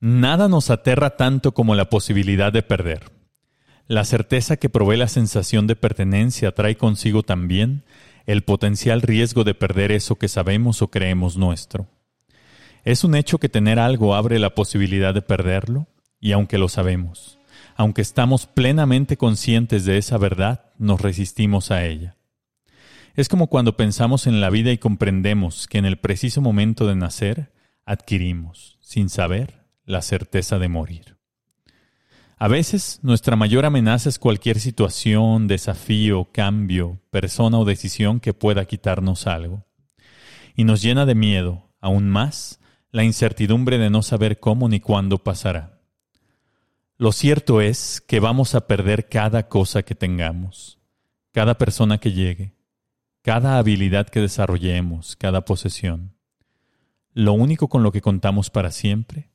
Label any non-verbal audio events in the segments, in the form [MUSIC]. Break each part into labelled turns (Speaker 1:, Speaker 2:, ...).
Speaker 1: Nada nos aterra tanto como la posibilidad de perder. La certeza que provee la sensación de pertenencia trae consigo también el potencial riesgo de perder eso que sabemos o creemos nuestro. Es un hecho que tener algo abre la posibilidad de perderlo, y aunque lo sabemos, aunque estamos plenamente conscientes de esa verdad, nos resistimos a ella. Es como cuando pensamos en la vida y comprendemos que en el preciso momento de nacer adquirimos, sin saber, la certeza de morir. A veces nuestra mayor amenaza es cualquier situación, desafío, cambio, persona o decisión que pueda quitarnos algo. Y nos llena de miedo, aún más, la incertidumbre de no saber cómo ni cuándo pasará. Lo cierto es que vamos a perder cada cosa que tengamos, cada persona que llegue, cada habilidad que desarrollemos, cada posesión. Lo único con lo que contamos para siempre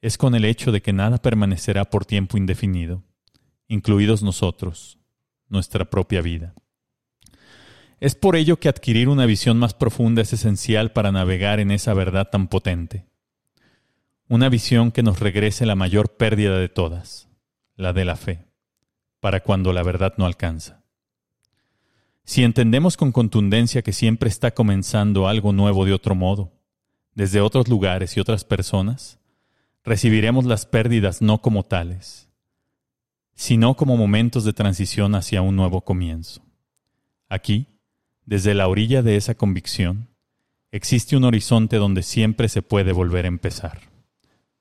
Speaker 1: es con el hecho de que nada permanecerá por tiempo indefinido, incluidos nosotros, nuestra propia vida. Es por ello que adquirir una visión más profunda es esencial para navegar en esa verdad tan potente. Una visión que nos regrese la mayor pérdida de todas, la de la fe, para cuando la verdad no alcanza. Si entendemos con contundencia que siempre está comenzando algo nuevo de otro modo, desde otros lugares y otras personas, recibiremos las pérdidas no como tales, sino como momentos de transición hacia un nuevo comienzo. Aquí, desde la orilla de esa convicción, existe un horizonte donde siempre se puede volver a empezar.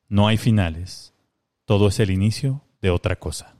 Speaker 1: No hay finales, todo es el inicio de otra cosa.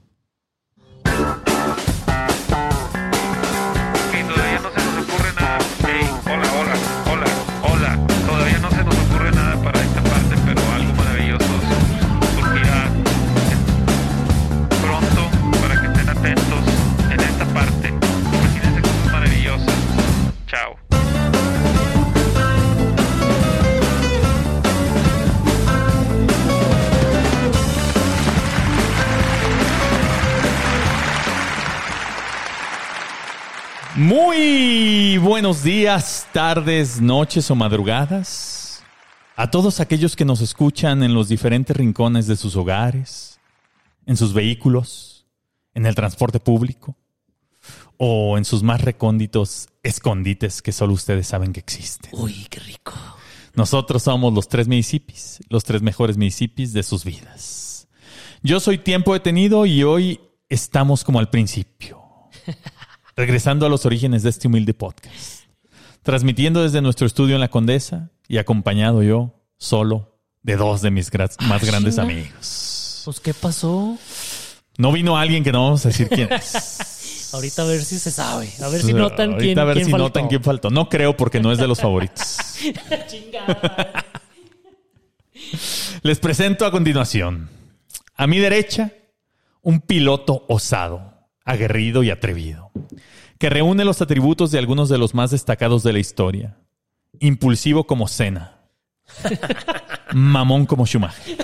Speaker 1: Muy buenos días, tardes, noches o madrugadas. A todos aquellos que nos escuchan en los diferentes rincones de sus hogares, en sus vehículos, en el transporte público o en sus más recónditos escondites que solo ustedes saben que existen.
Speaker 2: Uy, qué rico.
Speaker 1: Nosotros somos los tres municipios, los tres mejores municipios de sus vidas. Yo soy Tiempo Detenido y hoy estamos como al
Speaker 2: [LAUGHS]
Speaker 1: principio. regresando a los orígenes de este humilde podcast, transmitiendo desde nuestro estudio en La Condesa y acompañado yo, solo, de dos de mis gra más Ay, grandes chinga. amigos.
Speaker 2: Pues, ¿qué pasó?
Speaker 1: No vino alguien que no vamos a decir
Speaker 2: [LAUGHS]
Speaker 1: quién es.
Speaker 2: Ahorita a ver si se sabe. A ver si notan
Speaker 1: Ahorita
Speaker 2: quién
Speaker 1: a ver
Speaker 2: quién
Speaker 1: si
Speaker 2: faltó.
Speaker 1: notan quién faltó. No creo porque no es de los
Speaker 2: [LAUGHS]
Speaker 1: favoritos. [LAUGHS]
Speaker 2: Chingada.
Speaker 1: Les presento a continuación. A mi derecha, un piloto osado, aguerrido y atrevido que reúne los atributos de algunos de los más destacados de la historia. Impulsivo como
Speaker 2: [LAUGHS]
Speaker 1: Cena. Mamón como Schumacher.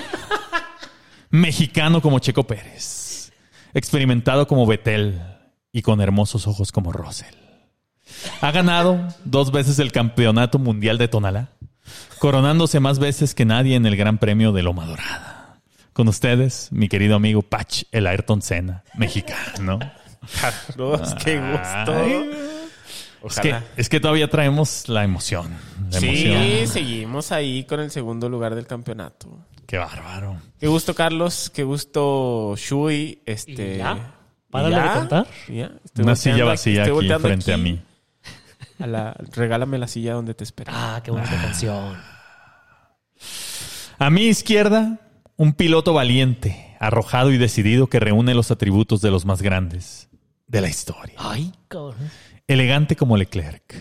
Speaker 1: Mexicano como Checo Pérez. Experimentado como Betel y con hermosos ojos como Russell. Ha ganado dos veces el Campeonato Mundial de Tonalá, coronándose más veces que nadie en el Gran Premio de Loma Dorada. Con ustedes, mi querido amigo Patch, el Ayrton Senna, mexicano.
Speaker 3: Carlos, qué gusto.
Speaker 1: Ah. Ay. Es que,
Speaker 3: Ojalá.
Speaker 1: es que todavía traemos la emoción. La
Speaker 3: Sí,
Speaker 1: emoción.
Speaker 3: seguimos ahí con el segundo lugar del campeonato.
Speaker 1: Qué bárbaro.
Speaker 3: Qué gusto, Carlos. Qué gusto, Shui. Este,
Speaker 2: ¿Y ya? Párale de contar.
Speaker 3: ¿Y ya? Estoy
Speaker 1: Una
Speaker 3: volteando
Speaker 1: silla vacía
Speaker 3: estoy
Speaker 1: aquí
Speaker 3: volteando
Speaker 1: frente
Speaker 3: aquí
Speaker 1: a mí.
Speaker 3: a la- regálame la silla donde te espero.
Speaker 2: Ah, qué bonita canción.
Speaker 1: A mi izquierda, un piloto valiente, arrojado y decidido que reúne los atributos de los más grandes de la historia.
Speaker 2: Ay, cabrón.
Speaker 1: Elegante como Leclerc,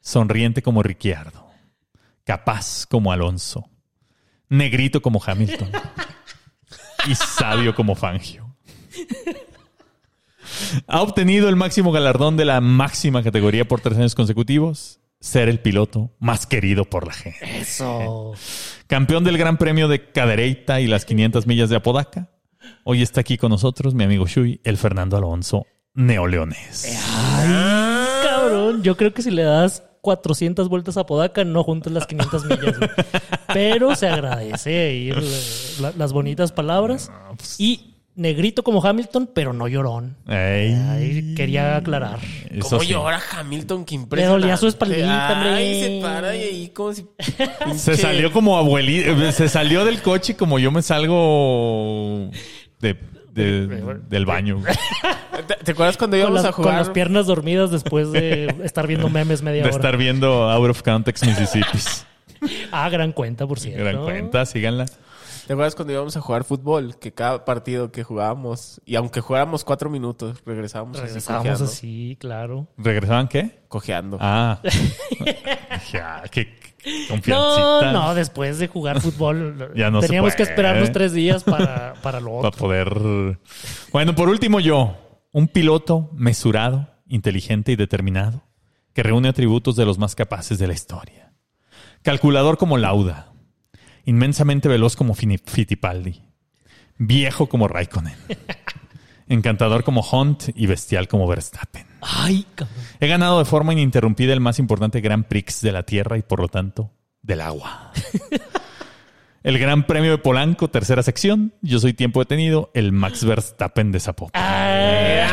Speaker 1: sonriente como Ricciardo, capaz como Alonso, negrito como Hamilton y sabio como Fangio. Ha obtenido el máximo galardón de la máxima categoría por tres años consecutivos, ser el piloto más querido por la gente.
Speaker 2: Eso.
Speaker 1: Campeón del Gran Premio de Cadereyta y las 500 millas de Apodaca. Hoy está aquí con nosotros mi amigo Shui, el Fernando Alonso neoleonés.
Speaker 2: Cabrón, yo creo que si le das 400 vueltas a Podaca, no juntas las 500 millas. güey. Pero se agradece ahí la- la- las bonitas palabras.
Speaker 1: pues.
Speaker 2: Y negrito como Hamilton, pero no llorón.
Speaker 1: Ey.
Speaker 2: Ahí quería aclarar.
Speaker 1: Eso
Speaker 3: ¿Cómo
Speaker 1: sí.
Speaker 3: llora Hamilton? Que impresionante.
Speaker 2: dolía su espaldita, hombre.
Speaker 3: Ay, se para y ahí como
Speaker 2: [LAUGHS]
Speaker 3: si...
Speaker 1: Se salió como abuelito, se salió del coche como yo me salgo de, de- del baño.
Speaker 3: ¿Te, te acuerdas cuando
Speaker 2: Con
Speaker 3: íbamos
Speaker 2: las,
Speaker 3: a
Speaker 2: con las
Speaker 3: jugar?
Speaker 2: piernas dormidas
Speaker 1: [LAUGHS]
Speaker 2: después de estar viendo memes media
Speaker 1: De
Speaker 2: hora.
Speaker 1: estar viendo Out of Context Mississippi.
Speaker 2: Ah, gran cuenta, por cierto.
Speaker 1: Gran cuenta, síganla.
Speaker 3: ¿Te acuerdas cuando íbamos a jugar fútbol? Que cada partido que jugábamos, y aunque jugáramos cuatro minutos, regresábamos así
Speaker 2: Regresábamos
Speaker 3: cojeando.
Speaker 2: así, claro.
Speaker 1: ¿Regresaban qué?
Speaker 3: cojeando.
Speaker 2: [LAUGHS]
Speaker 1: Ah. Dije, ah, qué qué
Speaker 2: No,
Speaker 1: confiancita.
Speaker 2: no, después de
Speaker 1: [LAUGHS]
Speaker 2: jugar fútbol
Speaker 1: Ya no se
Speaker 2: teníamos que
Speaker 1: puede. ¿eh?
Speaker 2: esperarnos tres días
Speaker 1: [LAUGHS]
Speaker 2: para, para lo
Speaker 1: Para
Speaker 2: otro.
Speaker 1: poder. Bueno, por último, yo. Un piloto mesurado, inteligente y determinado, que reúne atributos de los más capaces de la historia. Calculador como Lauda. Inmensamente veloz como Fini- Fittipaldi. Viejo como Raikkonen. Encantador como Hunt y bestial como Verstappen.
Speaker 2: Ay, cabrón.
Speaker 1: He ganado de forma ininterrumpida el más importante Gran Prix de la Tierra y por lo tanto del
Speaker 2: [LAUGHS]
Speaker 1: agua. El Gran Premio de Polanco, tercera sección. Yo soy tiempo detenido, el Max Verstappen de Zapopan.
Speaker 2: Ah. Ay,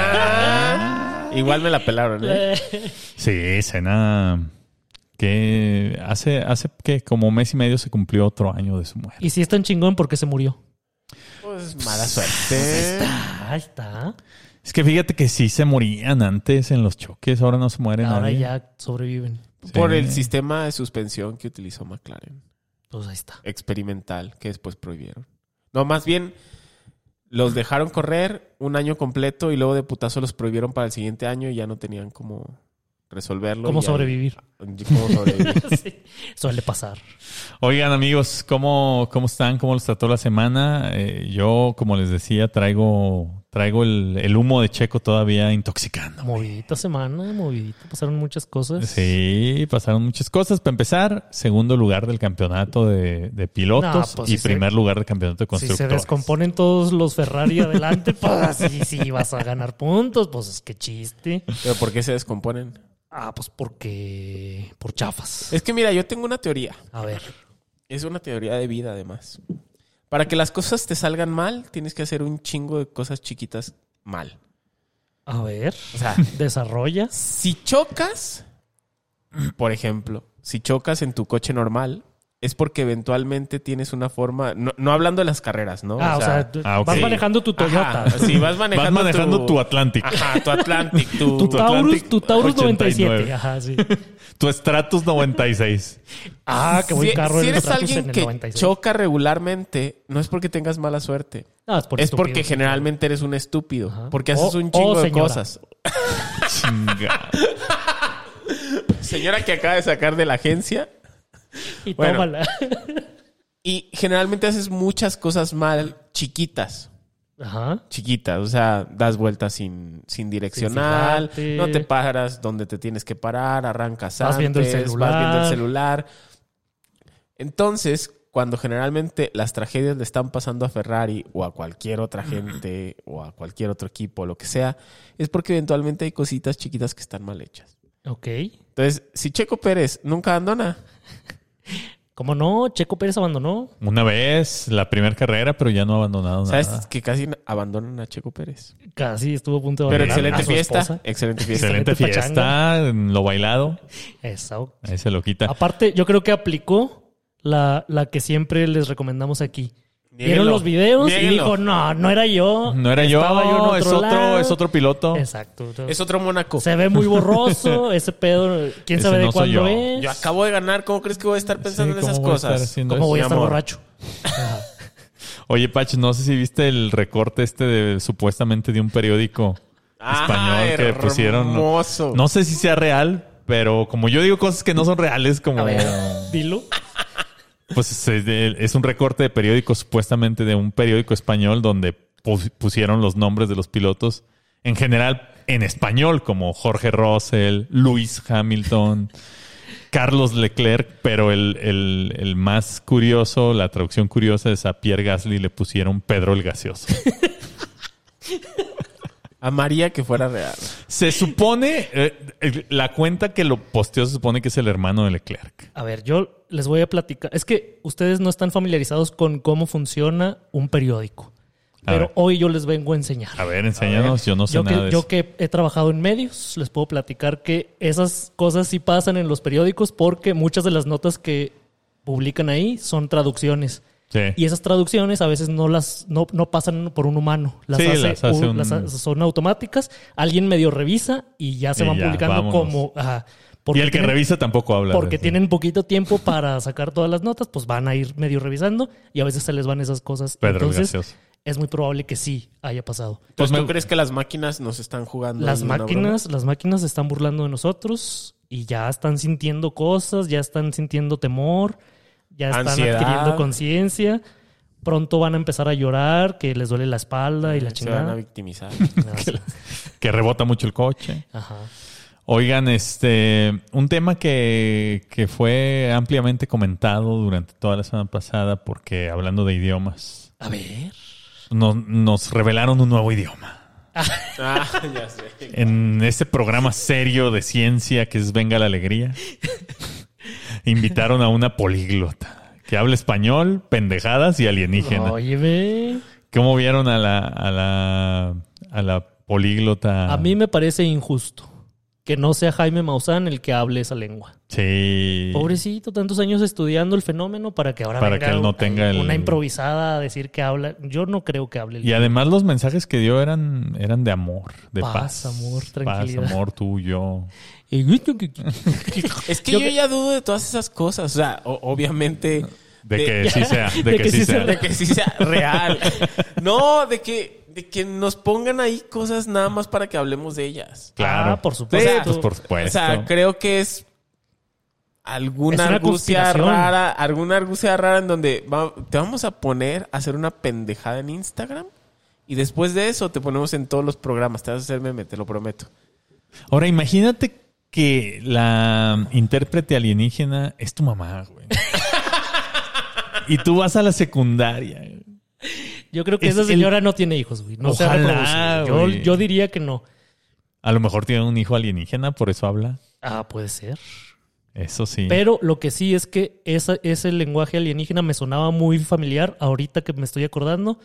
Speaker 1: Ah,
Speaker 2: Ah,
Speaker 3: Igual me la pelaron, ¿eh?
Speaker 1: Sí, cena que hace hace que como mes y medio se cumplió otro año de su muerte.
Speaker 2: Y si es tan chingón porque se murió.
Speaker 3: Pues mala suerte.
Speaker 1: Ah,
Speaker 2: Ahí está.
Speaker 1: Es que fíjate que sí se morían antes en los choques, ahora no se mueren
Speaker 2: Ahora
Speaker 1: nadie.
Speaker 2: ya sobreviven.
Speaker 3: Por
Speaker 1: Sí.
Speaker 3: el sistema de suspensión que utilizó McLaren.
Speaker 2: Pues ahí está.
Speaker 3: experimental que después prohibieron. No, más bien los dejaron correr un año completo y luego de putazo los prohibieron para el siguiente año y ya no tenían cómo resolverlo.
Speaker 2: ¿Cómo
Speaker 3: y
Speaker 1: [LAUGHS]
Speaker 3: ya-
Speaker 2: sobrevivir? [LAUGHS]
Speaker 3: ¿Cómo sobrevivir?
Speaker 2: Sí, Suele pasar.
Speaker 1: Oigan amigos, ¿cómo, cómo están? ¿Cómo los trató la semana? Eh, yo, como les decía, traigo, traigo el, el humo de Checo todavía intoxicando.
Speaker 2: Movidita semana, movidita. Pasaron muchas cosas.
Speaker 1: Sí, pasaron muchas cosas. Para empezar, segundo lugar del campeonato de, de pilotos
Speaker 2: No, pues,
Speaker 1: y
Speaker 2: si se-
Speaker 1: primer lugar del campeonato de
Speaker 2: Si se
Speaker 1: constructores.
Speaker 2: descomponen todos los Ferrari adelante, [LAUGHS] pues sí, sí, vas a ganar puntos. Pues es que chiste.
Speaker 3: ¿Pero por qué se descomponen?
Speaker 2: Ah, pues porque. Por chafas.
Speaker 3: Es que mira, yo tengo una teoría.
Speaker 2: A ver.
Speaker 3: Es una teoría de vida además. Para que las cosas te salgan mal, tienes que hacer un chingo de cosas chiquitas mal.
Speaker 2: A ver.
Speaker 3: O sea,
Speaker 2: Desarrollas.
Speaker 3: Si chocas, [CLEARS THROAT] por ejemplo, si chocas en tu coche normal, es porque eventualmente tienes una forma, no, no hablando de las carreras, ¿no?
Speaker 2: Ah, o sea, tú-
Speaker 1: ah, ok.
Speaker 2: vas manejando tu Toyota.
Speaker 1: [LAUGHS]
Speaker 3: Ajá, sí,
Speaker 2: [LAUGHS]
Speaker 3: vas manejando,
Speaker 1: Vas manejando tu, Atlantic,
Speaker 3: Ajá, tu Atlantic, tu,
Speaker 2: Tu Taurus,
Speaker 1: Atlantic
Speaker 2: tu Taurus
Speaker 1: 89.
Speaker 2: 97. Ajá, sí.
Speaker 1: tu Stratus
Speaker 2: [LAUGHS]
Speaker 1: 96.
Speaker 2: Ah, qué buen
Speaker 3: Si-
Speaker 2: carro
Speaker 3: si,
Speaker 2: el
Speaker 3: eres
Speaker 2: Stratus en
Speaker 3: alguien
Speaker 2: el
Speaker 3: que
Speaker 2: 96.
Speaker 3: choca regularmente, no es porque tengas mala suerte.
Speaker 2: No, Ah, es por
Speaker 3: es
Speaker 2: estúpido.
Speaker 3: porque generalmente eres un estúpido.
Speaker 2: Ajá.
Speaker 3: Porque haces
Speaker 2: O-
Speaker 3: un chingo
Speaker 2: o
Speaker 3: de
Speaker 2: señora.
Speaker 3: cosas.
Speaker 1: Chinga.
Speaker 3: Señora que acaba de sacar de la agencia.
Speaker 2: Y
Speaker 3: Bueno.
Speaker 2: tómala. [LAUGHS]
Speaker 3: Y generalmente haces muchas cosas mal, chiquitas.
Speaker 2: Ajá.
Speaker 3: chiquitas, o sea, das vueltas sin, sin direccional,
Speaker 2: Sin fijarte.
Speaker 3: no te paras donde te tienes que parar, arrancas
Speaker 2: Vas
Speaker 3: antes,
Speaker 2: viendo el
Speaker 3: vas viendo
Speaker 2: celular.
Speaker 3: el celular. Entonces, cuando generalmente las tragedias le están pasando a Ferrari o a cualquier otra
Speaker 2: [CLEARS THROAT]
Speaker 3: gente o a cualquier otro equipo, lo que sea, es porque eventualmente hay cositas chiquitas que están mal hechas.
Speaker 2: Ok.
Speaker 3: Entonces, si Checo Pérez nunca abandona,
Speaker 2: ¿Cómo no? Checo Pérez abandonó.
Speaker 1: Una vez, la primera carrera, pero ya no ha abandonado
Speaker 3: sabes
Speaker 1: nada.
Speaker 3: que casi abandonan a Checo Pérez.
Speaker 2: Casi estuvo a punto de
Speaker 3: Pero
Speaker 2: abandonar
Speaker 3: excelente
Speaker 2: a su
Speaker 3: fiesta,
Speaker 2: esposa.
Speaker 3: excelente fiesta.
Speaker 1: Excelente
Speaker 2: excelente
Speaker 1: fiesta, lo bailado.
Speaker 2: Exacto.
Speaker 1: Ahí se lo quita.
Speaker 2: Aparte, yo creo que aplicó la, la que siempre les recomendamos aquí. Vieron
Speaker 3: Niéguenlo.
Speaker 2: los videos y
Speaker 3: Niéguenlo.
Speaker 2: dijo, no, no era yo.
Speaker 1: No era yo,
Speaker 2: Ah, Estaba en
Speaker 1: es
Speaker 2: lado".
Speaker 1: otro, es otro piloto.
Speaker 2: Exacto.
Speaker 3: Es otro Mónaco.
Speaker 2: Se ve
Speaker 1: [LAUGHS]
Speaker 2: muy borroso ese pedo. ¿Quién
Speaker 1: Ese
Speaker 2: sabe de
Speaker 1: no soy yo.
Speaker 2: cuándo es?
Speaker 3: Yo acabo de ganar, ¿cómo crees que voy a estar pensando
Speaker 1: Sí,
Speaker 3: en esas
Speaker 1: ¿cómo voy a estar
Speaker 3: cosas?
Speaker 1: haciendo
Speaker 2: ¿Cómo
Speaker 1: eso?
Speaker 2: voy a
Speaker 3: Mi
Speaker 2: estar
Speaker 3: amor.
Speaker 2: borracho?
Speaker 1: Oye, Pach, no sé si viste el recorte este de supuestamente de un periódico
Speaker 3: Ah,
Speaker 1: español que
Speaker 3: hermoso.
Speaker 1: pusieron. No, sé si sea real, pero como yo digo cosas que no son reales, como
Speaker 2: A ver,
Speaker 1: Oh.
Speaker 2: dilo.
Speaker 1: pues es, de- es un recorte de periódico supuestamente de un periódico español donde pu- pusieron los nombres de los pilotos en general en español, como Jorge Russell, Luis Hamilton, [LAUGHS] Carlos Leclerc, pero el, el- el más curioso, la traducción curiosa es a Pierre Gasly le
Speaker 2: [LAUGHS]
Speaker 1: pusieron Pedro el Gaseoso.
Speaker 3: A María que fuera real.
Speaker 1: Se supone, eh, eh, la cuenta que lo posteó se supone que es el hermano de Leclerc.
Speaker 2: A ver, yo les voy a platicar. Es que ustedes no están familiarizados con cómo funciona un periódico.
Speaker 1: A
Speaker 2: Pero
Speaker 1: ver.
Speaker 2: hoy yo les vengo a enseñar.
Speaker 1: A ver, enséñanos, yo no sé
Speaker 2: yo,
Speaker 1: nada
Speaker 2: que,
Speaker 1: de
Speaker 2: yo
Speaker 1: eso.
Speaker 2: que he trabajado en medios, les puedo platicar que esas cosas sí pasan en los periódicos porque muchas de las notas que publican ahí son traducciones.
Speaker 1: Sí.
Speaker 2: Y esas traducciones a veces no las no, no pasan por un humano. Las,
Speaker 1: Sí,
Speaker 2: hace
Speaker 1: las hace
Speaker 2: un-
Speaker 1: un-
Speaker 2: las ha- son automáticas. Alguien medio revisa y ya se
Speaker 1: Y
Speaker 2: van
Speaker 1: ya,
Speaker 2: publicando
Speaker 1: vámonos.
Speaker 2: como... ajá,
Speaker 1: Y
Speaker 2: porque
Speaker 1: el que
Speaker 2: tienen-
Speaker 1: revisa tampoco habla. de
Speaker 2: porque
Speaker 1: eso.
Speaker 2: tienen poquito tiempo para sacar todas las notas, pues van a ir medio revisando y a veces se les van esas cosas.
Speaker 1: Pedro,
Speaker 2: Entonces,
Speaker 1: gracioso.
Speaker 2: es muy probable que sí haya pasado.
Speaker 1: Pues
Speaker 3: Entonces,
Speaker 1: me-
Speaker 3: ¿Tú crees que las máquinas nos están jugando?
Speaker 2: Las
Speaker 3: ahí una broma?
Speaker 2: máquinas, las máquinas se están burlando de nosotros y ya están sintiendo cosas, ya están sintiendo temor, ya están
Speaker 3: Ansiedad.
Speaker 2: adquiriendo conciencia. Pronto van a empezar a llorar, que les duele la espalda y la
Speaker 3: Se van a
Speaker 2: chingada.
Speaker 3: victimizar. [LAUGHS]
Speaker 1: Que rebota mucho el coche.
Speaker 2: Ajá.
Speaker 1: Oigan, este, un tema que, que fue ampliamente comentado durante toda la semana pasada, porque hablando de idiomas,
Speaker 2: A ver.
Speaker 1: no- nos revelaron un nuevo idioma.
Speaker 3: ah, ya sé.
Speaker 1: En este programa serio de ciencia que es Venga la
Speaker 2: [LAUGHS]
Speaker 1: Alegría, invitaron a una políglota que habla español, pendejadas y alienígena.
Speaker 2: Óyeme.
Speaker 1: ¿Cómo vieron a la, a la, a la políglota?
Speaker 2: A mí me parece injusto que no sea Jaime Maussan el que hable esa lengua.
Speaker 1: Sí.
Speaker 2: Pobrecito, tantos años estudiando el fenómeno para que ahora
Speaker 1: Para
Speaker 2: venga
Speaker 1: que él no
Speaker 2: un-
Speaker 1: tenga el-
Speaker 2: una improvisada a decir que habla. Yo no creo que hable. el-
Speaker 1: Y además los mensajes que dio eran, eran de amor, de paz.
Speaker 2: Paz, amor, tranquilidad.
Speaker 1: Paz, amor tuyo.
Speaker 3: [LAUGHS] Es que
Speaker 2: Yo
Speaker 3: yo,
Speaker 2: que-
Speaker 3: ya dudo de todas esas cosas. O sea, o- obviamente.
Speaker 1: De,
Speaker 3: de- [LAUGHS]
Speaker 1: que sí sea, de, que, sí sea.
Speaker 3: de que sí sea real. No, de que, de que nos pongan ahí cosas nada más para que hablemos de ellas.
Speaker 1: Claro.
Speaker 2: Ah, por
Speaker 1: Sí,
Speaker 2: supuesto.
Speaker 1: pues por supuesto.
Speaker 3: O sea, creo que es
Speaker 2: Es
Speaker 3: alguna
Speaker 2: una
Speaker 3: argucia
Speaker 2: conspiración.
Speaker 3: rara, alguna argucia rara en donde va- te vamos a poner a hacer una pendejada en Instagram y después de eso te ponemos en todos los programas. Te vas a hacer meme, te lo prometo.
Speaker 1: Ahora imagínate que la intérprete alienígena es tu mamá, güey. y tú vas a la secundaria.
Speaker 2: Yo creo que
Speaker 1: Es
Speaker 2: esa
Speaker 1: el-
Speaker 2: señora no tiene hijos, güey. No se ha
Speaker 1: Ojalá,
Speaker 2: reproducido. yo,
Speaker 1: güey.
Speaker 2: yo diría que no.
Speaker 1: A lo mejor tiene un hijo alienígena, por eso habla.
Speaker 2: Ah, puede ser.
Speaker 1: Eso sí.
Speaker 2: Pero lo que sí es que esa, ese lenguaje alienígena me sonaba muy familiar. Ahorita que me estoy acordando,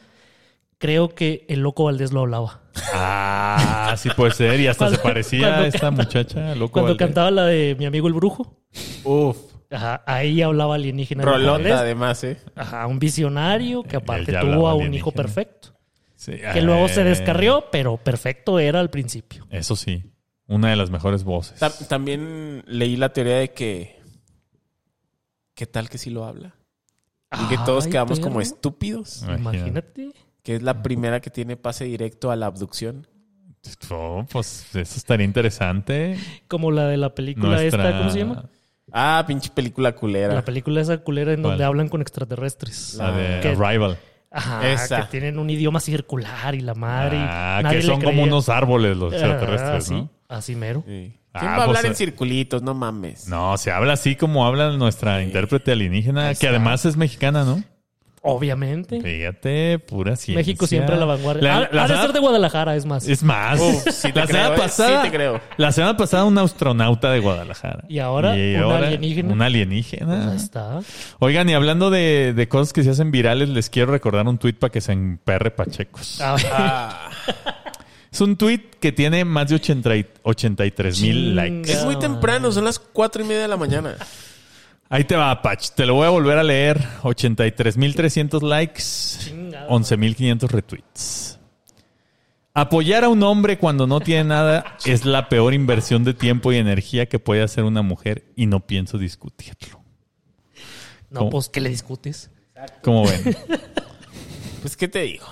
Speaker 2: creo que el loco Valdés lo hablaba.
Speaker 1: Ah, sí puede ser. Y hasta se
Speaker 2: [LAUGHS] Cuando-
Speaker 1: parecía
Speaker 2: cuando
Speaker 1: a esta muchacha, loco.
Speaker 2: Cuando
Speaker 1: Valdés.
Speaker 2: cantaba la de mi amigo el brujo,
Speaker 3: Uf.
Speaker 2: ajá, ahí hablaba alienígena. loco Valdés.
Speaker 3: Rolota, además, ¿eh?
Speaker 2: Ajá, un visionario que aparte
Speaker 1: ya
Speaker 2: tuvo
Speaker 1: hablaba
Speaker 2: a un
Speaker 1: alienígena.
Speaker 2: hijo perfecto.
Speaker 1: Sí,
Speaker 2: Que luego se
Speaker 1: eh,
Speaker 2: descarrió, pero perfecto era al principio.
Speaker 1: Eso sí. Una de las mejores voces.
Speaker 3: Ta- también leí la teoría de que. ¿Qué tal que sí lo habla? Y que todos
Speaker 2: Ay,
Speaker 3: quedamos
Speaker 2: perro. Ah.
Speaker 3: como estúpidos.
Speaker 2: Imagínate.
Speaker 3: Que es la primera que tiene pase directo a la abducción.
Speaker 1: Oh, pues eso estaría interesante.
Speaker 2: Como la de la película esta, ¿cómo se llama?
Speaker 3: Ah, pinche película culera.
Speaker 2: La película esa culera en donde
Speaker 1: ¿Cuál?
Speaker 2: hablan con extraterrestres. Ah,
Speaker 1: La de
Speaker 2: Que-
Speaker 1: Arrival.
Speaker 2: Ajá,
Speaker 3: Esa.
Speaker 2: que tienen un idioma circular y la madre. y
Speaker 1: Ah,
Speaker 2: nadie
Speaker 1: que
Speaker 2: le
Speaker 1: son como
Speaker 2: creía.
Speaker 1: unos árboles los
Speaker 2: Ah,
Speaker 1: extraterrestres,
Speaker 2: así,
Speaker 1: ¿no?
Speaker 2: Así mero.
Speaker 3: Sí.
Speaker 1: Ah,
Speaker 3: ¿Quién va a hablar
Speaker 1: pues,
Speaker 3: en circulitos? No mames.
Speaker 1: No, se habla así como habla nuestra intérprete alienígena, que además es mexicana, ¿no?
Speaker 2: Obviamente.
Speaker 1: Fíjate, pura ciencia.
Speaker 2: México siempre a la vanguardia.
Speaker 1: La-
Speaker 2: Ha-
Speaker 1: la
Speaker 2: ha de
Speaker 1: semana-
Speaker 2: ser de Oh, Guadalajara, es más.
Speaker 1: Es más, [LAUGHS]
Speaker 3: Uf, sí te
Speaker 1: la,
Speaker 3: creo,
Speaker 1: semana
Speaker 3: eh,
Speaker 1: pasada,
Speaker 3: sí te creo.
Speaker 1: la semana pasada un astronauta de Guadalajara.
Speaker 2: Y ahora, un alienígena.
Speaker 1: un alienígena.
Speaker 2: Pues ahí está.
Speaker 1: Oigan, y hablando de, de cosas que se hacen virales, les quiero recordar un tuit para que se emperre Pachecos.
Speaker 2: A ver.
Speaker 1: Es un tuit que tiene más de 80 y- 83 mil
Speaker 2: Chinga.
Speaker 1: likes.
Speaker 3: Es muy temprano, son las cuatro y media de la mañana.
Speaker 1: Ahí te va, Pach. Te lo voy a volver a leer. 83.300 likes,
Speaker 2: Chingada.
Speaker 1: 11.500 retweets. Apoyar a un hombre cuando no tiene nada es la peor inversión de tiempo y energía que puede hacer una mujer y no pienso discutirlo.
Speaker 2: No,
Speaker 1: ¿Cómo?
Speaker 2: pues, ¿qué le discutes?
Speaker 1: ¿Cómo ven?
Speaker 3: Pues, ¿qué te digo?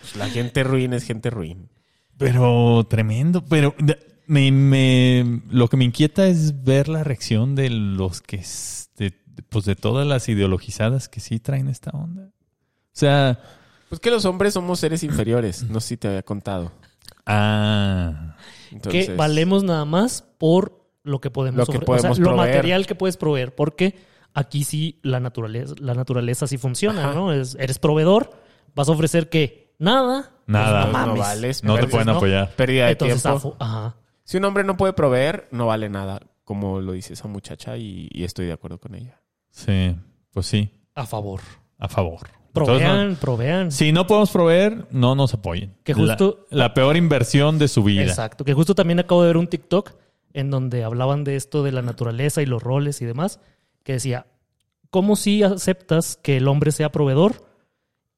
Speaker 3: Pues, la gente ruin es gente ruin.
Speaker 1: Pero tremendo, pero de- me, me- lo que me inquieta es ver la reacción de los que, s- de- pues de todas las ideologizadas que sí traen esta onda. O sea,
Speaker 3: Pues que los hombres somos seres inferiores. No sé si te había contado.
Speaker 1: ah,
Speaker 2: Pues
Speaker 3: Entonces,
Speaker 2: que valemos nada más por lo que podemos
Speaker 3: Lo que
Speaker 2: ofre-
Speaker 3: podemos
Speaker 2: lo
Speaker 3: proveer.
Speaker 2: material que puedes proveer, porque aquí sí la naturaleza, la naturaleza sí funciona,
Speaker 3: Ajá.
Speaker 2: ¿no? Es- eres proveedor, vas a ofrecer que nada,
Speaker 1: nada.
Speaker 3: No
Speaker 2: mames.
Speaker 3: vales.
Speaker 1: No te
Speaker 3: pierdes,
Speaker 1: pueden
Speaker 2: ¿no?
Speaker 1: apoyar.
Speaker 3: Pérdida de
Speaker 2: entonces afo-
Speaker 3: tiempo.
Speaker 2: ajá.
Speaker 3: Si un hombre no puede proveer, no vale nada, como lo dice esa muchacha y, y estoy de acuerdo con ella.
Speaker 1: Sí, pues sí,
Speaker 2: A favor.
Speaker 1: a favor. Entonces, no-
Speaker 2: Provean, provean.
Speaker 1: si no podemos proveer, no nos apoyen.
Speaker 2: Que justo-
Speaker 1: La, la peor inversión de su vida.
Speaker 2: Exacto. Que justo también acabo de ver un TikTok en donde hablaban de esto de la naturaleza y los roles y demás, que decía, ¿cómo si aceptas que el hombre sea proveedor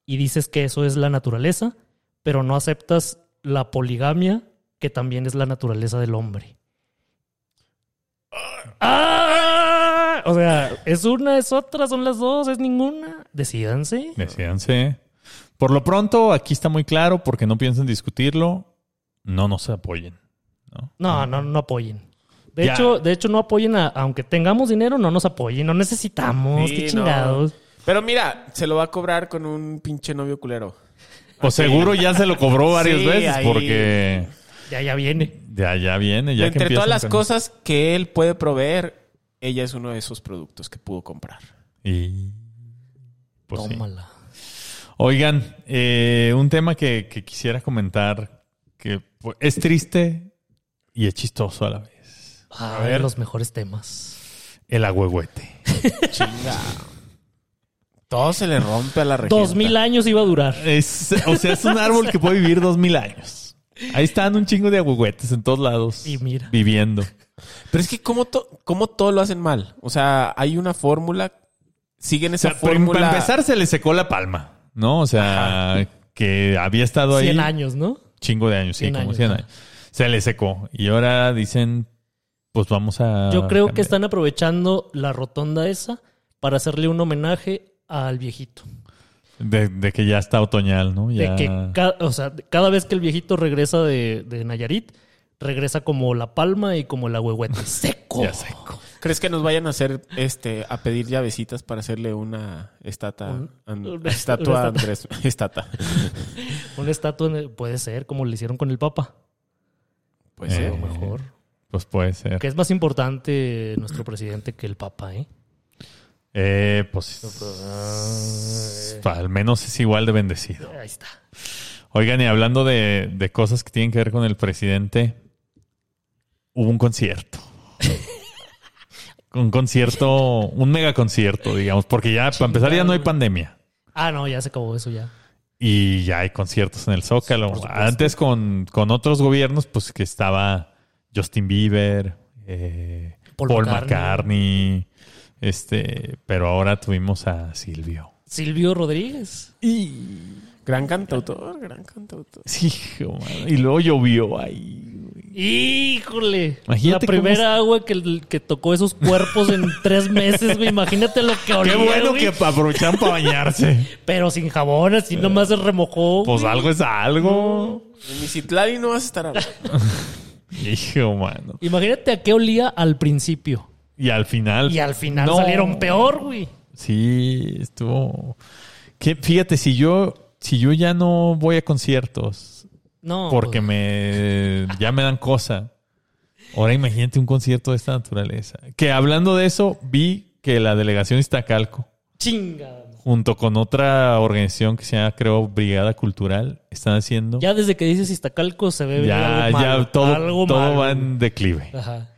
Speaker 2: y dices que eso es la naturaleza, pero no aceptas la poligamia, que también es la naturaleza del hombre? ¡Ah! O sea, es una, es otra, son las dos, es ninguna. Decídanse.
Speaker 1: Decíanse. Por lo pronto, aquí está muy claro, porque no piensan discutirlo, no nos apoyen. No,
Speaker 2: No, no, no apoyen. De
Speaker 1: Ya.
Speaker 2: hecho, de hecho, no apoyen a, aunque tengamos dinero, no nos apoyen, no necesitamos,
Speaker 3: Sí,
Speaker 2: qué
Speaker 3: no.
Speaker 2: chingados.
Speaker 3: Pero mira, se lo va a cobrar con un pinche novio culero.
Speaker 1: Pues seguro ya se lo cobró varias
Speaker 3: Sí,
Speaker 1: veces,
Speaker 3: ahí.
Speaker 1: porque
Speaker 2: Ya, ya viene.
Speaker 1: ya, ya viene, ya que
Speaker 3: Entre todas
Speaker 1: empiezan
Speaker 3: las
Speaker 1: con-
Speaker 3: cosas que él puede proveer, ella es uno de esos productos que pudo comprar.
Speaker 1: Y... Pues sí.
Speaker 2: Tómala.
Speaker 1: Oigan, eh, un tema que, que quisiera comentar que pues, es triste y es chistoso a la vez.
Speaker 2: A
Speaker 1: ver.
Speaker 2: ver. Los mejores temas.
Speaker 1: El agüehuete.
Speaker 3: Chinga. Todo se le rompe [LAUGHS] a la regenta.
Speaker 2: Dos mil años iba a durar.
Speaker 1: Es, o sea, es un árbol que puede vivir dos mil años. Ahí están un chingo de agüehuetes en todos lados.
Speaker 2: Y mira.
Speaker 1: Viviendo.
Speaker 3: Pero es que ¿cómo, to- cómo todo lo hacen mal? O sea, hay una fórmula, siguen
Speaker 1: O
Speaker 3: esa
Speaker 1: sea, prim-
Speaker 3: fórmula.
Speaker 1: para empezar se le secó la palma, ¿no? O sea, que había estado ahí
Speaker 2: 100 años, ¿no?
Speaker 1: chingo de años, sí,
Speaker 2: 100
Speaker 1: como
Speaker 2: años,
Speaker 1: 100
Speaker 2: ¿no?
Speaker 1: años. Se le secó. Y ahora dicen, pues vamos a...
Speaker 2: Yo creo que
Speaker 1: cambiar.
Speaker 2: están aprovechando la rotonda esa para hacerle un homenaje al viejito.
Speaker 1: De, de que ya está otoñal, ¿no? Ya...
Speaker 2: De que ca- o sea, cada vez que el viejito regresa de, de Nayarit, regresa como la palma y como la huehuete.
Speaker 1: [LAUGHS]
Speaker 2: Seco.
Speaker 1: Ya seco.
Speaker 3: ¿Crees que nos vayan a hacer este a pedir llavecitas para hacerle una estata
Speaker 2: Un-
Speaker 1: [LAUGHS]
Speaker 3: an-
Speaker 2: una-
Speaker 3: estatua
Speaker 2: una
Speaker 3: a Andrés [LAUGHS] estata?
Speaker 2: Una estatua en el- puede ser como le hicieron con el Papa.
Speaker 3: Pues
Speaker 1: Eh,
Speaker 2: A lo mejor.
Speaker 1: Pues puede ser.
Speaker 2: [LAUGHS] Que es más importante nuestro presidente que el Papa, ¿eh?
Speaker 1: Eh, pues... Al menos es igual de bendecido.
Speaker 2: Ahí está.
Speaker 1: Oigan, y hablando de, de cosas que tienen que ver con el presidente, hubo un
Speaker 2: [LAUGHS]
Speaker 1: concierto. un concierto, un mega concierto, digamos, porque ya, para empezar, ya no hay pandemia.
Speaker 2: Ah, no, ya se acabó eso ya.
Speaker 1: Y ya hay conciertos en el Zócalo.
Speaker 2: Por supuesto.
Speaker 1: Antes con, con otros gobiernos, pues que estaba Justin Bieber, eh, Paul,
Speaker 2: Paul
Speaker 1: McCartney. este, pero ahora tuvimos a Silvio.
Speaker 2: Silvio Rodríguez.
Speaker 3: Gran cantautor, gran cantautor.
Speaker 1: Sí, hijo, mano. y luego llovió ahí.
Speaker 2: ¡Híjole!
Speaker 1: Imagínate
Speaker 2: la primera agua que, que tocó esos
Speaker 1: [LAUGHS]
Speaker 2: cuerpos en tres meses, güey. Imagínate lo que olía,
Speaker 1: Qué bueno
Speaker 2: güey.
Speaker 1: que aprovecharon para
Speaker 2: [LAUGHS]
Speaker 1: bañarse.
Speaker 2: Pero sin jabón, así nomás se remojó.
Speaker 1: Pues
Speaker 2: güey.
Speaker 1: algo es algo.
Speaker 3: En Micitlali no vas a estar hablando.
Speaker 1: Hijo, mano.
Speaker 2: Imagínate a qué olía al principio.
Speaker 1: Y al final.
Speaker 2: Y al final
Speaker 1: No.
Speaker 2: salieron peor, güey.
Speaker 1: Sí, estuvo. Que, fíjate, si yo, si yo ya no voy a conciertos
Speaker 2: No.
Speaker 1: porque
Speaker 2: pues,
Speaker 1: me ya me dan cosa. Ahora imagínate un concierto de esta naturaleza. Que hablando de eso, vi que la delegación Iztacalco,
Speaker 2: Chinga.
Speaker 1: junto con otra organización que se llama, creo, Brigada Cultural, están haciendo.
Speaker 2: Ya desde que dices Iztacalco se ve
Speaker 1: ya,
Speaker 2: algo malo,
Speaker 1: ya todo,
Speaker 2: algo
Speaker 1: todo
Speaker 2: malo.
Speaker 1: va en declive.
Speaker 2: Ajá.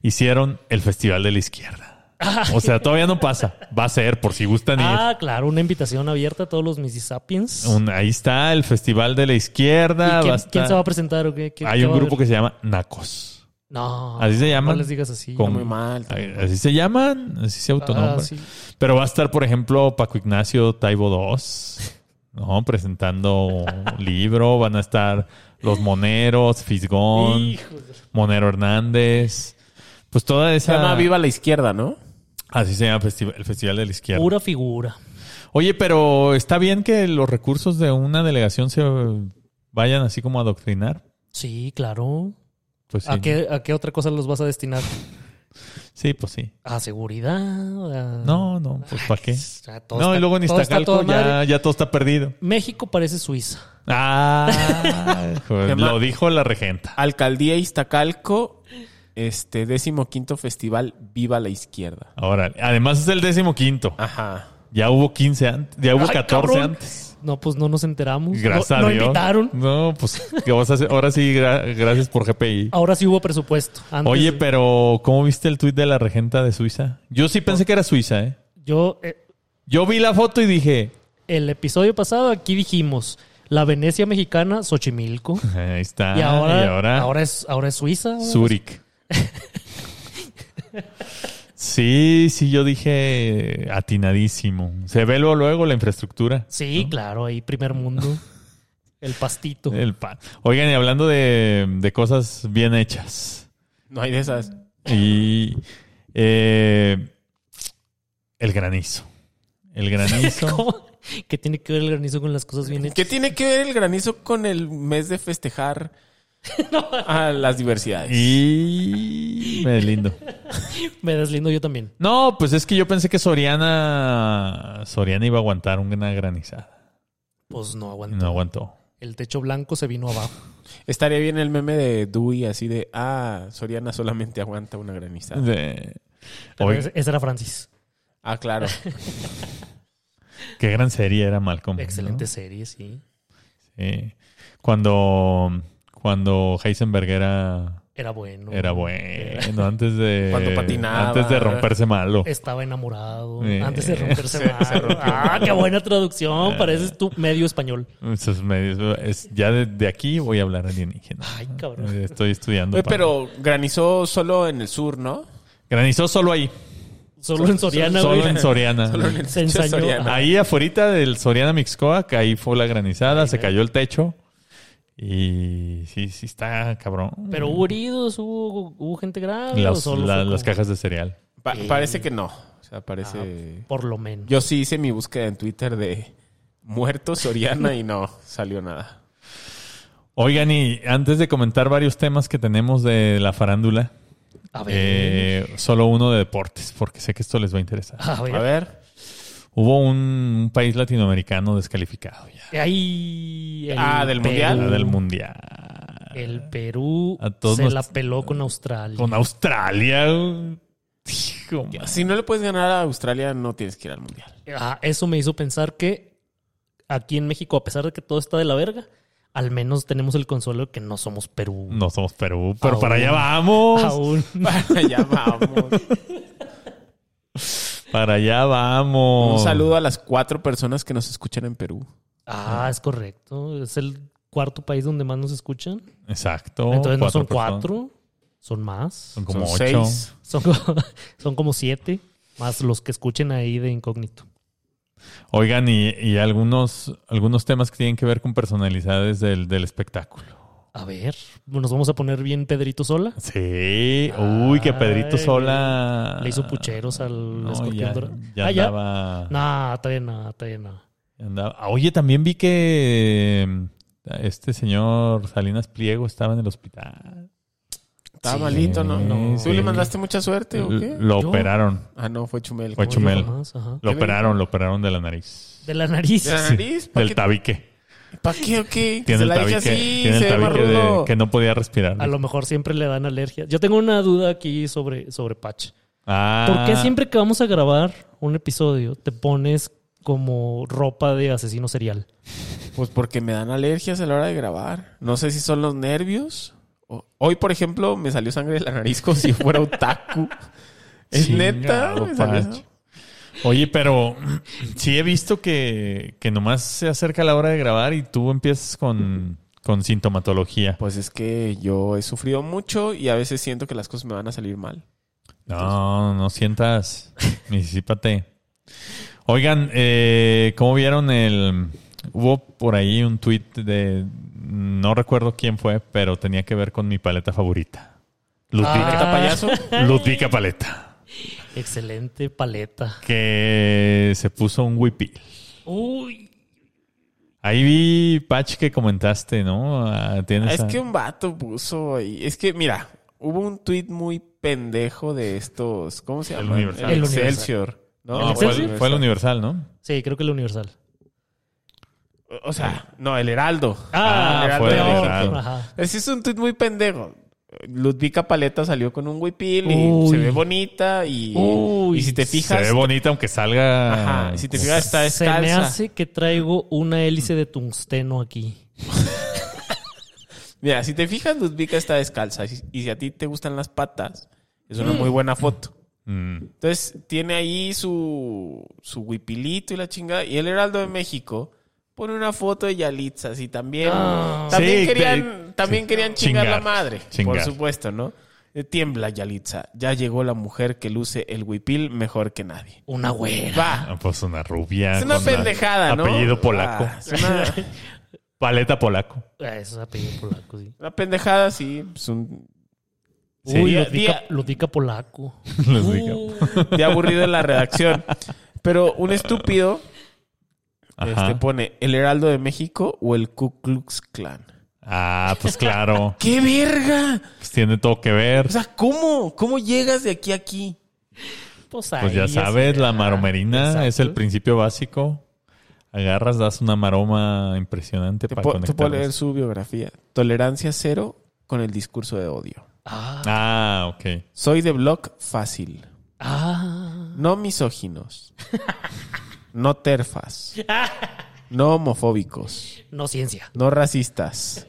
Speaker 1: Hicieron el Festival de la Izquierda. O sea, todavía no pasa. Va a ser, por si gustan ir.
Speaker 2: [LAUGHS] Ah, claro, una invitación abierta a todos los Missy Sapiens.
Speaker 1: Un- ahí está el Festival de la
Speaker 2: ¿Y
Speaker 1: Izquierda.
Speaker 2: quién,
Speaker 1: va a estar-
Speaker 2: quién se va a presentar o qué? ¿Qué-
Speaker 1: Hay
Speaker 2: qué
Speaker 1: un
Speaker 2: va a
Speaker 1: grupo
Speaker 2: haber?
Speaker 1: que se llama Nacos.
Speaker 2: No.
Speaker 1: ¿Así se llaman?
Speaker 2: No les digas así.
Speaker 1: Con-
Speaker 3: Muy mal.
Speaker 1: Ay, Así se llaman, así se autonombran.
Speaker 2: Ah, sí.
Speaker 1: Pero va a estar, por ejemplo, Paco Ignacio Taibo II, [LAUGHS] ¿no? presentando un libro. Van a estar los Moneros, Fisgón,
Speaker 2: Híjole.
Speaker 1: Monero Hernández. Pues toda
Speaker 3: Se
Speaker 1: esa.
Speaker 3: llama Viva la Izquierda, ¿no?
Speaker 1: Así se llama festi- el Festival de la Izquierda.
Speaker 2: Pura figura.
Speaker 1: Oye, pero está bien que los recursos de una delegación se vayan así como a adoctrinar.
Speaker 2: Sí, claro.
Speaker 1: Pues sí.
Speaker 2: ¿A, qué, ¿A qué otra cosa los vas a destinar?
Speaker 1: Sí, pues sí.
Speaker 2: ¿A seguridad? ¿A-
Speaker 1: No, no, pues ¿para qué?
Speaker 2: Ah, Mm. todo
Speaker 1: No,
Speaker 2: está-
Speaker 1: y luego en
Speaker 2: todo está
Speaker 1: Iztacalco
Speaker 2: toda
Speaker 1: ya,
Speaker 2: madre.
Speaker 1: ya todo está perdido.
Speaker 2: México parece Suiza. [LAUGHS]
Speaker 1: Ah, joder,
Speaker 3: Tema-
Speaker 1: lo dijo la regenta.
Speaker 3: Alcaldía Iztacalco, este décimo quinto festival Viva la Izquierda.
Speaker 1: Ahora, además es el décimo quinto.
Speaker 3: Ajá.
Speaker 1: Ya hubo 15 antes, ya hubo
Speaker 2: Ah. Ay,
Speaker 1: 14
Speaker 2: cabrón.
Speaker 1: antes.
Speaker 2: No, pues no nos enteramos.
Speaker 1: Gracias
Speaker 2: no,
Speaker 1: a
Speaker 2: no
Speaker 1: Dios.
Speaker 2: invitaron.
Speaker 1: No, pues ¿qué vas a hacer? ahora sí, gra- gracias por GPI.
Speaker 2: Ahora sí hubo presupuesto. Oh, Antes-
Speaker 1: Oye, pero ¿cómo viste el tuit de la regenta de Suiza? Yo sí
Speaker 2: Oh.
Speaker 1: pensé que era Suiza, ¿eh?
Speaker 2: Yo, eh,
Speaker 1: Yo vi la foto y dije,
Speaker 2: el episodio pasado aquí dijimos la Venecia mexicana, Xochimilco.
Speaker 1: ahí está.
Speaker 2: y ahora, ahora,
Speaker 1: Ah, ahora,
Speaker 2: es, ahora es Suiza. ahora
Speaker 1: Zurich. Sí, sí, yo dije atinadísimo. Se ve luego, luego la infraestructura.
Speaker 2: es- Sí, claro, ahí primer mundo. El pastito.
Speaker 1: El pan. Oigan, y hablando de, de cosas bien hechas.
Speaker 3: No hay de esas.
Speaker 1: Y eh, el granizo. El granizo.
Speaker 2: [LAUGHS] ¿Cómo? [LAUGHS] ¿Qué tiene que ver el granizo con las cosas bien hechas?
Speaker 3: ¿Qué tiene que ver el granizo con el mes
Speaker 2: [LAUGHS]
Speaker 3: de festejar a las diversidades?
Speaker 1: y me deslindo.
Speaker 2: Me deslindo yo también.
Speaker 1: No, pues es que yo pensé que Soriana Soriana iba a aguantar una granizada.
Speaker 2: Pues no
Speaker 1: Y
Speaker 2: aguanto.
Speaker 1: No aguantó.
Speaker 2: El techo blanco se vino abajo.
Speaker 3: Estaría bien el meme de Dewey así de, ah, Soriana solamente aguanta una granizada.
Speaker 1: De-
Speaker 2: Pero
Speaker 1: Oye,
Speaker 2: ese, ese era Francis.
Speaker 3: Ah, claro.
Speaker 1: qué gran serie era Malcolm. ¿no?
Speaker 2: Excelente serie, sí.
Speaker 1: Sí. Cuando, cuando Heisenberg era,
Speaker 2: Era bueno.
Speaker 1: era bueno, antes
Speaker 2: [LAUGHS]
Speaker 1: de,
Speaker 3: Cuando patinaba.
Speaker 1: antes de romperse malo.
Speaker 2: Estaba enamorado.
Speaker 1: Eh,
Speaker 2: Antes de romperse
Speaker 3: se-
Speaker 2: mal.
Speaker 3: se rompió.
Speaker 2: Ah, qué buena traducción. Pareces tú medio español.
Speaker 1: Eso es medio- es- ya de, de aquí voy a hablar alienígena. Eh,
Speaker 2: Ay, cabrón.
Speaker 1: Estoy estudiando.
Speaker 3: Oye,
Speaker 1: para-
Speaker 3: pero granizó solo en el sur, ¿no?
Speaker 1: Granizó solo ahí,
Speaker 2: Solo en Soriana,
Speaker 1: solo
Speaker 2: güey.
Speaker 1: en Soriana.
Speaker 3: Solo en el
Speaker 2: Se
Speaker 3: techo de
Speaker 2: ensañó.
Speaker 3: Soriana.
Speaker 1: Ahí afuera del Soriana Mixcoac, ahí fue la granizada, se cayó el techo. Y sí, sí está cabrón.
Speaker 2: Pero hubo heridos, hubo, hubo gente grave. o
Speaker 1: Las-
Speaker 2: solo
Speaker 1: la-
Speaker 2: fue
Speaker 1: las
Speaker 2: como-
Speaker 1: cajas de cereal.
Speaker 3: Pa-
Speaker 2: Sí.
Speaker 3: Parece que no. O sea, parece...
Speaker 2: Por lo menos.
Speaker 3: Yo sí hice mi búsqueda en Twitter de muerto Soriana y no salió nada.
Speaker 1: Oigan, y antes de comentar varios temas que tenemos de la farándula,
Speaker 2: A ver.
Speaker 1: eh, solo uno de deportes, porque sé que esto les va a interesar.
Speaker 2: a ver.
Speaker 3: A ver.
Speaker 1: Hubo un, un país latinoamericano descalificado ya.
Speaker 2: Ahí. el
Speaker 3: Ah, ¿del Mundial?
Speaker 1: La
Speaker 2: Perú.
Speaker 1: del mundial.
Speaker 2: El Perú
Speaker 1: A todos
Speaker 2: se
Speaker 1: nos-
Speaker 2: la peló con Australia.
Speaker 1: Con Australia. güey. Hijo, man.
Speaker 3: Si no le puedes ganar a Australia, no tienes que ir
Speaker 2: [LAUGHS]
Speaker 3: al mundial. [LAUGHS]
Speaker 2: Ah, eso me hizo pensar que aquí en México, a pesar de que todo está de la verga, al menos tenemos el consuelo de que no somos Perú.
Speaker 1: No somos Perú, pero para
Speaker 2: Aún.
Speaker 1: allá vamos.
Speaker 2: Aún.
Speaker 3: ya vamos.
Speaker 1: Para allá vamos.
Speaker 3: Un saludo a las cuatro personas que nos escuchan en Perú.
Speaker 2: Ah, es correcto. Es el cuarto país donde más nos escuchan.
Speaker 1: Exacto.
Speaker 2: Entonces no son
Speaker 1: personas.
Speaker 2: cuatro, son más.
Speaker 1: Oh, Son como
Speaker 3: Son
Speaker 1: ocho.
Speaker 3: seis.
Speaker 2: Son, co- [LAUGHS] son como siete, más los que escuchen ahí de incógnito.
Speaker 1: Oigan, y, y algunos, algunos temas que tienen que ver con personalidades del, del espectáculo.
Speaker 2: A ver, nos vamos a poner bien Pedrito Sola.
Speaker 1: Sí. Uy, que Pedrito
Speaker 2: Ay,
Speaker 1: Sola.
Speaker 2: Le hizo pucheros al
Speaker 1: No,
Speaker 2: escorpión
Speaker 1: ya,
Speaker 2: dorado.
Speaker 1: ya
Speaker 2: Ah, ya.
Speaker 1: andaba,
Speaker 2: Nah, está bien, nada, está bien, nada.
Speaker 1: andaba- Ah, Oye, también vi que mm, este señor Salinas Pliego estaba en el hospital.
Speaker 3: Estaba
Speaker 2: Sí.
Speaker 3: malito, ¿no?
Speaker 2: No.
Speaker 3: ¿Tú le mandaste mucha suerte o
Speaker 1: L-
Speaker 3: qué?
Speaker 1: Lo
Speaker 2: Yo-
Speaker 1: operaron.
Speaker 3: Ah, no, fue Chumel.
Speaker 1: Fue
Speaker 2: Oye,
Speaker 1: Chumel.
Speaker 2: jamás, ajá.
Speaker 1: Lo
Speaker 3: ¿Qué me
Speaker 1: operaron, lo operaron de la nariz.
Speaker 2: De la nariz.
Speaker 3: ¿De la nariz? ¿Para
Speaker 1: Del
Speaker 3: qué,
Speaker 1: tabique.
Speaker 3: ¿pa qué
Speaker 1: [LAUGHS]
Speaker 3: o qué? Que
Speaker 1: Tiene
Speaker 3: se
Speaker 1: el
Speaker 3: la dije
Speaker 1: tabique,
Speaker 3: así,
Speaker 1: tiene el
Speaker 3: se ve
Speaker 1: tabique de-
Speaker 3: marrudo.
Speaker 1: que no podía respirar.
Speaker 2: A lo mejor siempre le dan alergia. Yo tengo una duda aquí sobre, sobre Patch.
Speaker 1: Ah,
Speaker 2: ¿Por qué siempre que vamos a grabar un episodio te pones como ropa de asesino serial?
Speaker 3: Pues porque me dan alergias a la hora de grabar. No sé si son los nervios. O- Hoy, por ejemplo, me salió sangre de la nariz como si
Speaker 1: [LAUGHS]
Speaker 3: fuera otaku. Es neta.
Speaker 1: Chingado,
Speaker 3: me salió
Speaker 1: Patch.
Speaker 3: eso.
Speaker 1: Oye, pero [CLEARS THROAT] sí he visto que, que nomás se acerca la hora de grabar y tú empiezas con, con sintomatología.
Speaker 3: Pues es que yo he sufrido mucho y a veces siento que las cosas me van a salir mal.
Speaker 1: No, no
Speaker 3: [LAUGHS]
Speaker 1: sientas. Misisípate. Oigan, eh, ¿cómo vieron el...? Hubo por ahí un tweet de... No recuerdo quién fue, pero tenía que ver con mi paleta favorita. Ludvica. [LAUGHS]
Speaker 2: Ah.
Speaker 3: payaso?
Speaker 1: Ludvica Paleta.
Speaker 2: Excelente paleta.
Speaker 1: Que se puso un huipil.
Speaker 2: Uy.
Speaker 1: Ahí vi, Patch, que comentaste, ¿no? Ah,
Speaker 3: Ah,
Speaker 1: Tienes
Speaker 3: Es
Speaker 1: a-
Speaker 3: que un vato puso ahí. Es que, mira, hubo un tweet muy pendejo de estos. ¿Cómo se
Speaker 1: El
Speaker 3: llama?
Speaker 1: Universal.
Speaker 2: El Universal.
Speaker 3: Excelsior. ¿no?
Speaker 1: No,
Speaker 2: ¿El
Speaker 1: fue,
Speaker 2: Excelsior?
Speaker 1: el- fue el Universal, ¿no?
Speaker 2: Sí, creo que el universal.
Speaker 3: O sea, no, el Heraldo.
Speaker 1: Ah,
Speaker 3: el
Speaker 1: fue el
Speaker 3: Ah,
Speaker 2: peor.
Speaker 1: Heraldo.
Speaker 2: Ajá.
Speaker 3: Es, es un tweet muy pendejo. Ludvika Paleta salió con un huipil y
Speaker 2: Uy.
Speaker 3: se ve bonita y,
Speaker 2: Uy.
Speaker 3: y si te fijas...
Speaker 1: Se ve bonita aunque salga.
Speaker 3: Ajá, si te fijas está
Speaker 2: Se me
Speaker 3: descalza.
Speaker 2: hace que traigo una hélice de tungsteno aquí.
Speaker 3: Mira, si te fijas, Ludvika está descalza. Y si- Y si a ti te gustan las patas, es una muy buena foto.
Speaker 1: Mm.
Speaker 3: Entonces, tiene ahí su, su huipilito y la chingada. Y el Heraldo de México pone una foto de Yalitza. Así también.
Speaker 2: Ah.
Speaker 3: también
Speaker 1: Sí,
Speaker 3: querían,
Speaker 1: pe-
Speaker 3: también
Speaker 1: sí.
Speaker 3: querían chingar,
Speaker 1: Chingar,
Speaker 3: la madre. Por
Speaker 1: chingar.
Speaker 3: supuesto, ¿no? Eh, Tiembla Yalitza. Ya llegó la mujer que luce el huipil mejor que nadie.
Speaker 2: Una güera.
Speaker 3: Va.
Speaker 1: Ah, Pues una rubia.
Speaker 3: Es una
Speaker 1: con la-
Speaker 3: pendejada, ¿no?
Speaker 1: Apellido polaco.
Speaker 3: Ah, es una,
Speaker 1: Paleta polaco. [LAUGHS]
Speaker 2: Ah, Eso es apellido polaco, sí.
Speaker 3: una pendejada, sí. pues, un-
Speaker 1: eh,
Speaker 2: Uy,
Speaker 3: Sería-
Speaker 2: Ludvika,
Speaker 3: día-
Speaker 1: [LAUGHS]
Speaker 2: Ludvika polaco.
Speaker 1: Les digo.
Speaker 3: Uh, de aburrido en la redacción. Pero un estúpido
Speaker 1: Ajá.
Speaker 3: este, pone el Heraldo de México o el Ku Klux Klan.
Speaker 1: Ah, pues claro.
Speaker 3: ¡Qué verga!
Speaker 1: Pues tiene todo que ver.
Speaker 2: [LAUGHS]
Speaker 3: O sea, ¿cómo? ¿Cómo llegas de aquí a aquí?
Speaker 2: Pues,
Speaker 1: Pues ya
Speaker 2: ahí
Speaker 1: sabes,
Speaker 2: es-
Speaker 1: la maromerina
Speaker 2: Exacto.
Speaker 1: es el principio básico. Agarras, das una maroma impresionante
Speaker 3: Te,
Speaker 1: para
Speaker 3: po- te puedo
Speaker 1: conectar.
Speaker 3: leer su biografía. Tolerancia cero con el discurso de odio.
Speaker 2: Ah,
Speaker 1: Ah, ok.
Speaker 3: Soy de blog fácil.
Speaker 2: ah. [LAUGHS]
Speaker 3: No misóginos. No terfas. No homofóbicos.
Speaker 2: No ciencia.
Speaker 3: No racistas.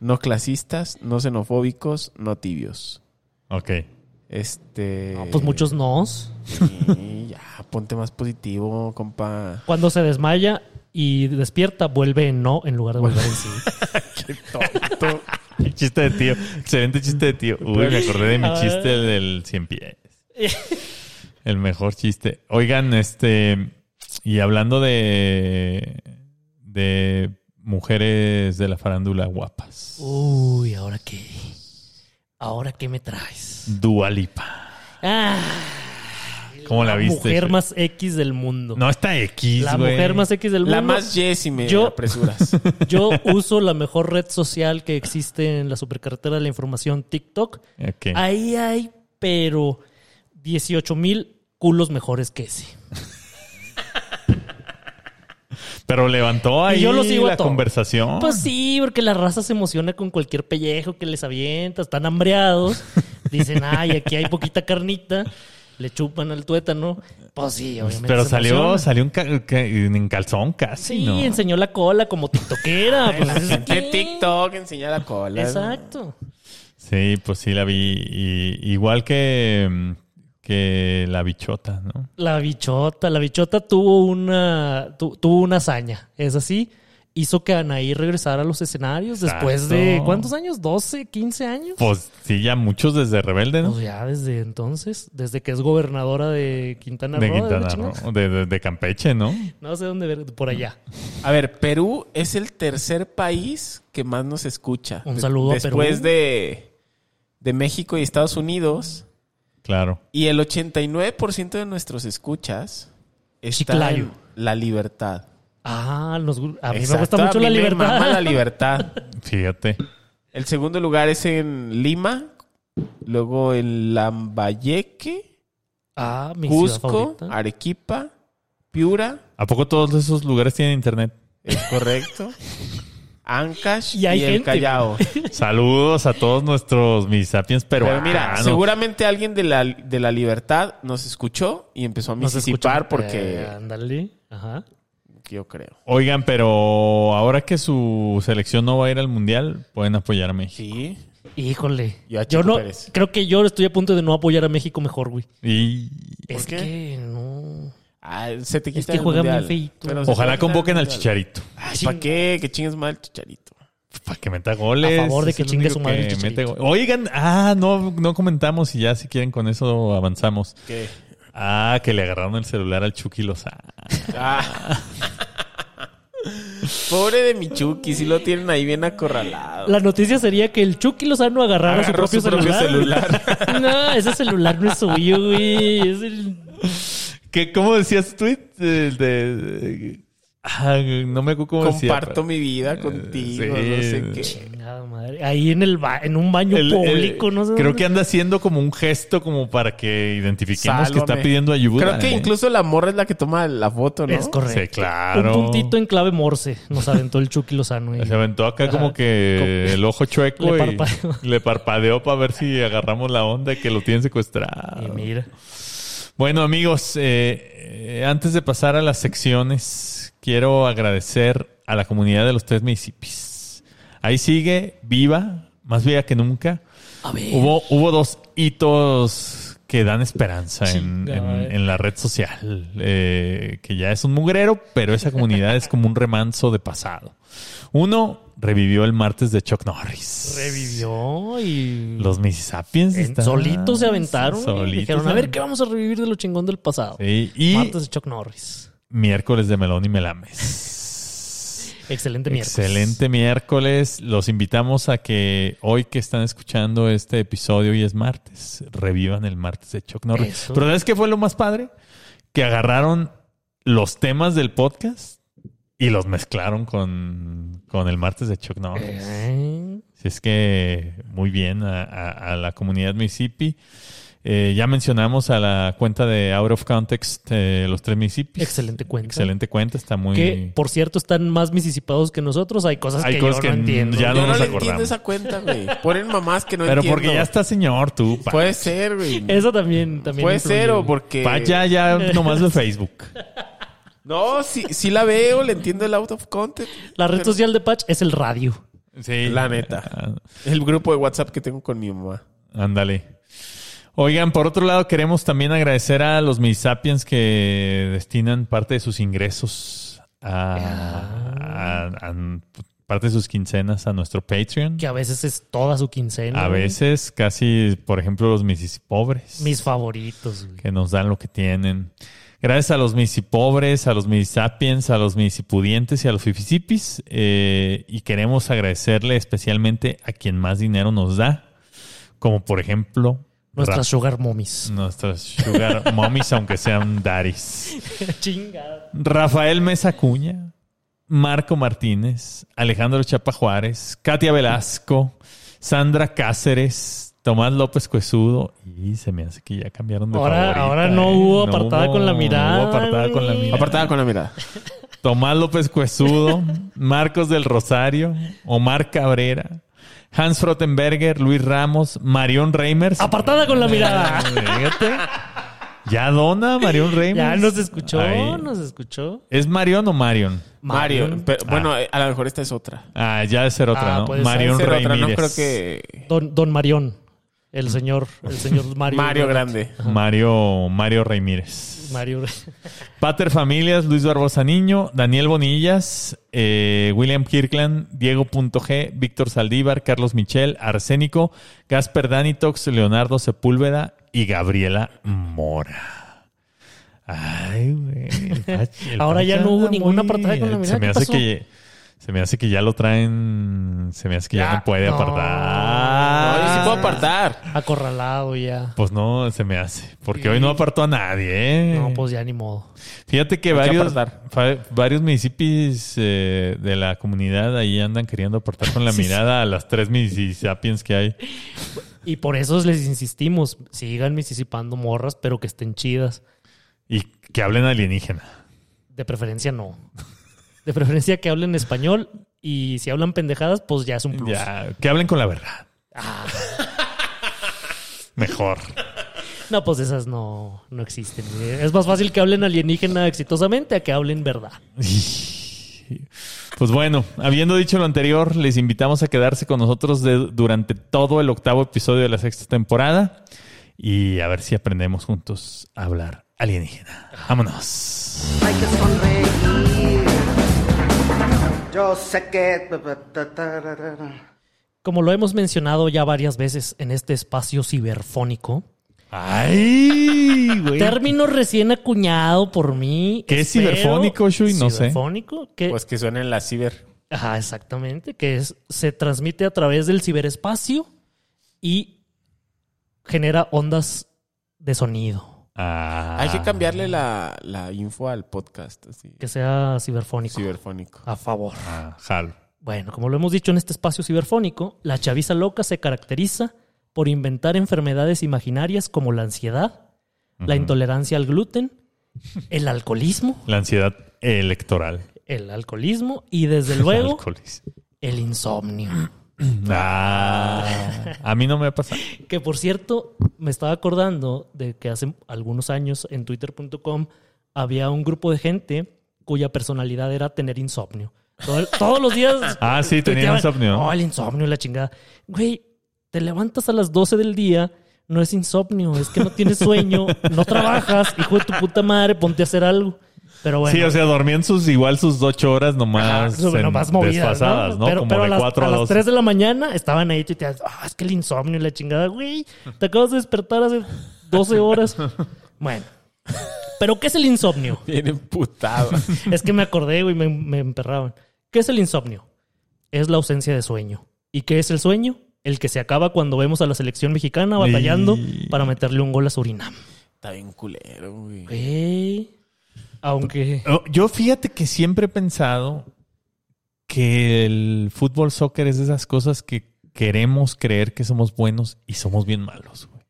Speaker 3: No clasistas. No xenofóbicos. No tibios.
Speaker 1: Ok.
Speaker 3: Este.
Speaker 2: No,
Speaker 1: Eh.
Speaker 2: pues muchos nos.
Speaker 3: Sí, ya, ponte más positivo,
Speaker 2: [LAUGHS]
Speaker 3: compa.
Speaker 2: Cuando se desmaya y despierta, vuelve en no en lugar de volver en sí.
Speaker 1: [LAUGHS]
Speaker 3: Tonto.
Speaker 1: Chiste de tío. Excelente chiste de tío. Uy, me acordé de mi chiste del 100
Speaker 2: [LAUGHS]
Speaker 1: pies. El mejor chiste. Oigan, este. Y hablando de. de mujeres de la farándula guapas.
Speaker 2: Uy, ¿ahora qué? ¿Ahora qué me traes?
Speaker 1: Dualipa.
Speaker 2: Ah,
Speaker 1: ¿Cómo la, viste?
Speaker 2: mujer
Speaker 1: Fer?
Speaker 2: más X del mundo.
Speaker 1: No está X,
Speaker 2: la
Speaker 1: güey.
Speaker 2: mujer más X del mundo.
Speaker 3: La más Jessie me
Speaker 2: Yo-
Speaker 3: apresuras.
Speaker 2: Yo uso la mejor red social que existe en la supercarretera de la información, TikTok.
Speaker 1: Ok.
Speaker 2: Ahí hay, pero 18 mil culos mejores que ese.
Speaker 1: Pero levantó ahí
Speaker 2: Y yo lo sigo a
Speaker 1: la
Speaker 2: todo.
Speaker 1: conversación.
Speaker 2: Pues sí, porque la raza se emociona con cualquier pellejo que les avienta,
Speaker 1: [LAUGHS]
Speaker 2: están hambreados, dicen, ay, aquí hay poquita carnita, le chupan al tuétano. Pues sí, obviamente.
Speaker 1: Pero
Speaker 2: se
Speaker 1: salió,
Speaker 2: emociona.
Speaker 1: salió en, ca- ca- en calzón casi,
Speaker 2: Sí,
Speaker 1: ¿no?
Speaker 2: enseñó la cola
Speaker 1: [LAUGHS]
Speaker 2: como tiktokera. pues, ¿eso
Speaker 3: De
Speaker 2: qué?
Speaker 3: TikTok, enseña la cola.
Speaker 2: Exacto.
Speaker 1: Sí, pues sí la vi. y- igual que, mm, que la bichota, ¿no?
Speaker 2: La bichota, la bichota tuvo una, tu- tuvo una hazaña, es así. Hizo que Anaí regresara a los escenarios después
Speaker 1: Exacto.
Speaker 2: de, ¿cuántos años? ¿12, 15 años?
Speaker 1: Pues sí, ya muchos desde Rebelde, ¿no?
Speaker 2: Pues ya desde entonces, desde que es gobernadora de Quintana
Speaker 1: de
Speaker 2: Roo. ¿de
Speaker 1: Quintana
Speaker 2: la chingada?
Speaker 1: Roo, de, de- de Campeche, ¿no?
Speaker 2: No sé dónde ver, por allá.
Speaker 3: A ver, Perú es el tercer país que más nos escucha.
Speaker 2: Un
Speaker 3: De-
Speaker 2: saludo a
Speaker 3: Después
Speaker 2: Perú.
Speaker 3: de, de México y Estados Unidos.
Speaker 1: Claro.
Speaker 3: Y el 89% de nuestros escuchas está
Speaker 2: Chiclayo.
Speaker 3: en la libertad.
Speaker 2: Ah, los, gu- a mí
Speaker 3: Exacto,
Speaker 2: me gusta mucho
Speaker 3: a
Speaker 2: la
Speaker 3: mí me
Speaker 2: [LAUGHS] libertad.
Speaker 3: mama la libertad.
Speaker 1: Fíjate.
Speaker 3: El segundo lugar es en Lima, luego en Lambayeque,
Speaker 2: Ah, mi
Speaker 3: Cusco,
Speaker 2: Cusco.
Speaker 3: Arequipa, Piura,
Speaker 1: ¿A poco todos esos lugares tienen internet?
Speaker 3: es correcto. Ancash y,
Speaker 2: Y hay
Speaker 3: el
Speaker 2: gente.
Speaker 3: Callao.
Speaker 1: Saludos a todos nuestros mis sapiens
Speaker 3: Pero
Speaker 1: peruanos.
Speaker 3: mira, seguramente alguien de la, de la libertad nos escuchó y empezó a misisipar porque
Speaker 2: Eh,
Speaker 1: Eh,
Speaker 2: ándale. Ajá.
Speaker 3: yo creo.
Speaker 1: Oigan, pero ahora que su selección no va a ir al mundial, pueden apoyar a México.
Speaker 3: Sí.
Speaker 2: Híjole.
Speaker 3: Y a
Speaker 2: Yo
Speaker 3: Chico
Speaker 2: no.
Speaker 3: Pérez.
Speaker 2: Creo que yo estoy a punto de no apoyar a México mejor, güey.
Speaker 1: Y
Speaker 2: Es
Speaker 3: qué?
Speaker 2: que no.
Speaker 3: Ah, se te quita
Speaker 2: que
Speaker 3: el
Speaker 2: juega bien
Speaker 3: mundial.
Speaker 2: feíto.
Speaker 3: Pero se te
Speaker 1: ojalá
Speaker 3: quita el
Speaker 1: convoquen al Ah,
Speaker 3: mundial.
Speaker 1: chicharito.
Speaker 3: Ay, ¿Para qué? Que chingues mal el chicharito.
Speaker 1: Para Pues que meta goles.
Speaker 2: A favor de
Speaker 1: Es
Speaker 2: que
Speaker 1: el
Speaker 2: chingue
Speaker 1: único
Speaker 2: su madre el
Speaker 1: que
Speaker 2: Chicharito.
Speaker 1: mete go- Oigan, ah, no, no comentamos y ya si quieren con eso avanzamos.
Speaker 3: ¿Qué?
Speaker 1: Ah, que le agarraron el celular al Chucky Lozano.
Speaker 3: Ah. Pobre de Michuki, si lo tienen ahí bien acorralado.
Speaker 2: La noticia sería que el Chucky Lozano agarrara
Speaker 3: Agarró
Speaker 2: su propio
Speaker 3: su propio
Speaker 2: celular. [LAUGHS] no, ese celular no es suyo, güey. Es el.
Speaker 1: ¿Qué, ¿Cómo decías tweet? De, de- ah, no me acuerdo cómo decía.
Speaker 3: Comparto mi vida
Speaker 1: Eh,
Speaker 3: contigo,
Speaker 1: sí.
Speaker 3: no sé qué.
Speaker 2: Chingada madre. madre. Ahí en el ba- en un baño
Speaker 1: El- el-
Speaker 2: público, no sé.
Speaker 1: Creo
Speaker 2: dónde.
Speaker 1: que anda haciendo como un gesto como para que identifiquemos que está
Speaker 3: Sálvame.
Speaker 1: pidiendo ayuda.
Speaker 3: Creo que
Speaker 1: ¿eh?
Speaker 3: incluso la morra es la que toma la foto, ¿no?
Speaker 2: es correcto.
Speaker 1: Sí, claro.
Speaker 2: Un puntito en clave morse nos aventó el Chucky Lozano. y-
Speaker 1: Se aventó acá como
Speaker 2: Ajá.
Speaker 1: que el ojo chueco
Speaker 2: Le
Speaker 1: y
Speaker 2: parpadeó.
Speaker 1: le parpadeó para ver si agarramos la onda que lo tienen secuestrado.
Speaker 2: y mira.
Speaker 1: Bueno, amigos, eh, eh, antes de pasar a las secciones, quiero agradecer a la comunidad de los tres municipios. Ahí sigue, viva, más viva que nunca.
Speaker 2: A ver.
Speaker 1: Hubo, hubo dos hitos que dan esperanza en,
Speaker 2: Chinga,
Speaker 1: en-
Speaker 2: eh.
Speaker 1: en la red social, eh, que ya es un mugrero, pero esa comunidad es como un remanso de pasado. Uno, revivió el martes de Chuck Norris.
Speaker 2: Revivió y.
Speaker 1: Los Mississippians.
Speaker 2: en-
Speaker 1: están-
Speaker 2: solitos se aventaron.
Speaker 1: solitos
Speaker 2: y dijeron, a
Speaker 1: se
Speaker 2: ver, ¿qué vamos a revivir de lo chingón del pasado?
Speaker 1: Sí, y
Speaker 2: Martes de Chuck Norris.
Speaker 1: miércoles de Melón y Melames.
Speaker 2: Excelente miércoles.
Speaker 1: Excelente miércoles. Los invitamos a que hoy que están escuchando este episodio y es martes, revivan el martes de Chuck Norris.
Speaker 2: Eso.
Speaker 1: Pero ¿sabes qué fue lo más padre? Que agarraron los temas del podcast y los mezclaron con, con el martes de Chuck Norris.
Speaker 2: Eh,
Speaker 1: Si es que muy bien a, a- a la comunidad Mississippi. Eh, ya mencionamos a la cuenta de Out of Context eh, los tres Mississippi.
Speaker 2: Excelente cuenta.
Speaker 1: Excelente cuenta, está muy...
Speaker 2: Que, por cierto, están más misisipados que nosotros. Hay cosas
Speaker 1: Hay
Speaker 2: que
Speaker 1: cosas
Speaker 2: yo
Speaker 1: que
Speaker 2: no entiendo.
Speaker 1: ya
Speaker 3: Yo
Speaker 1: no
Speaker 3: no,
Speaker 1: nos
Speaker 3: le
Speaker 1: acordamos.
Speaker 3: entiendo esa cuenta, güey. Ponen mamás que no
Speaker 1: Pero
Speaker 3: entiendo. Pues,
Speaker 1: porque ya está señor tú. pa-
Speaker 3: Puede
Speaker 1: [LAUGHS]
Speaker 3: ser, güey.
Speaker 2: Eso también, también.
Speaker 3: Puede
Speaker 2: influye,
Speaker 3: ser o
Speaker 2: güey.
Speaker 3: porque...
Speaker 1: pa, ya,
Speaker 3: [LAUGHS]
Speaker 1: ya, nomás de Facebook.
Speaker 3: No, sí, sí la veo, le entiendo el out of context.
Speaker 2: La red social de Patch es el radio.
Speaker 1: Sí.
Speaker 3: La neta.
Speaker 1: Ah,
Speaker 3: El grupo de WhatsApp que tengo con mi mamá.
Speaker 1: Ándale. Oigan, por otro lado, queremos también agradecer a los Mississippians que destinan parte de sus ingresos a- a- a parte de sus quincenas a nuestro Patreon.
Speaker 2: Que a veces es toda su quincena.
Speaker 1: A
Speaker 2: güey.
Speaker 1: veces, casi, por ejemplo, los misis pobres
Speaker 2: Mis favoritos, güey.
Speaker 1: que nos dan lo que tienen. Gracias a los misi pobres, a los misi sapiens, a los misi pudientes y a los fifisipis. eh, y queremos agradecerle especialmente a quien más dinero nos da, como por ejemplo
Speaker 2: Nuestras
Speaker 1: Ra-
Speaker 2: sugar mommies.
Speaker 1: nuestras sugar mommies, aunque sean daddies.
Speaker 2: [LAUGHS] Chingada.
Speaker 1: Rafael Mesa Cuña, Marco Martínez, Alejandro Chapa Juárez, Katia Velasco, Sandra Cáceres, Tomás López Cuesudo. Y se me hace que ya cambiaron de
Speaker 2: Ahora,
Speaker 1: favorita,
Speaker 2: ahora no
Speaker 1: ¿eh?
Speaker 2: hubo apartada con
Speaker 1: no
Speaker 2: la
Speaker 1: hubo
Speaker 2: mirada.
Speaker 1: apartada con la
Speaker 2: güey.
Speaker 1: mirada.
Speaker 3: Apartada con la mirada.
Speaker 1: Tomás López
Speaker 2: [LAUGHS]
Speaker 1: Cuesudo, Marcos del Rosario, Omar Cabrera, Hans Frottenberger, Luis Ramos, Marion Reimers.
Speaker 2: Apartada con la mirada.
Speaker 1: Fíjate. Ya dona Marion Reimers.
Speaker 2: [LAUGHS] ya nos escuchó,
Speaker 1: Ahí.
Speaker 2: nos escuchó.
Speaker 1: ¿Es Marion o Marion?
Speaker 3: Mario.
Speaker 2: Marion.
Speaker 3: pero, Bueno, eh, a lo mejor esta es otra.
Speaker 1: Ah, ya de ser otra,
Speaker 2: Ah,
Speaker 1: ¿no?
Speaker 2: puede ser.
Speaker 1: Marion
Speaker 3: Esta es otra,
Speaker 1: Ramírez.
Speaker 3: no creo que...
Speaker 2: Don, don Marión. El
Speaker 1: Mm.
Speaker 2: señor, el
Speaker 3: [LAUGHS]
Speaker 2: señor Mario.
Speaker 3: Mario Grande.
Speaker 1: Mario, Mario Ramírez.
Speaker 2: Mario.
Speaker 1: Pater Familias, Luis Barbosa Niño, Daniel Bonillas, eh, William Kirkland, Diego.g, Víctor Saldívar, Carlos Michel, Arsénico, Gasper Danitox, Leonardo Sepúlveda y Gabriela Mora. Ay, güey.
Speaker 2: [LAUGHS]
Speaker 1: el Pachi- el
Speaker 2: Ahora ya
Speaker 1: Pachi
Speaker 2: no hubo
Speaker 1: anda
Speaker 2: ninguna
Speaker 1: muy-
Speaker 2: apartada con la mirada,
Speaker 1: Se me
Speaker 2: ¿qué
Speaker 1: hace
Speaker 2: pasó?
Speaker 1: que. Se me hace que ya lo traen. Se me hace que ya,
Speaker 2: Ya,
Speaker 1: no puede
Speaker 2: no.
Speaker 1: apartar.
Speaker 3: No, yo sí puedo
Speaker 2: Ah.
Speaker 3: apartar.
Speaker 2: [LAUGHS] Acorralado ya.
Speaker 1: Pues no, se me hace. Porque hoy no apartó a nadie. ¿eh?
Speaker 2: No, pues ya ni modo.
Speaker 1: Fíjate que
Speaker 3: Hay que
Speaker 1: varios,
Speaker 3: apartar.
Speaker 1: fa- varios municipios eh, de la comunidad ahí andan queriendo apartar con la
Speaker 2: [LAUGHS] Sí, sí.
Speaker 1: mirada a las tres municipios que hay.
Speaker 2: Y por eso les insistimos, sigan misisipando morras, pero que estén chidas.
Speaker 1: Y que hablen alienígena.
Speaker 2: De preferencia no. De preferencia que hablen español y si hablan pendejadas, pues ya es un plus.
Speaker 1: Ya, que hablen con la verdad.
Speaker 2: Ah.
Speaker 1: Mejor.
Speaker 2: No, pues esas no, no existen. Es más fácil que hablen alienígena exitosamente a que hablen verdad.
Speaker 1: Pues bueno, habiendo dicho lo anterior, les invitamos a quedarse con nosotros de- durante todo el octavo episodio de la sexta temporada y a ver si aprendemos juntos a hablar alienígena. Vámonos.
Speaker 4: Hay que sonreír. Yo sé que.
Speaker 2: Como lo hemos mencionado ya varias veces en este espacio ciberfónico,
Speaker 1: Ay, güey.
Speaker 2: término recién acuñado por mí.
Speaker 1: ¿Qué es ciberfónico, Shui? No sé.
Speaker 2: Ciberfónico,
Speaker 1: Eh.
Speaker 2: que
Speaker 3: Pues que suena en la ciber.
Speaker 2: Ajá, exactamente, que es, se transmite a través del ciberespacio y genera ondas de sonido,
Speaker 1: Ah.
Speaker 3: Hay que cambiarle la, la info al podcast, así.
Speaker 2: que sea ciberfónico.
Speaker 3: Ciberfónico.
Speaker 2: A favor.
Speaker 1: Ah, jalo.
Speaker 2: Bueno, como lo hemos dicho en este espacio ciberfónico, la chaviza loca se caracteriza por inventar enfermedades imaginarias como la ansiedad, la
Speaker 1: Ujú.
Speaker 2: intolerancia al gluten, el alcoholismo,
Speaker 1: La ansiedad electoral.
Speaker 2: el alcoholismo y desde
Speaker 1: [LAUGHS] El
Speaker 2: luego
Speaker 1: alcoholismo.
Speaker 2: el insomnio.
Speaker 1: Ah, a mí no me ha pasado.
Speaker 2: Que por cierto, me estaba acordando de que hace algunos años en twitter.com había un grupo de gente cuya personalidad era tener insomnio. Todo- todos los días.
Speaker 1: [LAUGHS] Ah, sí, tenía
Speaker 2: tuiteaban,
Speaker 1: insomnio.
Speaker 2: "Oh, el insomnio, la chingada. Güey, te levantas a las 12 del día, no es insomnio, es que no tienes sueño, no trabajas, hijo de tu puta madre, ponte a hacer algo. Pero bueno.
Speaker 1: Sí, o sea, dormían sus igual sus ocho horas nomás,
Speaker 2: Ajá, sobre-
Speaker 1: en-
Speaker 2: nomás Pues, movidas,
Speaker 1: desfasadas, ¿no?
Speaker 2: Pero,
Speaker 1: Como
Speaker 2: pero
Speaker 1: de
Speaker 2: a, las,
Speaker 1: cuatro
Speaker 2: a
Speaker 1: a
Speaker 2: las
Speaker 1: dos.
Speaker 2: 3 de la mañana estaban ahí y te ah, es que el insomnio y la chingada, güey, te acabas de despertar hace
Speaker 1: [LAUGHS]
Speaker 2: 12 horas. Bueno, pero ¿qué es el insomnio?
Speaker 1: [LAUGHS]
Speaker 3: Bien emputado.
Speaker 2: Es que me acordé, güey, me, me emperraban. ¿Qué es el insomnio? Es la ausencia de sueño. ¿Y qué es el sueño? El que se acaba cuando vemos a la selección mexicana batallando
Speaker 1: Y-
Speaker 2: para meterle un gol a Surinam.
Speaker 3: Está bien culero, güey.
Speaker 2: Güey. Aunque.
Speaker 1: Oh, Yo fíjate que siempre he pensado que el fútbol soccer es de esas cosas que queremos creer que somos buenos y somos bien malos. güey.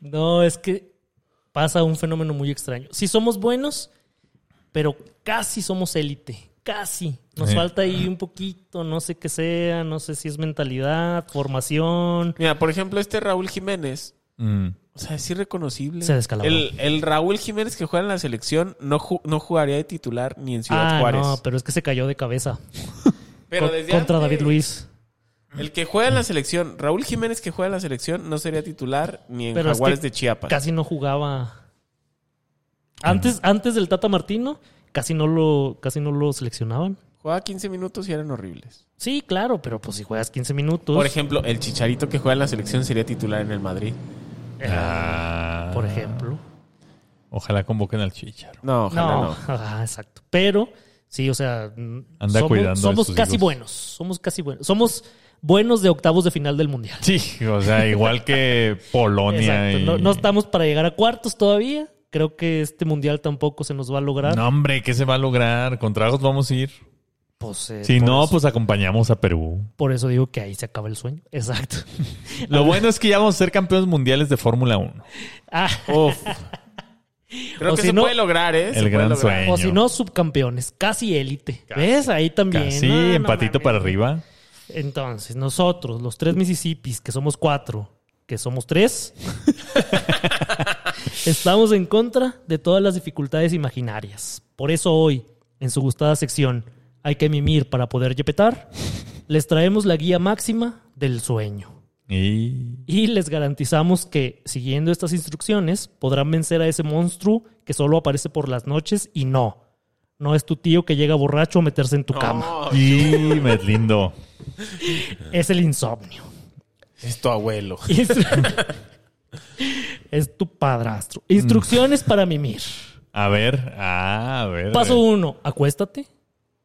Speaker 2: No, es que pasa un fenómeno muy extraño. Sí somos buenos, pero casi somos élite. Casi. Nos
Speaker 1: Sí.
Speaker 2: falta ahí un poquito, no sé qué sea, no sé si es mentalidad, formación.
Speaker 3: Mira, por ejemplo, este Raúl Jiménez.
Speaker 1: Mm.
Speaker 3: O sea, es irreconocible.
Speaker 2: Se descalabró.
Speaker 3: El, el Raúl Jiménez que juega en la selección no, ju- no jugaría de titular ni en Ciudad
Speaker 2: Ah,
Speaker 3: Juárez.
Speaker 2: no, pero es que se cayó de cabeza
Speaker 3: Pero
Speaker 2: Con-
Speaker 3: desde
Speaker 2: contra
Speaker 3: antes,
Speaker 2: David Luis.
Speaker 3: El que juega en la selección, Raúl Jiménez que juega en la selección, no sería titular ni en
Speaker 2: Pero es que
Speaker 3: Jaguares de Chiapas.
Speaker 2: Casi no jugaba.
Speaker 3: Mm.
Speaker 2: Antes, antes del Tata Martino, casi no lo, casi no lo seleccionaban.
Speaker 3: Jugaba 15 minutos y eran horribles.
Speaker 2: Sí, claro, pero pues si juegas 15 minutos.
Speaker 3: Por ejemplo, el Chicharito que juega en la selección sería titular en el Madrid.
Speaker 2: eh, por ejemplo.
Speaker 1: Ah, Ojalá convoquen al Chicharo.
Speaker 3: No, ojalá no.
Speaker 2: Ajá, [LAUGHS] exacto. Pero, sí, o sea, mm,
Speaker 1: Anda
Speaker 2: somos,
Speaker 1: cuidando de
Speaker 2: somos
Speaker 1: sus
Speaker 2: casi
Speaker 1: hijos.
Speaker 2: buenos. Somos casi buenos. Somos buenos de octavos de final del mundial.
Speaker 1: Sí, o sea, igual
Speaker 2: [LAUGHS]
Speaker 1: que Polonia.
Speaker 2: Exacto.
Speaker 1: y-
Speaker 2: No, no estamos para llegar a cuartos todavía. Creo que este mundial tampoco se nos va a lograr.
Speaker 1: No, hombre, ¿qué se va a lograr? Con tragos vamos a ir.
Speaker 2: Pues, eh,
Speaker 1: Si
Speaker 2: por
Speaker 1: no,
Speaker 2: eso-
Speaker 1: pues acompañamos a Perú.
Speaker 2: Por eso digo que ahí se acaba el sueño. Exacto. [LAUGHS]
Speaker 1: Lo bueno es que ya vamos a ser campeones mundiales de Fórmula 1.
Speaker 2: Ah,
Speaker 3: Uf. Creo
Speaker 2: O
Speaker 3: que
Speaker 2: si
Speaker 3: se
Speaker 2: no-
Speaker 3: puede lograr, ¿eh?
Speaker 1: [LAUGHS]
Speaker 3: Se
Speaker 1: El
Speaker 3: puede
Speaker 1: gran
Speaker 3: lograr.
Speaker 1: sueño.
Speaker 2: o si no, subcampeones. Casi élite.
Speaker 1: Casi.
Speaker 2: ¿Ves? Ahí también.
Speaker 1: Casi
Speaker 2: No, no
Speaker 1: empatito
Speaker 2: mames.
Speaker 1: para arriba.
Speaker 2: Entonces, nosotros, los tres Mississippis, que somos cuatro, que somos tres, estamos en contra de todas las dificultades imaginarias. Por eso hoy, en su gustada sección, hay que mimir para poder yepetar, les traemos la guía máxima del sueño.
Speaker 1: Y
Speaker 2: Y les garantizamos que, siguiendo estas instrucciones, podrán vencer a ese monstruo que solo aparece por las noches y no. No es tu tío que llega borracho a meterse en tu cama.
Speaker 3: No,
Speaker 1: Y me lindo.
Speaker 2: Es el insomnio.
Speaker 3: es tu abuelo.
Speaker 2: Instru- [LAUGHS] es tu padrastro. Instrucciones para mimir.
Speaker 1: A ver, ah, a ver.
Speaker 2: Paso uno, acuéstate.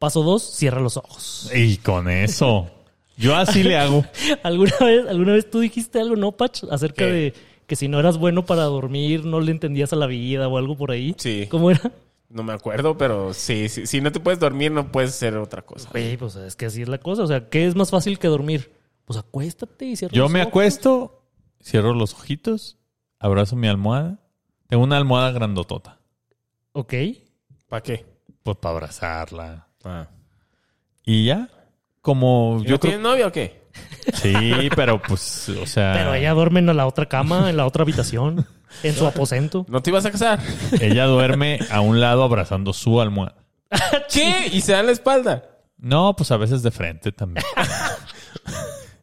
Speaker 2: Paso dos, cierra los ojos.
Speaker 1: Y con eso. Yo así le hago.
Speaker 2: [LAUGHS] ¿Alguna vez, alguna vez tú dijiste algo, no, Pach? Acerca
Speaker 3: ¿Qué?
Speaker 2: de que si no eras bueno para dormir, no le entendías a la vida o algo por ahí.
Speaker 3: Sí.
Speaker 2: ¿Cómo era?
Speaker 3: No me acuerdo, pero sí, sí, si no te puedes dormir, no puedes hacer otra cosa.
Speaker 2: Güey, pues es que así es la cosa. O sea, ¿qué es más fácil que dormir? Pues acuéstate y cierra
Speaker 1: Yo
Speaker 2: los
Speaker 1: me
Speaker 2: ojos.
Speaker 1: acuesto, cierro los ojitos, abrazo mi almohada. Tengo una almohada grandotota.
Speaker 2: Ok.
Speaker 3: ¿Para qué?
Speaker 1: Pues para abrazarla.
Speaker 3: Ah.
Speaker 1: Y ya. Como
Speaker 3: ¿Yo
Speaker 1: yo creo.
Speaker 3: tienes novia o qué?
Speaker 1: Sí, pero pues, o sea.
Speaker 2: Pero ella duerme en la otra cama, en la otra habitación, en su aposento.
Speaker 3: ¿No te ibas a [LAUGHS] casar?
Speaker 1: ella duerme a un lado abrazando su almohada.
Speaker 3: ¿Qué? ¿Y se dan la espalda?
Speaker 1: No, pues a veces de frente
Speaker 2: [LAUGHS]
Speaker 1: también.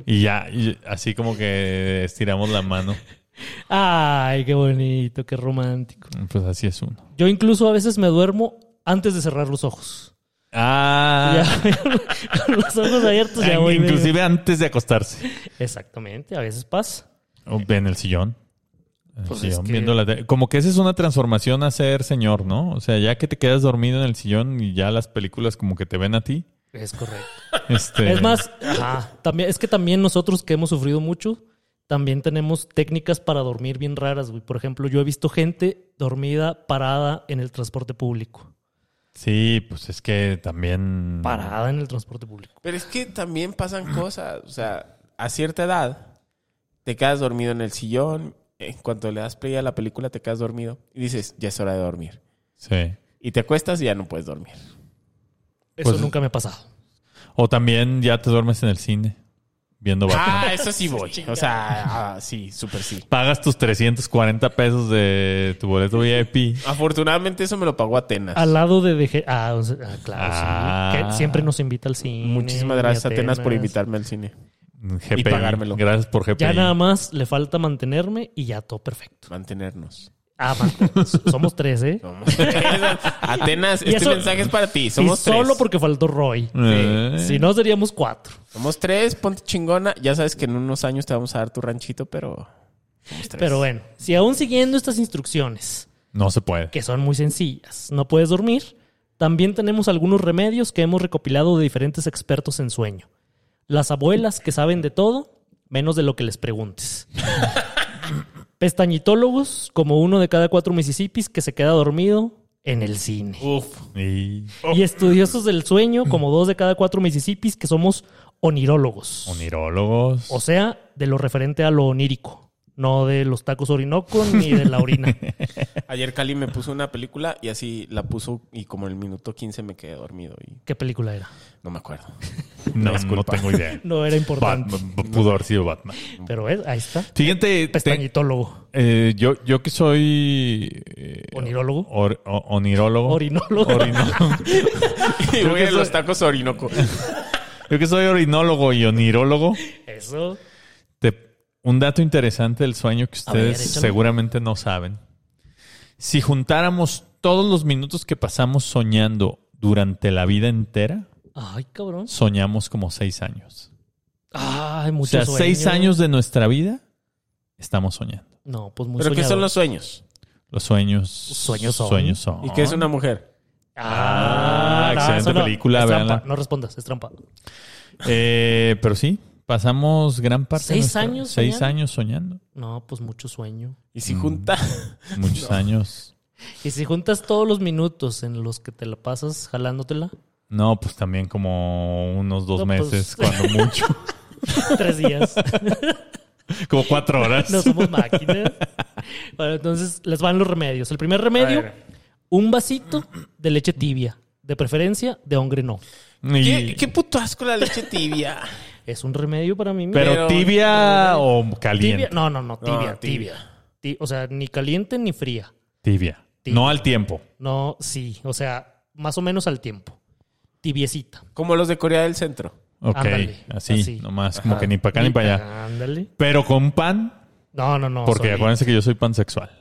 Speaker 1: Y ya, y así como que estiramos la mano.
Speaker 2: Ay, qué bonito, qué romántico.
Speaker 1: Pues así es uno.
Speaker 2: Yo incluso a veces me duermo antes de cerrar los ojos.
Speaker 1: Ah.
Speaker 2: Ya, [LAUGHS] con los ojos abiertos ya
Speaker 1: Ah,
Speaker 2: voy. medio-
Speaker 1: Inclusive antes de acostarse.
Speaker 2: Exactamente, a veces pasa.
Speaker 1: O En el sillón. En el
Speaker 2: Pues
Speaker 1: sillón,
Speaker 2: es que-
Speaker 1: viendo la tele. Como que esa es una transformación a ser señor, ¿no? O sea, ya que te quedas dormido en el sillón y ya las películas como que te ven a ti.
Speaker 2: Es correcto.
Speaker 1: Este,
Speaker 2: Es más, ajá, también, es que también nosotros que hemos sufrido mucho, también tenemos técnicas para dormir bien raras, güey. Por ejemplo, yo he visto gente dormida parada en el transporte público.
Speaker 1: Sí, pues es que también.
Speaker 2: Parada en el transporte público.
Speaker 3: Pero es que también pasan cosas. O sea, a cierta edad te quedas dormido en el sillón. En cuanto le das play a la película, te quedas dormido. Y dices, ya es hora de dormir.
Speaker 1: Sí.
Speaker 3: Y te acuestas y ya no puedes dormir.
Speaker 2: Eso
Speaker 1: Pues-
Speaker 2: nunca me ha pasado.
Speaker 1: O también ya te duermes en el cine viendo Batman.
Speaker 3: Ah, eso sí voy. O sea, ah, sí, súper sí.
Speaker 1: Pagas tus 340 pesos de tu boleto VIP.
Speaker 3: Afortunadamente eso me lo pagó Atenas.
Speaker 2: Al lado de DG. Ah, o sea, ah, claro,
Speaker 1: Ah.
Speaker 2: sí. Que siempre nos invita al cine.
Speaker 3: Muchísimas gracias Atenas por
Speaker 2: invitar
Speaker 3: invitarme al cine.
Speaker 1: GPI.
Speaker 3: pagármelo.
Speaker 1: Gracias por GPI.
Speaker 2: Ya nada más le falta mantenerme y ya todo perfecto.
Speaker 3: [LAUGHS] Mantenernos.
Speaker 2: Ah, man, so- [LAUGHS] somos tres, ¿eh?
Speaker 3: Somos tres. Atenas,
Speaker 2: Y
Speaker 3: este
Speaker 2: eso-
Speaker 3: mensaje es para ti.
Speaker 2: Somos
Speaker 3: [LAUGHS] Somos
Speaker 2: solo
Speaker 3: tres.
Speaker 2: porque faltó Roy.
Speaker 1: Eh.
Speaker 2: Si no, seríamos cuatro.
Speaker 3: Somos tres, ponte chingona. Ya sabes que en unos años te vamos a dar tu ranchito, pero somos tres.
Speaker 2: Pero bueno, si aún siguiendo estas instrucciones,
Speaker 1: No se puede.
Speaker 2: que son muy sencillas, no puedes dormir, también tenemos algunos remedios que hemos recopilado de diferentes expertos en sueño. Las abuelas que saben de todo, menos de lo que les
Speaker 3: [LAUGHS]
Speaker 2: preguntes. Pestañitólogos, como uno de cada cuatro Mississippis que se queda dormido en el cine.
Speaker 3: Uf.
Speaker 1: Y
Speaker 2: Y estudiosos del sueño, como dos de cada cuatro Mississippis, que somos onirólogos.
Speaker 1: onirólogos.
Speaker 2: O sea, de lo referente a lo onírico. No de los tacos orinoco ni de
Speaker 1: [LAUGHS]
Speaker 2: la orina.
Speaker 3: Ayer Cali me puso una película y así la puso y como en el minuto 15 me quedé dormido y
Speaker 2: ¿Qué película era?
Speaker 3: no
Speaker 2: [LAUGHS]
Speaker 3: me acuerdo.
Speaker 1: no, no
Speaker 3: disculpa.
Speaker 1: tengo idea.
Speaker 2: No era importante.
Speaker 1: Batman, [LAUGHS] pudo haber sido Batman.
Speaker 2: Pero ¿ves? ahí está.
Speaker 1: Siguiente. te-
Speaker 2: Pestañitólogo.
Speaker 1: eh, yo, yo que soy. eh,
Speaker 2: Onirólogo.
Speaker 1: or- o- onirólogo.
Speaker 2: Orinólogo.
Speaker 1: Orinólogo. [LAUGHS]
Speaker 3: y voy
Speaker 1: que
Speaker 3: a los
Speaker 1: soy-
Speaker 3: tacos a Orinoco.
Speaker 1: Yo que soy orinólogo y onirólogo.
Speaker 2: Eso.
Speaker 1: Te- un dato interesante del sueño que
Speaker 2: A ver,
Speaker 1: ustedes
Speaker 2: échalo.
Speaker 1: seguramente no saben. Si juntáramos todos los minutos que pasamos soñando durante la vida entera,
Speaker 2: Ay, cabrón.
Speaker 1: soñamos como seis años.
Speaker 2: Ay,
Speaker 1: O
Speaker 2: mucho
Speaker 1: sea,
Speaker 2: sueño.
Speaker 1: seis años de nuestra vida estamos soñando.
Speaker 2: No, pues muy
Speaker 3: ¿Pero qué son
Speaker 2: soñador.
Speaker 3: los sueños?
Speaker 1: Los sueños.
Speaker 2: Sueños son.
Speaker 1: Sueños son.
Speaker 3: ¿Y qué es una mujer?
Speaker 1: Ah, excelente
Speaker 2: eso
Speaker 1: película,
Speaker 2: es trampa.
Speaker 1: véanla.
Speaker 2: No respondas, es trampa.
Speaker 1: Eh, pero sí, pasamos gran parte. de
Speaker 2: ¿Seis
Speaker 1: nuestra-
Speaker 2: años
Speaker 1: Seis
Speaker 2: soñando?
Speaker 1: años soñando.
Speaker 2: [LAUGHS] No, pues mucho sueño.
Speaker 3: Y si junta...
Speaker 1: Muchos años.
Speaker 2: Y si juntas todos los minutos en los que te la pasas jalándotela,
Speaker 1: No, pues también como unos dos
Speaker 2: No, pues. [LAUGHS]
Speaker 1: meses, cuando mucho.
Speaker 2: tres días.
Speaker 1: como cuatro horas.
Speaker 2: No pues, somos máquinas. Bueno, entonces les van los remedios. El primer remedio, un vasito de leche tibia. De preferencia, de hombre no.
Speaker 1: Y-
Speaker 3: ¿Qué, qué puto asco la leche
Speaker 2: [LAUGHS]
Speaker 3: tibia.
Speaker 2: Es un remedio para mí.
Speaker 1: pero,
Speaker 3: pero-
Speaker 1: tibia o
Speaker 2: tibia.
Speaker 1: caliente.
Speaker 2: No, no, no, tibia,
Speaker 3: No, tibia.
Speaker 2: tibia. Ti- O sea, ni caliente ni fría.
Speaker 1: Tibia.
Speaker 2: Tibia.
Speaker 1: No al tiempo.
Speaker 2: No, sí. O sea, más o menos al tiempo. Tibiecita.
Speaker 3: Como los de Corea del Centro.
Speaker 1: Ok.
Speaker 2: Ándale,
Speaker 1: así,
Speaker 2: así.
Speaker 1: nomás, como que ni para acá ni para allá.
Speaker 2: Ándale.
Speaker 1: Pero con pan,
Speaker 2: No, no, no.
Speaker 1: porque
Speaker 2: solito.
Speaker 1: acuérdense que yo soy pansexual.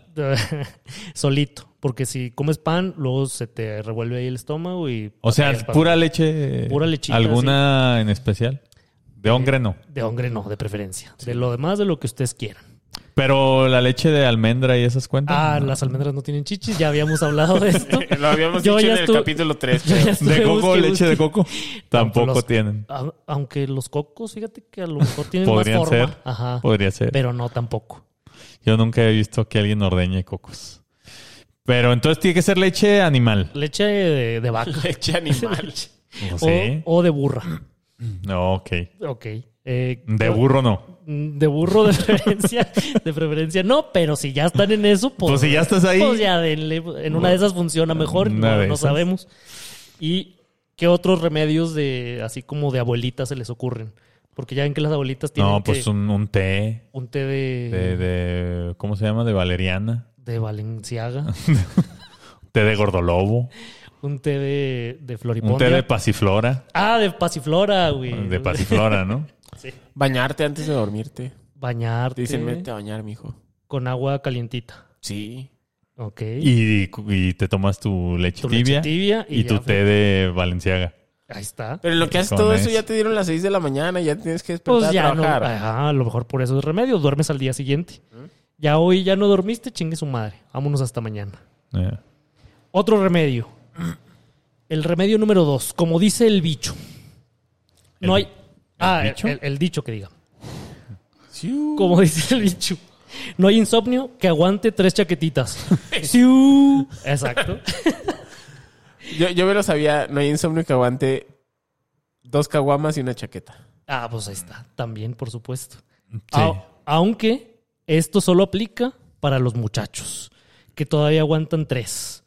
Speaker 2: [LAUGHS] solito. Porque si comes pan, luego se te revuelve ahí el estómago y.
Speaker 1: O sea,
Speaker 2: batallas para-
Speaker 1: pura leche.
Speaker 2: Pura lechita,
Speaker 1: ¿Alguna en especial? De hongre no.
Speaker 2: De hombre no, de preferencia. De lo demás, de lo que ustedes quieran.
Speaker 1: Pero la leche de almendra y esas cuentas.
Speaker 2: Ah, las almendras no tienen chichis, ya habíamos hablado de esto.
Speaker 3: Lo habíamos
Speaker 2: Yo
Speaker 3: dicho
Speaker 2: ya
Speaker 3: en el
Speaker 2: estuve-
Speaker 3: capítulo
Speaker 2: [LAUGHS]
Speaker 3: 3.
Speaker 2: Yo ya estuve
Speaker 1: [LAUGHS] De coco,
Speaker 2: busque,
Speaker 1: leche de
Speaker 2: busque. [LAUGHS]
Speaker 1: coco. Tampoco
Speaker 2: pues Los-
Speaker 1: tienen.
Speaker 2: A- Aunque los cocos, fíjate que a lo mejor tienen más
Speaker 1: Podrían
Speaker 2: forma.
Speaker 1: ser.
Speaker 2: Ajá.
Speaker 1: Podría ser.
Speaker 2: Pero no tampoco.
Speaker 1: Yo nunca he visto que alguien ordeñe cocos. Pero entonces tiene que ser leche animal.
Speaker 2: Leche de, de
Speaker 1: [LAUGHS]
Speaker 2: vaca.
Speaker 3: Leche animal.
Speaker 1: O,
Speaker 2: O,
Speaker 1: sí.
Speaker 2: o de burra.
Speaker 1: No, ok.
Speaker 2: Ok. Eh,
Speaker 1: De burro no.
Speaker 2: De burro de [LAUGHS] preferencia. De preferencia no, pero si ya están en eso, pues.
Speaker 1: Pues si ya estás ahí.
Speaker 2: Pues ya denle. En una de esas funciona mejor.
Speaker 1: Una
Speaker 2: No,
Speaker 1: de
Speaker 2: no
Speaker 1: esas.
Speaker 2: sabemos. ¿Y qué otros remedios de así como de abuelitas se les ocurren? Porque ya ven que las abuelitas tienen
Speaker 1: No, pues
Speaker 2: que- un,
Speaker 1: un, un té
Speaker 2: té de,
Speaker 1: de, de- ¿Cómo se llama? De valeriana. [LAUGHS]
Speaker 2: de Valenciaga,
Speaker 1: Té de gordolobo.
Speaker 2: un té de, de floripondia.
Speaker 1: Un té de pasiflora.
Speaker 2: Ah, de pasiflora, güey.
Speaker 1: De pasiflora, ¿no?
Speaker 3: [LAUGHS] Bañarte antes de dormirte.
Speaker 2: Bañarte
Speaker 3: Te dicen, vete a bañar, mijo.
Speaker 2: con agua calientita.
Speaker 3: Sí.
Speaker 2: Ok.
Speaker 1: Y, y te tomas tu leche
Speaker 2: Tu leche
Speaker 1: tibia.
Speaker 2: tibia y
Speaker 1: y tu
Speaker 2: ya,
Speaker 1: té de valenciaga.
Speaker 2: Ahí está.
Speaker 3: Pero en lo que haces
Speaker 1: Con
Speaker 3: todo eso
Speaker 1: eso.
Speaker 3: ya te dieron las 6 de la mañana, ya tienes que despertar
Speaker 2: Pues ya
Speaker 3: a
Speaker 2: no.
Speaker 3: trabajar. ¿Mm?
Speaker 2: Ajá, a lo mejor por eso es remedio. Duermes al día siguiente. Ya hoy ya no dormiste, chingue su madre. Vámonos hasta mañana.
Speaker 1: Eh.
Speaker 2: Otro remedio. El remedio número dos. Como dice el bicho. No hay. ah,
Speaker 1: bicho?
Speaker 2: El, el dicho que diga.
Speaker 3: Siu.
Speaker 2: Como dice el bicho. No hay
Speaker 1: [LAUGHS]
Speaker 2: insomnio que aguante tres chaquetitas. Siu. Exacto.
Speaker 3: Yo, yo me lo sabía, no hay insomnio que aguante dos caguamas y una chaqueta.
Speaker 2: Ah, pues ahí está. También, por supuesto.
Speaker 1: Sí.
Speaker 2: Au- aunque esto solo aplica para los muchachos, que todavía aguantan tres.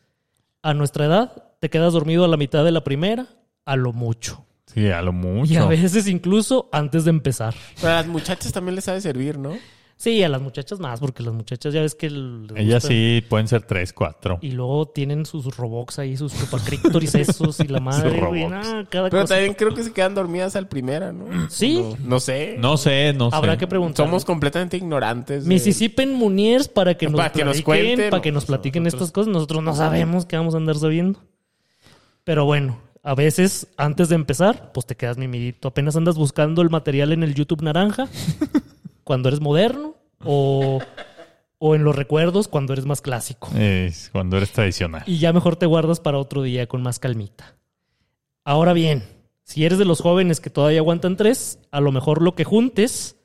Speaker 2: A nuestra edad, te quedas dormido a la mitad de la primera, a lo mucho.
Speaker 1: Sí, a lo mucho.
Speaker 2: Y a veces incluso antes de empezar.
Speaker 3: Pero a las muchachas también les sabe servir, ¿no?
Speaker 2: Sí, a las muchachas más, porque las muchachas ya ves que... el- les
Speaker 1: Ellas
Speaker 2: gusta-
Speaker 1: sí pueden ser tres, cuatro.
Speaker 2: Y luego tienen sus Robox ahí, sus
Speaker 1: [LAUGHS]
Speaker 2: chupacrictoris esos y la madre,
Speaker 1: Sus
Speaker 2: güey.
Speaker 1: Robox.
Speaker 2: no, cada
Speaker 3: Pero
Speaker 2: cosa.
Speaker 3: también creo que se quedan dormidas al primera, ¿no?
Speaker 2: Sí.
Speaker 3: No, no sé.
Speaker 1: No sé, no sé.
Speaker 2: Habrá que preguntar.
Speaker 3: Somos completamente ignorantes. de-
Speaker 2: Mississippi Muniers para
Speaker 3: [LAUGHS]
Speaker 2: que nos
Speaker 3: Para que nos
Speaker 2: platiquen,
Speaker 3: cuenten.
Speaker 2: para que nos platiquen estas cosas. Nosotros no sabemos qué vamos a andar sabiendo. Pero bueno, a veces antes de empezar, pues te quedas mimidito. Apenas andas buscando el material en el YouTube
Speaker 3: [LAUGHS]
Speaker 2: naranja cuando eres moderno o, o en los recuerdos cuando eres más clásico.
Speaker 1: Es cuando eres tradicional.
Speaker 2: Y ya mejor te guardas para otro día con más calmita. Ahora bien, si eres de los jóvenes que todavía aguantan tres, a lo mejor lo que juntes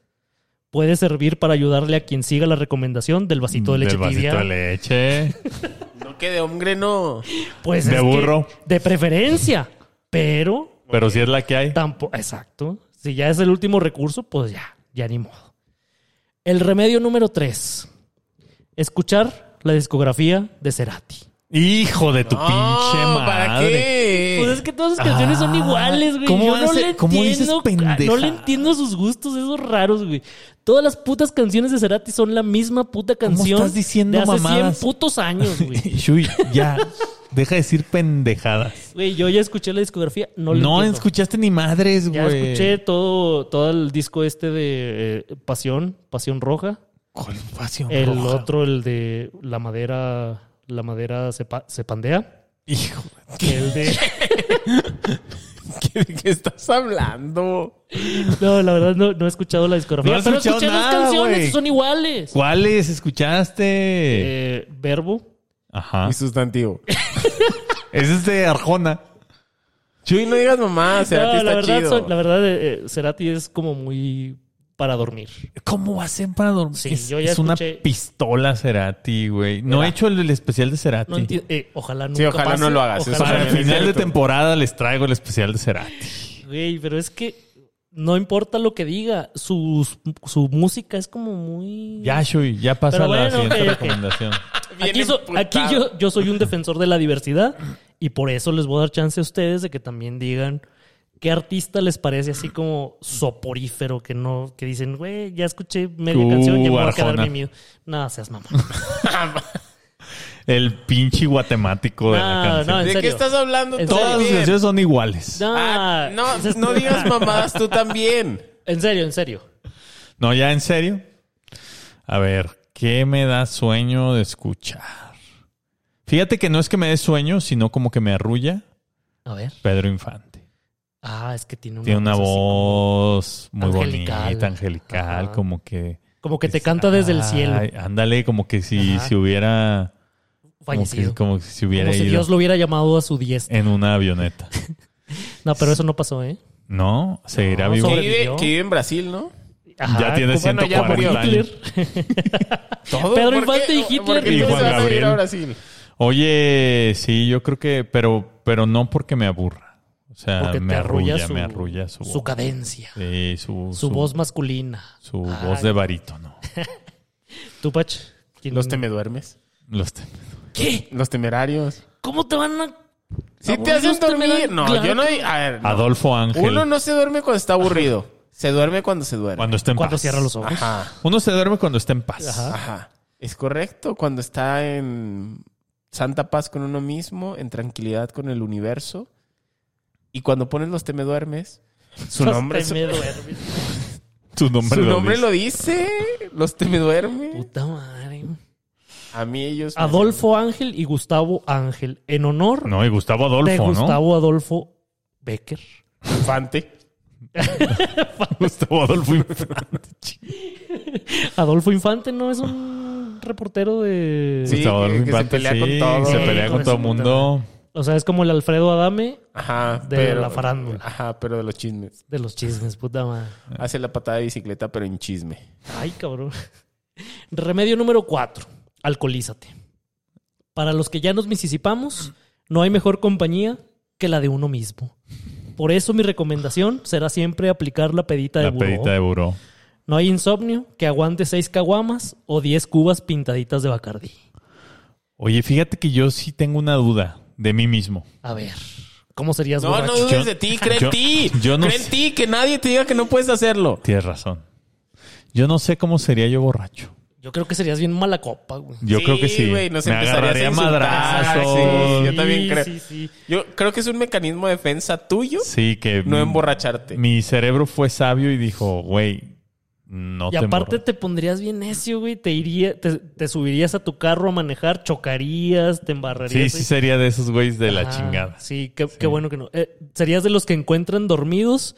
Speaker 2: puede servir para ayudarle a quien siga la recomendación del vasito de leche
Speaker 1: Del vasito
Speaker 2: tibia.
Speaker 1: de leche.
Speaker 2: [LAUGHS]
Speaker 3: No, que de hombre no.
Speaker 2: Pues
Speaker 1: de
Speaker 2: es que,
Speaker 1: burro.
Speaker 2: de preferencia, pero
Speaker 1: Pero si es la que hay.
Speaker 2: tampoco. Exacto. Si ya es el último recurso, pues ya, ya ni modo. El remedio número tres: escuchar la discografía de Cerati.
Speaker 1: Hijo de tu pinche
Speaker 3: No,
Speaker 1: madre.
Speaker 3: ¿Para qué?
Speaker 2: Pues es que todas sus canciones son
Speaker 1: Ah,
Speaker 2: iguales, güey.
Speaker 1: ¿cómo
Speaker 2: Yo no
Speaker 1: hace-
Speaker 2: le
Speaker 1: cómo dices
Speaker 2: entiendo. ah, No
Speaker 1: pendejadas?
Speaker 2: le entiendo sus gustos, esos raros, güey. Todas las putas canciones de Cerati son la misma puta canción.
Speaker 1: estás diciendo
Speaker 2: de hace
Speaker 1: mamadas?
Speaker 2: 100 putos años,
Speaker 1: [LAUGHS]
Speaker 2: güey.
Speaker 1: Shui, ya. Deja de decir pendejadas.
Speaker 2: Güey, yo ya escuché la discografía, no
Speaker 1: No,
Speaker 2: le entiendo.
Speaker 1: escuchaste ni madres,
Speaker 2: Ya
Speaker 1: güey.
Speaker 2: escuché todo, todo el disco este de eh, Pasión, Pasión Roja.
Speaker 1: Con pasión
Speaker 2: El
Speaker 1: roja.
Speaker 2: otro, el de La Madera, La Madera se, pa- se pandea.
Speaker 1: Hijo.
Speaker 2: El
Speaker 1: [LAUGHS]
Speaker 2: de...
Speaker 3: ¿De qué estás hablando?
Speaker 2: No, la verdad no, no he escuchado la discografía.
Speaker 1: No has
Speaker 2: pero
Speaker 1: escuchado
Speaker 2: escuché las
Speaker 1: nada,
Speaker 2: canciones,
Speaker 1: güey.
Speaker 2: son iguales.
Speaker 1: ¿Cuáles escuchaste?
Speaker 2: Eh, verbo.
Speaker 1: Ajá.
Speaker 2: Ah.
Speaker 3: Mi sustantivo.
Speaker 1: Ese es de Arjona.
Speaker 3: Chuy, no digas mamá. Cerati
Speaker 2: No, Ah, la,
Speaker 3: está
Speaker 2: verdad,
Speaker 3: chido.
Speaker 2: son- la verdad, eh, eh, Cerati es como muy para dormir.
Speaker 1: ¿Cómo hacen para dormir?
Speaker 2: Sí,
Speaker 1: es
Speaker 2: yo ya
Speaker 1: es una
Speaker 2: escuché.
Speaker 1: pistola Cerati, güey. No he hecho el, el especial de Cerati.
Speaker 2: No enti- eh, ojalá nunca
Speaker 3: Sí, ojalá
Speaker 2: pase,
Speaker 3: no lo hagas,
Speaker 2: ojalá
Speaker 3: eso
Speaker 1: Para el
Speaker 2: no-
Speaker 3: también es
Speaker 1: final de
Speaker 3: cierto.
Speaker 1: temporada les traigo el especial de Cerati.
Speaker 2: Güey, pero es que no importa lo que diga, sus- su música es como muy...
Speaker 1: Ya, Shui, ya pasa
Speaker 2: Pero
Speaker 1: la
Speaker 2: bueno,
Speaker 1: siguiente
Speaker 2: ok, ok.
Speaker 1: recomendación.
Speaker 3: Bien
Speaker 2: Aquí, so-
Speaker 3: emputado.
Speaker 2: aquí yo, yo soy un defensor de la diversidad y por eso les voy a dar chance a ustedes de que también digan qué artista les parece así como soporífero, que no, que dicen, güey, ya escuché media
Speaker 1: Uh,
Speaker 2: canción, ya me voy a quedar
Speaker 1: Arjona.
Speaker 2: mimido. Nada, seas mamá.
Speaker 1: El pinche guatemático de la
Speaker 2: No,
Speaker 1: canción.
Speaker 2: Ah, no, en
Speaker 3: ¿De qué
Speaker 2: serio.
Speaker 3: estás hablando?
Speaker 2: En
Speaker 3: tú
Speaker 2: serio.
Speaker 1: Todas sus
Speaker 3: también?
Speaker 1: canciones son iguales. No.
Speaker 2: Nah,
Speaker 3: Ah,
Speaker 2: [LAUGHS]
Speaker 3: no,
Speaker 2: entonces-
Speaker 3: no digas mamadas tú también.
Speaker 2: este, [LAUGHS] En serio, en serio.
Speaker 1: ya en serio. A ver, ¿qué me da sueño de escuchar? Fíjate que no es que me dé sueño, sino como que me arrulla
Speaker 2: A ver.
Speaker 1: Pedro Infante.
Speaker 2: Ah, es que tiene una,
Speaker 1: Tiene una
Speaker 2: voz así como-
Speaker 1: voz muy
Speaker 2: angelical.
Speaker 1: bonita, angelical,
Speaker 2: Ajá.
Speaker 1: como que...
Speaker 2: Como que te canta desde el
Speaker 1: Ay,
Speaker 2: cielo,
Speaker 1: Ándale, como que si,
Speaker 2: Ajá.
Speaker 1: si hubiera... Como
Speaker 2: fallecido.
Speaker 1: que,
Speaker 2: Como,
Speaker 1: como que si hubiera
Speaker 2: si
Speaker 1: ido
Speaker 2: Dios lo hubiera llamado a su diestra.
Speaker 1: en una avioneta.
Speaker 2: No, pero eso no pasó, ¿eh? [LAUGHS]
Speaker 1: ¿No? ¿Seguirá
Speaker 2: No,
Speaker 1: vivo?
Speaker 3: Que
Speaker 2: sobre-
Speaker 3: vive,
Speaker 2: Sobrevivió.
Speaker 3: que vive en Brasil, ¿no?
Speaker 1: Ya tiene
Speaker 2: pues,
Speaker 3: bueno, ya
Speaker 1: 140
Speaker 3: murió.
Speaker 1: años.
Speaker 3: Todo.
Speaker 2: Pedro
Speaker 3: ¿Por
Speaker 2: Infante
Speaker 3: qué?
Speaker 2: y Hitler.
Speaker 3: ¿Por qué
Speaker 1: Y
Speaker 3: todos
Speaker 1: Juan
Speaker 3: se van a ir
Speaker 1: Gabriel.
Speaker 3: a Brasil?
Speaker 1: Oye, sí, yo creo que... Pero, pero no porque me aburra. O sea,
Speaker 2: Porque
Speaker 1: Ah, me
Speaker 2: te arrulla,
Speaker 1: arrulla,
Speaker 2: su,
Speaker 1: me arrulla su,
Speaker 2: su
Speaker 1: voz.
Speaker 2: cadencia,
Speaker 1: Sí, su,
Speaker 2: su voz masculina.
Speaker 1: Su
Speaker 2: Ah,
Speaker 1: voz de barítono.
Speaker 2: ¿Tú, Pach? ¿Quién-
Speaker 3: Los temeduermes.
Speaker 1: Los
Speaker 2: [LAUGHS]
Speaker 1: tem-
Speaker 2: ¿Qué?
Speaker 3: Los temerarios.
Speaker 2: ¿Cómo te van a...?
Speaker 3: Si te
Speaker 2: Aburridos
Speaker 3: hacen dormir.
Speaker 2: temerarios,
Speaker 3: No,
Speaker 2: claro
Speaker 3: yo no.
Speaker 2: que-
Speaker 3: di- A ver. no.
Speaker 1: Adolfo Ángel.
Speaker 3: Uno no se duerme cuando está aburrido. Se duerme cuando se duerme.
Speaker 1: Cuando está en
Speaker 2: Cuando
Speaker 1: paz.
Speaker 2: cierra los ojos.
Speaker 3: Ajá.
Speaker 1: Uno se duerme cuando está en paz.
Speaker 2: Ajá.
Speaker 3: Ajá. Es correcto. Cuando está en santa paz con uno mismo, en tranquilidad con el universo. Y cuando pones los temeduermes, su
Speaker 2: Los
Speaker 3: nombre, su,
Speaker 2: temeduermes.
Speaker 1: Tu nombre,
Speaker 3: su
Speaker 1: lo,
Speaker 3: nombre
Speaker 1: dice.
Speaker 3: lo dice. Los temeduermes.
Speaker 2: Puta madre.
Speaker 3: A mí ellos. me
Speaker 2: Adolfo Ángel y Gustavo Ángel. En honor
Speaker 1: No, y Gustavo Adolfo,
Speaker 2: de
Speaker 1: ¿no?
Speaker 2: Gustavo Adolfo Becker.
Speaker 3: hacen Infante.
Speaker 1: [LAUGHS] Gustavo Adolfo Infante.
Speaker 2: Adolfo Infante no es un reportero de...
Speaker 3: Sí,
Speaker 1: Gustavo Adolfo
Speaker 3: que se
Speaker 1: Infante,
Speaker 3: pelea
Speaker 1: sí,
Speaker 3: con todo.
Speaker 1: Se
Speaker 2: Sí,
Speaker 1: pelea
Speaker 2: con
Speaker 1: con todo el
Speaker 2: su
Speaker 1: mundo.
Speaker 2: O sea, es como el Alfredo Adame
Speaker 3: Ajá.
Speaker 2: De la farándula.
Speaker 3: Ajá, pero de los chismes.
Speaker 2: de los chismes, puta madre.
Speaker 3: Hace la patada de bicicleta, pero en chisme.
Speaker 2: Ay, cabrón. Remedio número cuatro. Alcoholízate. Para los que ya nos misisipamos, No hay mejor compañía que la de uno mismo. Por eso mi recomendación será siempre aplicar la pedita de
Speaker 1: La
Speaker 2: buró.
Speaker 1: pedita de buró.
Speaker 2: No hay insomnio que aguante seis caguamas o diez cubas pintaditas de Bacardí.
Speaker 1: Oye, fíjate que yo sí tengo una duda de mí mismo.
Speaker 2: A ver, ¿cómo serías
Speaker 3: No, no
Speaker 2: borracho?
Speaker 3: dudes
Speaker 1: Yo-
Speaker 3: de ti, cree en
Speaker 1: yo-
Speaker 3: ti.
Speaker 1: yo no
Speaker 3: cree en
Speaker 1: sé.
Speaker 3: ti, que nadie te diga que no puedes hacerlo.
Speaker 1: Tienes razón. Yo no sé cómo sería yo borracho.
Speaker 2: Yo creo que serías bien mala copa, güey.
Speaker 1: Yo creo que sí.
Speaker 3: güey, nos
Speaker 1: Me
Speaker 3: empezarías a
Speaker 1: agarraría
Speaker 3: insultar.
Speaker 1: madrazos.
Speaker 3: Sí, yo también creo.
Speaker 2: Sí, sí.
Speaker 3: Yo creo que es un mecanismo de defensa tuyo
Speaker 1: Sí, que
Speaker 3: no
Speaker 1: mi-
Speaker 3: emborracharte.
Speaker 1: mi cerebro fue sabio y dijo, güey, no
Speaker 2: y
Speaker 1: te
Speaker 2: aparte
Speaker 1: emborra-
Speaker 2: te pondrías bien necio, güey. Te, iría, te, te subirías a tu carro a manejar, chocarías, te
Speaker 1: Sí,
Speaker 2: embarrarías.
Speaker 1: sí sería de esos güeyes de la
Speaker 2: Ah,
Speaker 1: chingada.
Speaker 2: Sí, qué, qué bueno que no. Eh, serías de los que encuentran dormidos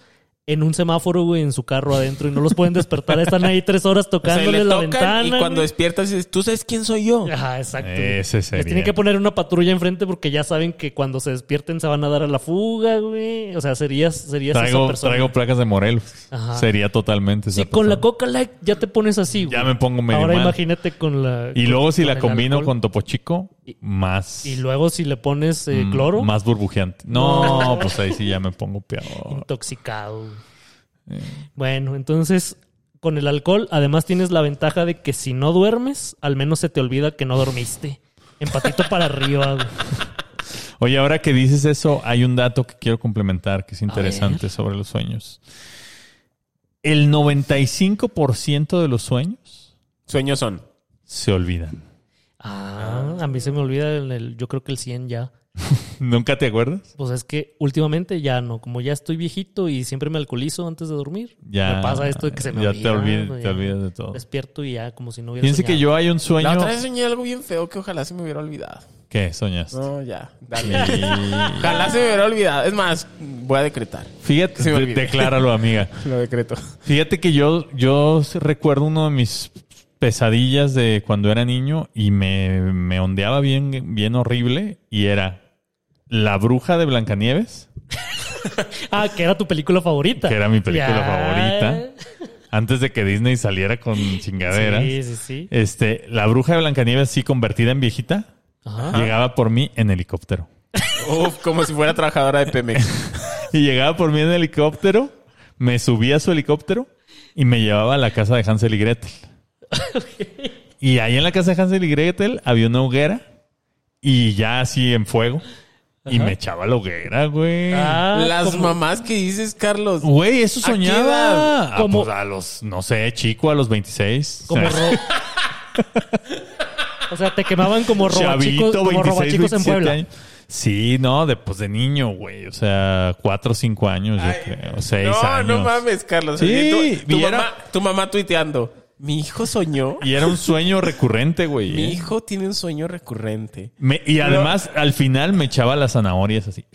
Speaker 2: en un semáforo, güey, en su carro adentro y no los pueden despertar. Están ahí tres
Speaker 1: [LAUGHS]
Speaker 2: horas
Speaker 3: O sea,
Speaker 2: tocándole
Speaker 3: le
Speaker 2: la
Speaker 3: tocan
Speaker 2: ventana.
Speaker 3: y cuando
Speaker 2: güey.
Speaker 3: despiertas dices, ¿tú sabes quién soy yo?
Speaker 2: Ajá, exacto. güey.
Speaker 1: Ese sería.
Speaker 2: Les tienen que poner una patrulla enfrente porque ya saben que cuando se despierten se van a dar a la fuga, güey. O sea, serías, serías esa
Speaker 1: Traigo,
Speaker 2: persona.
Speaker 1: traigo placas de Morelos.
Speaker 2: Ajá.
Speaker 1: Sería totalmente esa
Speaker 2: si con la
Speaker 1: persona.
Speaker 2: Coca Light ya te pones así, güey.
Speaker 1: Ya me pongo medio
Speaker 2: Ahora
Speaker 1: mal.
Speaker 2: imagínate con la.
Speaker 1: Y
Speaker 2: con-
Speaker 1: luego si la
Speaker 2: el
Speaker 1: combino
Speaker 2: alcohol.
Speaker 1: con Topo Chico, más... mm,
Speaker 2: Y luego si le pones eh, cloro,
Speaker 1: Más burbujeante. No, pues ahí sí ya me pongo
Speaker 2: [LAUGHS]
Speaker 1: peor.
Speaker 2: intoxicado.
Speaker 1: Eh.
Speaker 2: Bueno, entonces con el alcohol además tienes la ventaja de que si no duermes, al menos se te olvida que no dormiste. Empatito para arriba. güey.
Speaker 1: Oye, ahora que dices eso, hay un dato que quiero complementar que es
Speaker 2: A
Speaker 1: interesante sobre los sueños. El 95% de los sueños
Speaker 3: Sueños son.
Speaker 1: se olvidan. [LAUGHS]
Speaker 2: Ah, a mí se me olvida el- el- yo creo que el 100 ya.
Speaker 1: ¿Nunca te acuerdas?
Speaker 2: Pues es que últimamente ya no, como ya estoy viejito y siempre me alcoholizo antes de dormir.
Speaker 1: Ya.
Speaker 2: me pasa esto de que se me
Speaker 1: ya
Speaker 2: olvida.
Speaker 1: Te olvidas,
Speaker 2: güey.
Speaker 1: te olvidas de todo.
Speaker 2: Despierto y ya como si no hubiera
Speaker 1: Fíjense que
Speaker 2: soñado.
Speaker 1: yo hay un sueño.
Speaker 3: La otra vez soñé algo bien feo que ojalá se me hubiera olvidado.
Speaker 1: ¿Qué? ¿Soñas?
Speaker 3: No, ya.
Speaker 2: [LAUGHS]
Speaker 1: Y-
Speaker 3: Dale. Ojalá se me hubiera olvidado. Es más, voy a decretar.
Speaker 1: Fíjate,
Speaker 3: Se me
Speaker 1: de-
Speaker 3: olvidó.
Speaker 1: decláralo, amiga.
Speaker 3: Lo decreto.
Speaker 1: Fíjate que yo, yo recuerdo uno de mis pesadillas de cuando era niño y me, me ondeaba bien, bien horrible y era la bruja de Blancanieves,
Speaker 2: Ah, que era tu película favorita.
Speaker 1: que era mi película
Speaker 2: Ya.
Speaker 1: favorita, antes de que Disney saliera con chingaderas.
Speaker 2: Sí, sí, sí.
Speaker 1: Este, la bruja de Blancanieves, sí convertida en viejita,
Speaker 2: Ajá.
Speaker 1: llegaba por mí en helicóptero.
Speaker 3: Uf, como si fuera trabajadora de Pemex.
Speaker 1: Y llegaba por mí en helicóptero, me subía a su helicóptero y me llevaba a la casa de Hansel y Gretel. Y ahí en la casa de Hansel y Gretel había una hoguera y ya así en fuego. Y me echaba a la hoguera, güey.
Speaker 2: Ah,
Speaker 3: Las
Speaker 2: como-
Speaker 3: mamás que dices, Carlos.
Speaker 1: Güey, eso
Speaker 3: ¿A qué
Speaker 1: soñaba.
Speaker 3: edad?
Speaker 1: Ah,
Speaker 2: Como-
Speaker 1: pues, a los, no sé, chico, a los 26.
Speaker 2: Como
Speaker 1: O sea,
Speaker 2: ro- O sea, te quemaban como
Speaker 1: [LAUGHS]
Speaker 2: robachicos,
Speaker 1: Chavito,
Speaker 2: como
Speaker 1: 26,
Speaker 2: robachicos
Speaker 1: 27
Speaker 2: en Puebla.
Speaker 1: años. Sí, no, de, pues de niño, güey. O sea, 4 o 5 años,
Speaker 3: Ay,
Speaker 1: yo creo. 6
Speaker 3: no,
Speaker 1: años.
Speaker 3: no mames, Carlos.
Speaker 1: Sí,
Speaker 3: Oye, tu, tu
Speaker 1: viera-
Speaker 3: mamá, tu mamá tuiteando. Mi hijo soñó.
Speaker 1: Y era un sueño recurrente, güey.
Speaker 3: Mi
Speaker 1: ¿eh?
Speaker 3: hijo tiene un sueño recurrente.
Speaker 1: Me- y además, al final me echaba las zanahorias así.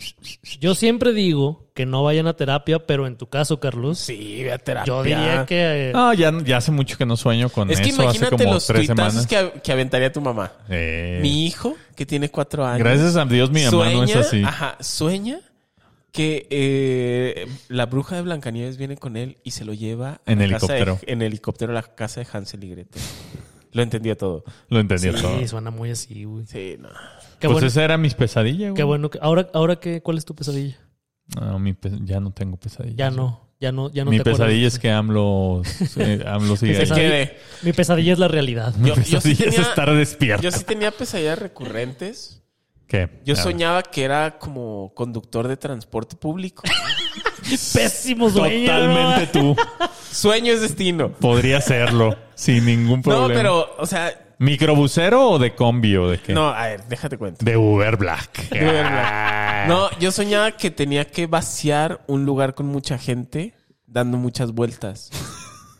Speaker 2: Yo siempre digo que no vayan a terapia, pero en tu caso, Carlos,
Speaker 3: Sí, ve a terapia.
Speaker 2: yo diría que eh,
Speaker 1: No, Ah, ya, ya hace mucho que no sueño con
Speaker 3: Es que
Speaker 1: eso. Hace
Speaker 3: imagínate
Speaker 1: como
Speaker 3: los
Speaker 1: tres
Speaker 3: tuitazos
Speaker 1: semanas.
Speaker 3: que, que aventaría tu mamá.
Speaker 1: Eh,
Speaker 3: Mi hijo, que tiene cuatro años.
Speaker 1: gracias a Dios, mi mamá no es
Speaker 3: sueña- Ah,
Speaker 1: así.
Speaker 3: Ajá, sueña que eh, la bruja de Blancanieves viene con él y se lo lleva a
Speaker 1: En
Speaker 3: la casa de-
Speaker 1: helicóptero.
Speaker 3: en helicóptero a la casa de Hansel y Gretel. Lo entendía todo.
Speaker 1: Lo entendí todo.
Speaker 2: sí, suena muy así, güey.
Speaker 3: Sí, no.
Speaker 2: Qué,
Speaker 1: pues
Speaker 2: bueno,
Speaker 1: esa era mis pesadillas, güey.
Speaker 2: qué bueno. que- Ahora, ahora qué, ¿cuál es tu pesadilla?
Speaker 1: No, mi pes- ya no tengo pesadillas.
Speaker 2: Ya no, ya no, ya no
Speaker 1: mi
Speaker 2: te acuerdas.
Speaker 1: pesadilla es que
Speaker 3: [LAUGHS]
Speaker 1: AMLO, eh, AMLO sigue ahí.
Speaker 2: Pesadi-
Speaker 3: quede.
Speaker 2: Mi pesadilla es la realidad.
Speaker 1: Mi
Speaker 3: Yo- yo
Speaker 1: [LAUGHS]
Speaker 3: sí
Speaker 1: pesadilla es
Speaker 3: tenía-
Speaker 1: estar despierto.
Speaker 3: Yo sí tenía pesadillas recurrentes.
Speaker 1: ¿Qué? Ah,
Speaker 3: Yo
Speaker 1: A ver.
Speaker 3: soñaba que era como conductor de transporte público. [LAUGHS]
Speaker 2: Pésimo sueño.
Speaker 1: Totalmente tú.
Speaker 3: Sueño es destino.
Speaker 1: Podría serlo sin ningún problema.
Speaker 3: No, pero, o sea,
Speaker 1: ¿Microbusero o de combi o de qué?
Speaker 3: no, a ver, déjate cuento.
Speaker 1: De Uber Black. Ah.
Speaker 3: De verdad. No, yo soñaba que tenía que vaciar un lugar con mucha gente dando muchas vueltas.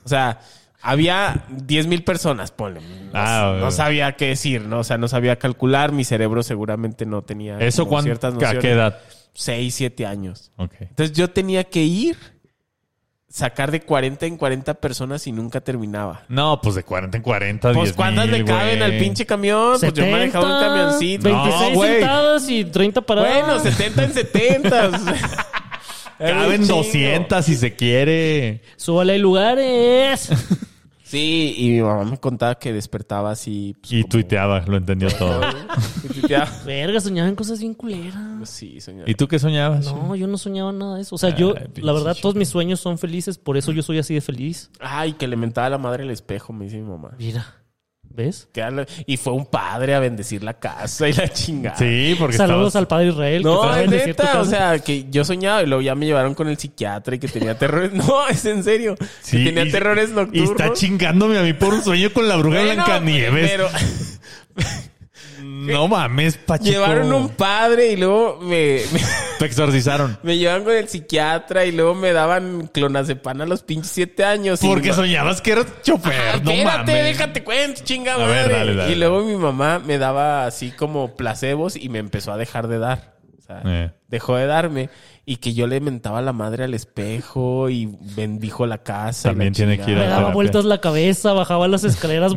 Speaker 3: O sea, había 10 mil personas, ponle. No,
Speaker 1: Ah,
Speaker 3: no
Speaker 1: bueno.
Speaker 3: sabía qué decir, ¿no? O sea, no sabía calcular. Mi cerebro seguramente no tenía
Speaker 1: ¿Eso
Speaker 3: como
Speaker 1: cuándo?
Speaker 3: ciertas
Speaker 1: ¿A qué edad?
Speaker 3: 6, 7 años.
Speaker 1: Ok.
Speaker 3: Entonces yo tenía que ir, sacar de 40 en 40 personas y nunca terminaba.
Speaker 1: No, pues de 40 en 40,
Speaker 3: Pues
Speaker 1: 10,000,
Speaker 3: cuántas le caben
Speaker 1: güey.
Speaker 3: al pinche camión. Pues yo
Speaker 2: 70,
Speaker 3: manejaba un camioncito.
Speaker 2: 26
Speaker 1: No, güey.
Speaker 2: sentadas y 30 paradas.
Speaker 3: Bueno, 70 en 70. o sea. Era un
Speaker 1: Caben
Speaker 3: chingo.
Speaker 1: 200 si se quiere.
Speaker 2: Súbale hay lugares. [LAUGHS]
Speaker 3: Sí, y mi mamá me contaba que despertaba así. pues,
Speaker 1: Y
Speaker 3: como-
Speaker 1: tuiteaba, lo entendió todo.
Speaker 3: [LAUGHS] Y tuiteaba.
Speaker 2: Verga, soñaba en cosas bien culeras.
Speaker 3: Sí, señor.
Speaker 1: ¿Y tú qué soñabas?
Speaker 2: No, yo no soñaba nada de eso. O sea, yo,
Speaker 1: Ay,
Speaker 2: la verdad,
Speaker 1: pinche
Speaker 2: todos mis sueños son felices, por eso yo soy así de feliz.
Speaker 3: Ay, que le mentaba la madre el espejo, me dice mi mamá.
Speaker 2: Mira, ¿ves?
Speaker 3: Que habla- Y fue un padre a bendecir la casa y la chingada.
Speaker 1: Sí, porque
Speaker 2: Saludos
Speaker 1: estabas-
Speaker 2: al padre Israel. que te
Speaker 3: No,
Speaker 2: va a
Speaker 3: es
Speaker 2: bendecir tu
Speaker 3: neta,
Speaker 2: casa.
Speaker 3: o sea, que yo soñaba y luego ya me llevaron con el psiquiatra y que tenía terrores. [LAUGHS] No, es en serio. Que
Speaker 1: Sí,
Speaker 3: tenía
Speaker 1: y-
Speaker 3: terrores
Speaker 1: Y
Speaker 3: nocturnos.
Speaker 1: está chingándome a mí por un sueño con la bruja
Speaker 3: Bueno,
Speaker 1: Blancanieves. [LAUGHS]
Speaker 3: Pero
Speaker 1: No mames, Pacheco.
Speaker 3: llevaron un padre y luego me, [LAUGHS] me,
Speaker 1: Te
Speaker 3: [LAUGHS]
Speaker 1: exorcizaron.
Speaker 3: me llevaron con el psiquiatra y luego me daban clonazepam a los pinches siete años. y
Speaker 1: Porque
Speaker 3: mi ma-
Speaker 1: soñabas que eras chofer.
Speaker 3: Ah,
Speaker 1: no
Speaker 3: Espérate,
Speaker 1: mames.
Speaker 3: déjate cuento, chinga
Speaker 1: A ver,
Speaker 3: madre.
Speaker 1: dale, dale.
Speaker 3: Y luego mi mamá me daba así como placebos y me empezó a dejar de dar. O sea,
Speaker 1: Eh.
Speaker 3: dejó de darme. Y que yo le mentaba la madre al espejo y bendijo la casa. y la
Speaker 1: También tiene que ir a
Speaker 2: Me
Speaker 3: chingada.
Speaker 2: daba
Speaker 1: terapia.
Speaker 2: vueltas la cabeza, bajaba las escaleras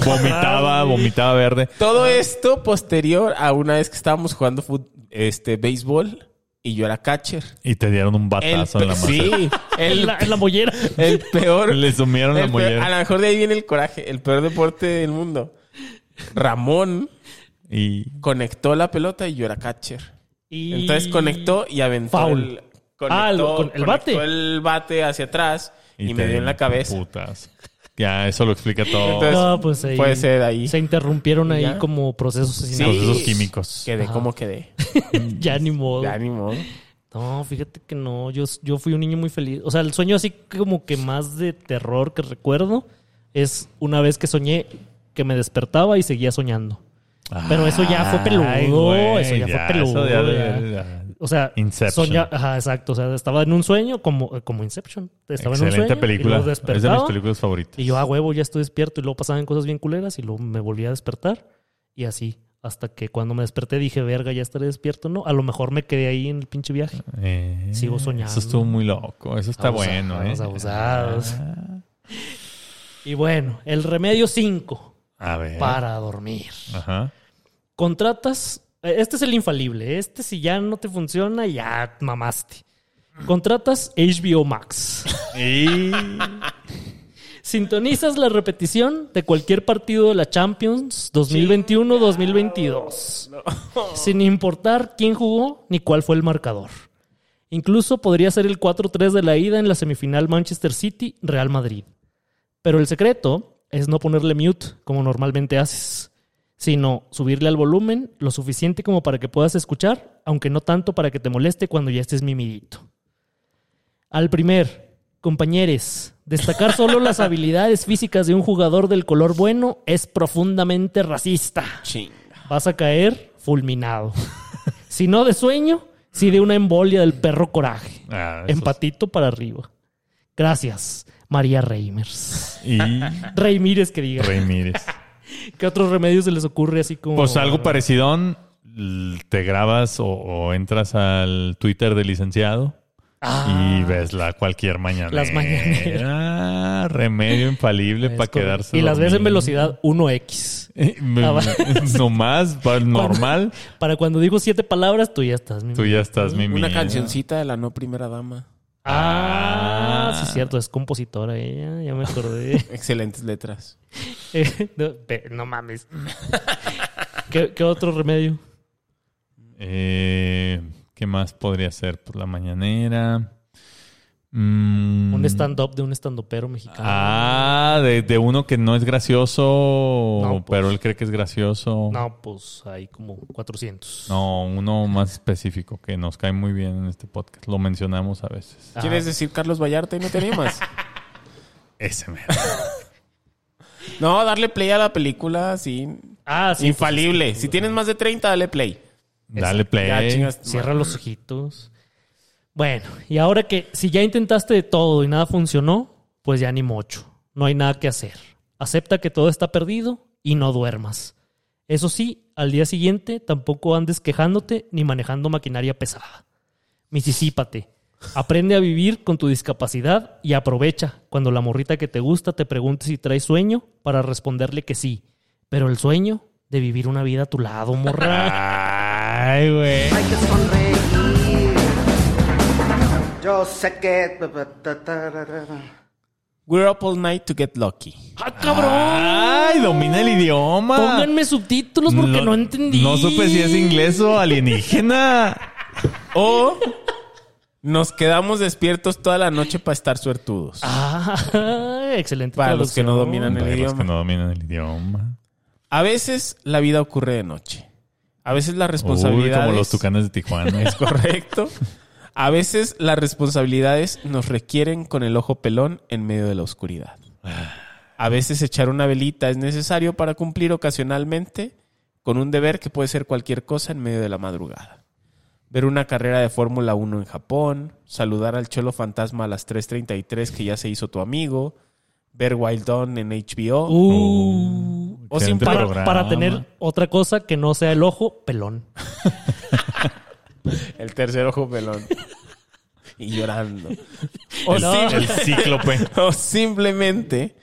Speaker 1: Vo-
Speaker 2: para
Speaker 1: vomitaba,
Speaker 2: atrás, güey.
Speaker 1: vomitaba verde.
Speaker 3: Todo esto posterior a una vez que estábamos jugando fut- este béisbol y yo era catcher.
Speaker 1: Y te dieron un
Speaker 3: El
Speaker 1: batazo en la
Speaker 3: pe-
Speaker 1: mano. [LAUGHS]
Speaker 3: sí,
Speaker 2: En
Speaker 3: el,
Speaker 2: la, en la mollera.
Speaker 3: el peor.
Speaker 1: Le sumieron la
Speaker 3: el peor-
Speaker 1: mollera.
Speaker 3: a lo mejor de ahí viene el coraje. El peor deporte del mundo. Ramón
Speaker 1: Y
Speaker 3: conectó la pelota y yo era catcher.
Speaker 2: Y...
Speaker 3: Entonces conectó y aventó
Speaker 2: Foul.
Speaker 3: el,
Speaker 2: Ah, el- con- el
Speaker 3: conectó
Speaker 2: bate.
Speaker 3: el bate hacia atrás y, me
Speaker 1: te
Speaker 3: dio en la cabeza.
Speaker 1: Putas. Ya, eso lo
Speaker 2: [LAUGHS]
Speaker 1: explica todo.
Speaker 3: Entonces,
Speaker 2: No, pues ahí-
Speaker 3: puede ser ahí.
Speaker 2: Se interrumpieron ahí
Speaker 3: ¿Ya?
Speaker 2: como procesos así.
Speaker 3: Sí.
Speaker 1: Procesos químicos.
Speaker 3: Quedé como quedé.
Speaker 2: [LAUGHS] ya ni modo.
Speaker 3: De ánimo.
Speaker 2: No, fíjate que no. Yo, yo fui un niño muy feliz. O sea, el sueño así como que más de terror que recuerdo es una vez que soñé que me despertaba y seguía soñando. Pero eso ya fue peludo,
Speaker 1: Ay, güey,
Speaker 2: eso ya fue peludo, ya. O sea,
Speaker 1: Inception.
Speaker 2: soña- ajá, exacto. O sea, estaba en un sueño como, como Inception. Estaba en un
Speaker 1: Excelente
Speaker 2: sueño
Speaker 1: película.
Speaker 2: y luego
Speaker 1: es de mis
Speaker 2: despertaba.
Speaker 1: películas favoritas.
Speaker 2: Y yo, a huevo, ya estoy despierto. Y luego pasaban cosas bien culeras y luego me volví a despertar. Y así, hasta que cuando me desperté dije, verga, ya estaré despierto. No, a lo mejor me quedé ahí en el pinche viaje.
Speaker 1: Eh,
Speaker 2: sigo soñando.
Speaker 1: Eso estuvo muy loco. Eso está
Speaker 2: Abusados,
Speaker 1: bueno, ¿eh? Ah.
Speaker 2: abusados. Y bueno, el remedio 5
Speaker 1: Ah, a ver.
Speaker 2: para dormir.
Speaker 1: Ajá.
Speaker 2: Contratas, eh, este es el infalible, este si ya no te funciona, ya mamaste. Contratas HBO Max. [LAUGHS]
Speaker 1: Y
Speaker 2: Sintonizas la repetición de cualquier partido de la Champions 2021-2022. Sin importar quién jugó ni cuál fue el marcador. Incluso podría ser el 4-3 de la ida en la semifinal Manchester City-Real Madrid. Pero el secreto es no ponerle mute como normalmente haces, sino subirle al volumen lo suficiente como para que puedas escuchar, aunque no tanto para que te moleste cuando ya estés mimidito. Al primer, compañeros, destacar solo las habilidades físicas de un jugador del color bueno es profundamente racista.
Speaker 3: Chinga.
Speaker 2: Vas a caer fulminado. [LAUGHS] Si no de sueño, si de una embolia del perro coraje.
Speaker 1: Ah, eso
Speaker 2: Empatito para arriba. Gracias, María Reimers.
Speaker 1: es- y
Speaker 2: Reimires que [LAUGHS] diga.
Speaker 1: Rey Mírez.
Speaker 2: ¿Qué otros remedios se les ocurre así como?
Speaker 1: Pues algo parecido. Te grabas o, o entras al Twitter del licenciado
Speaker 2: Ah,
Speaker 1: y ves la cualquier mañana.
Speaker 2: Las mañaneras.
Speaker 1: remedio infalible
Speaker 2: es
Speaker 1: para
Speaker 2: correcto.
Speaker 1: quedarse.
Speaker 2: Y las ves en
Speaker 1: dormido. [LAUGHS]
Speaker 2: velocidad 1x.
Speaker 1: Eh, me-
Speaker 2: Ah, va.
Speaker 1: [LAUGHS] no
Speaker 2: [LAUGHS]
Speaker 1: más, va normal.
Speaker 2: Para cuando digo siete palabras, tú ya estás. mi
Speaker 1: Tú ya estás mi
Speaker 3: Una cancioncita de la no primera dama.
Speaker 2: Ah,
Speaker 1: Ah.
Speaker 2: sí, es cierto, es compositora ella, ya me
Speaker 1: [LAUGHS]
Speaker 2: acordé. [LAUGHS]
Speaker 3: Excelentes letras.
Speaker 2: Eh, no, pe- no mames. ¿Qué, qué otro remedio?
Speaker 1: Eh, ¿Qué más podría ser? Pues la mañanera. Mm.
Speaker 2: Un stand-up de un stand-upero mexicano.
Speaker 1: Ah, de, de uno que no es gracioso,
Speaker 2: No, pues.
Speaker 1: pero él cree que es gracioso.
Speaker 2: No, pues hay como 400.
Speaker 1: No, uno más específico que nos cae muy bien en este podcast. Lo mencionamos a veces.
Speaker 2: Ah,
Speaker 3: ¿Quieres decir Carlos Vallarta y no
Speaker 2: [LAUGHS]
Speaker 3: te animas?
Speaker 1: Ese mero.
Speaker 3: no, darle play a la película, sí.
Speaker 2: Ah, sí.
Speaker 3: Infalible. si tienes más de 30, dale play.
Speaker 1: [LAUGHS] Dale play.
Speaker 3: Ya chingas.
Speaker 2: pues, cierra los ojitos. Bueno, y ahora que si ya intentaste de todo y nada funcionó, pues ya ni mocho. No hay nada que hacer. Acepta que todo está perdido y no duermas. Eso sí, al día siguiente tampoco andes quejándote ni manejando maquinaria pesada. Misisípate. Aprende a vivir con tu discapacidad y aprovecha cuando la morrita que te gusta te pregunte si traes sueño para responderle que sí. Pero el sueño de vivir una vida a tu lado, morra.
Speaker 1: Ay, güey.
Speaker 4: Hay que sonreír. Yo sé que.
Speaker 3: We're up all night to get lucky.
Speaker 2: ¡Ah, cabrón!
Speaker 1: ¡Ay, domina el idioma!
Speaker 2: Pónganme subtítulos porque no, entendí.
Speaker 1: No supe si es inglés o alienígena.
Speaker 2: [LAUGHS]
Speaker 3: O nos quedamos despiertos toda la noche para estar suertudos.
Speaker 2: Ah, [LAUGHS] excelente.
Speaker 3: Para los que no
Speaker 2: traducción.
Speaker 3: dominan el
Speaker 1: Para los que
Speaker 3: idioma.
Speaker 1: no dominan el idioma.
Speaker 3: A veces la vida ocurre de noche. A veces la
Speaker 1: Uy,
Speaker 3: responsabilidad
Speaker 1: como los tucanes de Tijuana.
Speaker 3: es [LAUGHS] correcto. A veces las responsabilidades nos requieren con el ojo pelón en medio de la oscuridad. A veces echar una velita es necesario para cumplir ocasionalmente con un deber que puede ser cualquier cosa en medio de la madrugada. Ver una carrera de Fórmula 1 en Japón, saludar al Cholo Fantasma a las 3.33 que ya se hizo tu amigo, ver Wild Dawn en HBO.
Speaker 2: Uh,
Speaker 1: Uh,
Speaker 3: o sin
Speaker 1: excelente
Speaker 3: parar,
Speaker 1: programa.
Speaker 2: para, para tener otra cosa que no sea el ojo pelón.
Speaker 3: El tercer ojo pelón. [LAUGHS] Y llorando. O,
Speaker 1: el,
Speaker 3: sim-
Speaker 1: el cíclope.
Speaker 3: o simplemente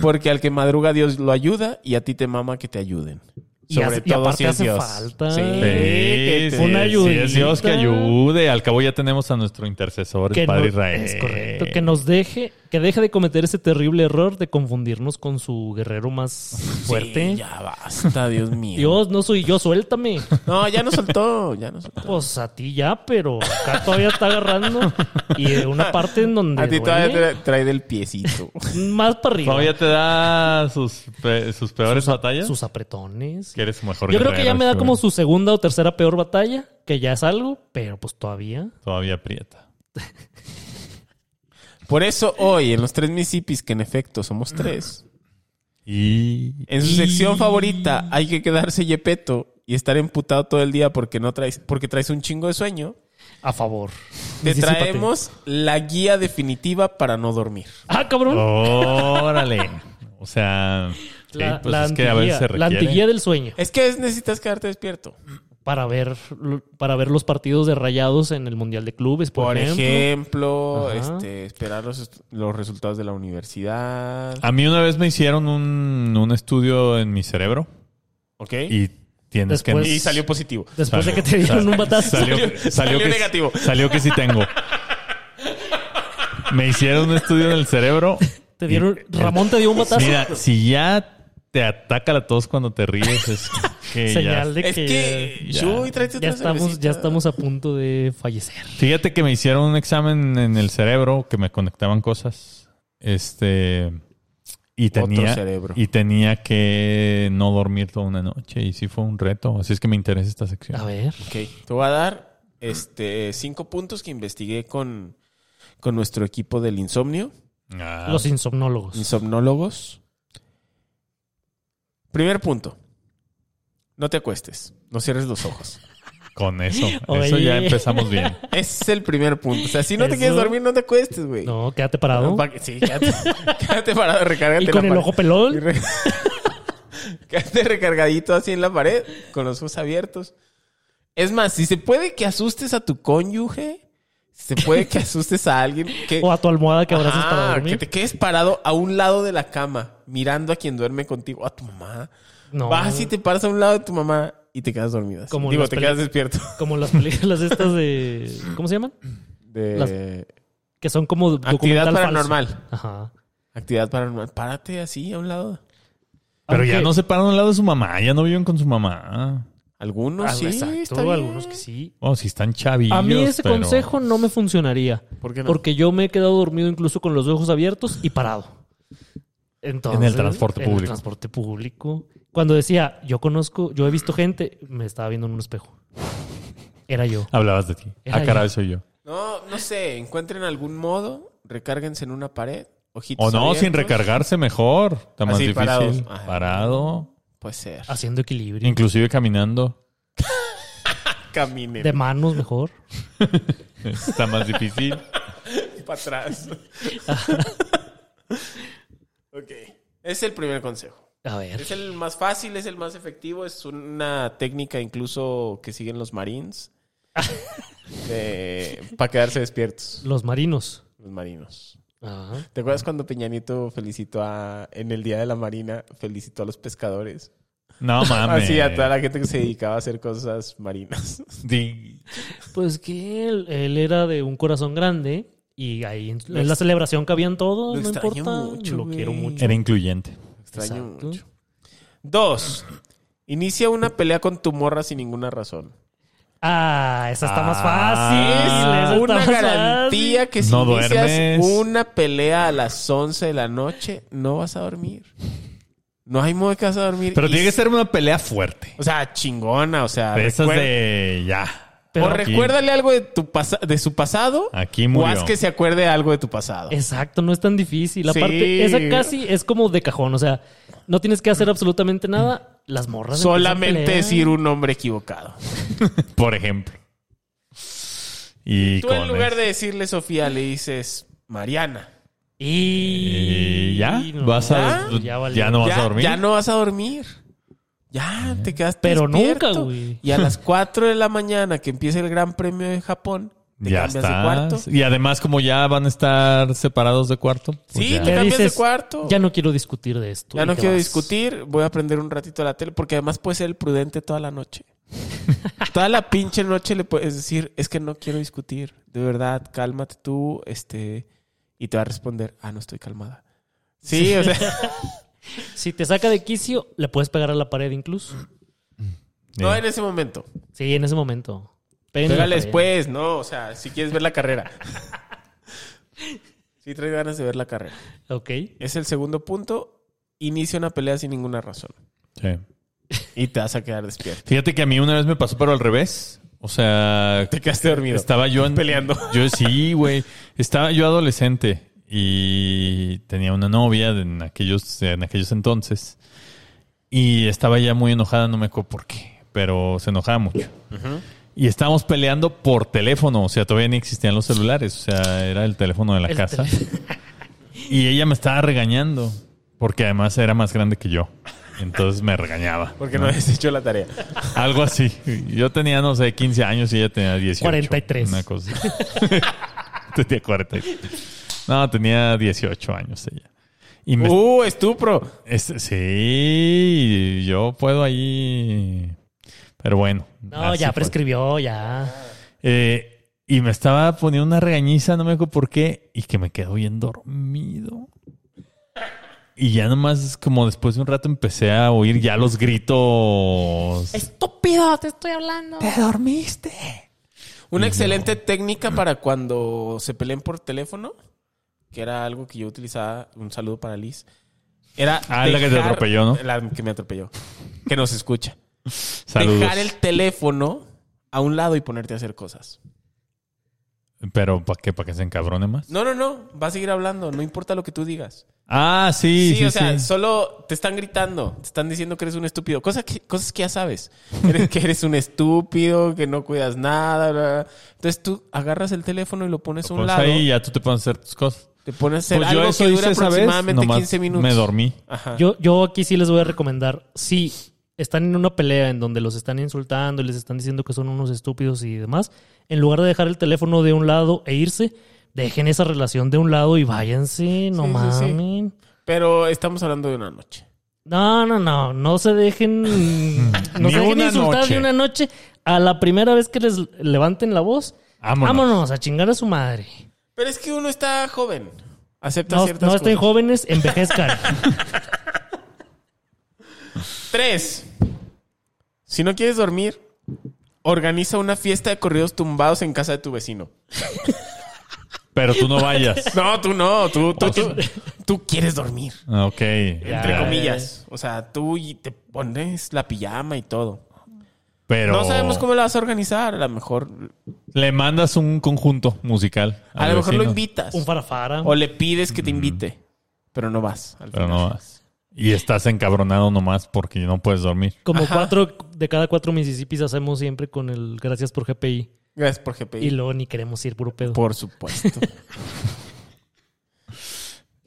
Speaker 3: porque al que madruga Dios lo ayuda y a ti te mama que te ayuden.
Speaker 2: Y hace- y aparte hace falta. eh,
Speaker 3: Sí,
Speaker 1: Sí,
Speaker 3: que te-
Speaker 1: sí,
Speaker 2: Una
Speaker 1: sí, es Dios que
Speaker 2: ayudita.
Speaker 1: ayude. Al cabo ya tenemos a nuestro intercesor, el
Speaker 2: Que
Speaker 1: Padre
Speaker 2: no-
Speaker 1: Israel.
Speaker 2: Es correcto. Que nos deje, que deje de cometer ese terrible error de confundirnos con su guerrero más
Speaker 3: Sí,
Speaker 2: fuerte.
Speaker 3: ya basta, Dios mío.
Speaker 2: Dios, no soy yo, suéltame.
Speaker 3: No, ya no soltó, ya no soltó.
Speaker 2: Pues a ti ya, pero acá todavía está agarrando. Y de una parte en donde.
Speaker 3: A ti
Speaker 2: duele,
Speaker 3: todavía te trae del piecito.
Speaker 2: Más para arriba.
Speaker 1: Todavía te da sus, pe- sus peores batallas.
Speaker 2: Sus apretones.
Speaker 1: Que eres su mejor
Speaker 2: Yo creo que
Speaker 1: guerrero,
Speaker 2: ya me da
Speaker 1: tú.
Speaker 2: como su segunda o tercera peor batalla, que ya es algo, pero pues todavía.
Speaker 1: Todavía aprieta.
Speaker 3: Por eso hoy, en los tres Mississippis, que en efecto somos tres,
Speaker 1: Y...
Speaker 2: ¿Eh?
Speaker 3: en su
Speaker 1: y-
Speaker 3: sección favorita hay que quedarse yepeto y estar emputado todo el día porque no traes, porque traes un chingo de sueño.
Speaker 2: A favor.
Speaker 3: Te
Speaker 2: Misisípate.
Speaker 3: traemos la guía definitiva para no dormir.
Speaker 2: Ah, cabrón.
Speaker 1: Órale. O sea, sí,
Speaker 2: la,
Speaker 1: pues
Speaker 2: la
Speaker 1: es que
Speaker 2: antiguía,
Speaker 1: a veces se
Speaker 2: la
Speaker 1: requiere.
Speaker 2: antiguía del sueño.
Speaker 3: Es que es- necesitas quedarte despierto.
Speaker 2: Para ver, para ver los partidos de rayados en el Mundial de Clubes, por,
Speaker 3: Por
Speaker 2: ejemplo.
Speaker 3: ejemplo,
Speaker 2: Ajá.
Speaker 3: este, esperar los, los resultados de la universidad.
Speaker 2: Ah,
Speaker 1: A mí una vez me hicieron un, un estudio en mi cerebro
Speaker 3: ¿Ok? Y,
Speaker 1: y tienes
Speaker 2: Después-
Speaker 1: que...
Speaker 3: salió positivo.
Speaker 2: Después
Speaker 1: Salió,
Speaker 2: de que te dieron
Speaker 1: salió,
Speaker 2: un batazo.
Speaker 1: Salió,
Speaker 3: Salió-
Speaker 1: salió que,
Speaker 3: salió negativo.
Speaker 1: Salió que sí tengo. Me hicieron un estudio en el cerebro.
Speaker 2: Te dieron,
Speaker 1: Y-
Speaker 2: Ramón te dio un batazo.
Speaker 1: Mira, si ya te ataca la tos cuando te ríes, es que ya-
Speaker 2: Señal de
Speaker 3: Es
Speaker 2: que,
Speaker 3: que,
Speaker 1: ya-
Speaker 3: Chuy, tráete
Speaker 2: ya
Speaker 3: otra
Speaker 2: estamos,
Speaker 3: cervecita.
Speaker 2: ya estamos a punto de fallecer.
Speaker 1: Fíjate que me hicieron un examen en el cerebro que me conectaban cosas. Este. Y
Speaker 3: Otro
Speaker 1: tenía,
Speaker 3: cerebro.
Speaker 1: y tenía que no dormir toda una noche. Y sí fue un reto. Así es que me interesa esta sección.
Speaker 2: A ver.
Speaker 3: Ok, te voy a dar este, cinco puntos que investigué con, con nuestro equipo del insomnio,
Speaker 1: Ah,
Speaker 2: Los insomnólogos.
Speaker 3: insomnólogos. Primer punto. No te acuestes, no cierres los ojos.
Speaker 1: con eso. Eso
Speaker 2: Oye.
Speaker 1: ya empezamos bien.
Speaker 3: Ese es el primer punto. O sea, si no te
Speaker 2: Eso-
Speaker 3: quieres dormir, no te acuestes, güey.
Speaker 2: No, quédate parado.
Speaker 3: Pa' que- Sí, quédate, [LAUGHS] quédate parado, recárgate
Speaker 2: Y con
Speaker 3: la
Speaker 2: el
Speaker 3: pared.
Speaker 2: ojo
Speaker 3: Y
Speaker 2: pelón.
Speaker 3: re- [LAUGHS] quédate recargadito así en la pared, con los ojos abiertos. Es más, si se puede que asustes a tu cónyuge, si se puede que asustes a alguien que...
Speaker 2: [LAUGHS] O a tu almohada que abrazas
Speaker 3: Eh, Ajá,
Speaker 2: para
Speaker 3: que
Speaker 2: dormir.
Speaker 3: te quedes parado a un lado de la cama, mirando a quien duerme contigo, a tu mamá.
Speaker 2: No.
Speaker 3: Vas y te paras a un lado de tu mamá y te quedas dormido. así.
Speaker 2: Como en
Speaker 3: Digo,
Speaker 2: las
Speaker 3: te
Speaker 2: peli-
Speaker 3: quedas despierto.
Speaker 2: Como las películas estas de. ¿Cómo se llaman?
Speaker 3: De...
Speaker 2: Que son como
Speaker 3: Actividad
Speaker 2: documental falso.
Speaker 3: paranormal.
Speaker 2: Ajá.
Speaker 3: Actividad paranormal. Párate así a un lado.
Speaker 1: Pero ya
Speaker 2: Aunque-
Speaker 1: no se paran al lado de su mamá. Ya no viven con su mamá.
Speaker 3: Algunos
Speaker 2: Ah,
Speaker 3: sí,
Speaker 2: exacto,
Speaker 3: está bien.
Speaker 2: algunos que sí.
Speaker 1: Bueno, si están chavillos.
Speaker 2: A mí ese
Speaker 1: pero-
Speaker 2: consejo no me funcionaría.
Speaker 3: ¿Por qué no?
Speaker 2: Porque yo me he quedado dormido incluso con los ojos abiertos y parado. Entonces,
Speaker 1: En el transporte
Speaker 2: en el
Speaker 1: público.
Speaker 2: transporte público. Cuando decía, yo conozco, yo he visto gente, me estaba viendo en un espejo. Era yo.
Speaker 1: Hablabas de ti.
Speaker 2: Era
Speaker 1: Ah, caray,
Speaker 2: yo.
Speaker 1: soy yo.
Speaker 3: No, no sé. Encuentren algún modo, recárguense en una pared, ojitos
Speaker 1: O no, sin
Speaker 3: abiertos.
Speaker 1: recargarse mejor. Está más
Speaker 3: Así,
Speaker 1: difícil.
Speaker 3: parados. Ajá.
Speaker 1: Parado.
Speaker 3: Puede ser.
Speaker 2: Haciendo equilibrio.
Speaker 1: Inclusive caminando.
Speaker 3: Caminen
Speaker 2: De manos mejor.
Speaker 1: Está más difícil.
Speaker 3: para atrás. [LAUGHS] ok. Es el primer consejo.
Speaker 2: A ver.
Speaker 3: Es el más fácil, es el más efectivo. Es una técnica incluso que siguen los [LAUGHS] marines. para quedarse despiertos,
Speaker 2: Los marinos.
Speaker 3: los marinos.
Speaker 2: Ajá.
Speaker 3: ¿Te acuerdas cuando Peñanito felicitó a, en el Día de la Marina, felicitó a los pescadores?
Speaker 1: No mames.
Speaker 3: [LAUGHS] Así a toda la gente que se dedicaba a hacer cosas marinas.
Speaker 1: Di-
Speaker 2: Pues que él, él era de un corazón grande Y ahí en en la celebración cabían todos, [LAUGHS]
Speaker 3: lo
Speaker 2: no
Speaker 3: extraño
Speaker 2: importa.
Speaker 3: mucho,
Speaker 2: lo
Speaker 3: güey.
Speaker 2: quiero mucho.
Speaker 1: Era incluyente.
Speaker 3: Extraño
Speaker 2: Exacto.
Speaker 3: mucho. Dos. Inicia una pelea con tu morra sin ninguna razón.
Speaker 2: Ah, esa está más
Speaker 1: Ah,
Speaker 2: fácil. esa
Speaker 3: Una
Speaker 2: está más
Speaker 3: garantía que si
Speaker 1: No
Speaker 3: inicias
Speaker 1: duermes.
Speaker 3: una pelea a las 11 de la noche, no vas a dormir. No hay modo de que vas a dormir.
Speaker 1: Pero
Speaker 3: Y
Speaker 1: tiene que
Speaker 3: si-
Speaker 1: ser una pelea fuerte.
Speaker 3: O sea, chingona, o sea.
Speaker 1: De esas
Speaker 3: recuer-
Speaker 1: de ya.
Speaker 2: Pero
Speaker 3: o
Speaker 1: aquí-
Speaker 3: recuérdale algo de, tu pasa- de su pasado.
Speaker 1: Aquí
Speaker 3: o
Speaker 1: murió.
Speaker 3: haz que se acuerde algo de tu pasado.
Speaker 2: Exacto, no es tan difícil.
Speaker 3: Sí.
Speaker 2: Aparte, esa casi es como de cajón. O sea, no tienes que hacer absolutamente nada. Las morras. empiezan a
Speaker 3: Solamente
Speaker 2: pelear.
Speaker 3: decir un nombre equivocado.
Speaker 1: Por ejemplo. Y
Speaker 3: Tú
Speaker 1: con
Speaker 3: en lugar
Speaker 1: eso.
Speaker 3: de decirle Sofía, le dices Mariana.
Speaker 2: Y,
Speaker 1: Y Eh, ya,
Speaker 2: no,
Speaker 1: vas a,
Speaker 2: ya,
Speaker 1: ya,
Speaker 2: valió.
Speaker 1: no vas
Speaker 3: ya,
Speaker 1: a dormir.
Speaker 3: ya no vas a dormir. Ya, te quedaste
Speaker 2: Pero
Speaker 3: despierto.
Speaker 2: nunca, güey.
Speaker 3: Y a las 4 de la mañana que empieza el Gran Premio de Japón, te
Speaker 1: Ya
Speaker 3: cambias de cuarto.
Speaker 1: estás. Y además, como ya van a estar separados de cuarto. pues
Speaker 3: sí,
Speaker 1: ya.
Speaker 3: te
Speaker 2: Le
Speaker 3: cambias
Speaker 2: dices,
Speaker 3: de cuarto.
Speaker 2: Ya no quiero discutir de esto.
Speaker 3: Ya
Speaker 2: y
Speaker 3: no
Speaker 2: te
Speaker 3: quiero
Speaker 2: vas.
Speaker 3: discutir, voy a prender un ratito la tele, porque además puedes ser el prudente toda la noche. [LAUGHS] toda la pinche noche le puedes decir, es que no quiero discutir, de verdad, cálmate tú, este, y te va a responder, ah, no estoy calmada. Sí, o
Speaker 2: [LAUGHS]
Speaker 3: sea,
Speaker 2: Si te saca de quicio, le puedes pegar a la pared incluso.
Speaker 3: no en ese momento.
Speaker 2: Sí, en ese momento. Pégale a la
Speaker 3: Pégale
Speaker 2: pared.
Speaker 3: después, no, o sea, si quieres ver
Speaker 2: [LAUGHS]
Speaker 3: la carrera. Si traes ganas de ver la carrera.
Speaker 2: Ok.
Speaker 3: Es el segundo punto, inicia una pelea sin ninguna razón.
Speaker 1: Sí.
Speaker 3: Y te vas a quedar despierto.
Speaker 1: Fíjate que a mí una vez me pasó, pero al revés. O sea,
Speaker 3: Te quedaste dormido.
Speaker 1: estaba yo en-
Speaker 3: peleando.
Speaker 1: [LAUGHS] Yo sí, güey. Estaba yo adolescente y tenía una novia de- en aquellos, en aquellos entonces. Y estaba ya muy enojada, no me acuerdo por qué, pero se enojaba mucho. Y estábamos peleando por teléfono, o sea, todavía ni existían los celulares, o sea, era el teléfono de la
Speaker 2: El
Speaker 1: casa. [LAUGHS] Y ella me estaba regañando, porque además era más grande que yo. Entonces me regañaba.
Speaker 3: Porque no habías hecho la tarea.
Speaker 1: Algo así. Yo tenía, no sé, 15 años y ella tenía 18.
Speaker 2: 43.
Speaker 1: Una cosa. así. [LAUGHS] tenía 43. No, tenía 18 años ella. Y me-
Speaker 3: ¡Uh, estupro!
Speaker 1: es- sí, yo puedo ahí. Pero bueno.
Speaker 2: No,
Speaker 1: así
Speaker 2: ya
Speaker 1: Ah, fue.
Speaker 2: prescribió, ya.
Speaker 1: Eh, y me estaba poniendo una regañiza, no me acuerdo por qué, y que me quedo bien dormido. Y ya nomás, como después de un rato, empecé a oír ya los gritos.
Speaker 2: Estúpido, te estoy hablando.
Speaker 1: ¡Te dormiste!
Speaker 3: Una excelente técnica para cuando se peleen por teléfono, que era algo que yo utilizaba, un saludo para Liz. Era
Speaker 1: Ah, la que te
Speaker 3: dejar-
Speaker 1: atropelló, ¿no?
Speaker 3: La que me atropelló. Que nos escucha.
Speaker 1: Saludos.
Speaker 3: Dejar el teléfono a un lado y ponerte a hacer cosas.
Speaker 1: Pero ¿para qué? ¿Para que se encabrone más?
Speaker 3: No, no, no. Va a seguir hablando. No importa lo que tú digas.
Speaker 1: Ah, sí,
Speaker 3: Sí,
Speaker 1: sí, sí.
Speaker 3: o sea, solo te están gritando. Te están diciendo que eres un estúpido. Cosa que, cosas que
Speaker 1: [LAUGHS]
Speaker 3: ya sabes. Eres- que eres un estúpido, que no cuidas nada. bla, bla, bla. Entonces tú agarras el teléfono y lo pones a un
Speaker 1: Pones
Speaker 3: lado.
Speaker 1: Pues ahí y ya tú te pones a hacer tus cosas.
Speaker 3: Te pones a hacer
Speaker 1: Pues yo
Speaker 3: algo
Speaker 1: eso
Speaker 3: que
Speaker 1: hice
Speaker 3: dura
Speaker 1: esa vez.
Speaker 3: aproximadamente
Speaker 1: nomás
Speaker 3: 15 minutos. Ah.
Speaker 1: Me dormí.
Speaker 3: Ajá.
Speaker 2: Yo, yo aquí sí les voy a recomendar, si están en una pelea en donde los están insultando y les están diciendo que son unos estúpidos y demás, en lugar de dejar el teléfono de un lado e irse, dejen esa relación de un lado y váyanse, no
Speaker 3: Sí, sí, sí.
Speaker 2: mamen.
Speaker 3: Pero estamos hablando de una noche.
Speaker 2: No, no, no, no se dejen, no
Speaker 1: Ni
Speaker 2: se dejen
Speaker 1: una
Speaker 2: insultar
Speaker 1: noche.
Speaker 2: de una noche a la primera vez que les levanten la voz.
Speaker 1: Vámonos.
Speaker 2: Vámonos a chingar a su madre.
Speaker 3: Pero es que uno está joven. Acepta
Speaker 2: No,
Speaker 3: ciertas
Speaker 2: no estén
Speaker 3: cosas.
Speaker 1: [LAUGHS]
Speaker 2: jóvenes, envejezcan.
Speaker 3: Tres. Si no quieres dormir, organiza una fiesta de corridos tumbados en casa de tu vecino.
Speaker 1: Pero tú no
Speaker 3: [LAUGHS]
Speaker 1: vayas.
Speaker 3: No, tú no. Tú, tú, tú, tú quieres dormir.
Speaker 1: Ah, ok.
Speaker 3: Entre
Speaker 1: Ya.
Speaker 3: comillas. O sea, tú y te pones la pijama y todo.
Speaker 1: Pero
Speaker 3: No sabemos cómo la vas a organizar. A lo mejor,
Speaker 1: le mandas un conjunto musical.
Speaker 3: a
Speaker 1: al
Speaker 3: lo mejor lo
Speaker 1: vecino,
Speaker 3: invitas.
Speaker 2: Un farafara.
Speaker 3: O le pides que te invite. Pero no vas. al
Speaker 1: Mm. Pero
Speaker 3: final.
Speaker 1: no vas. Y estás encabronado nomás porque no puedes dormir.
Speaker 2: Como cuatro de cada cuatro Mississippis hacemos siempre con el gracias por GPI.
Speaker 3: Gracias por GPI.
Speaker 2: Y luego ni queremos ir puro pedo.
Speaker 1: [LAUGHS]
Speaker 3: Por supuesto.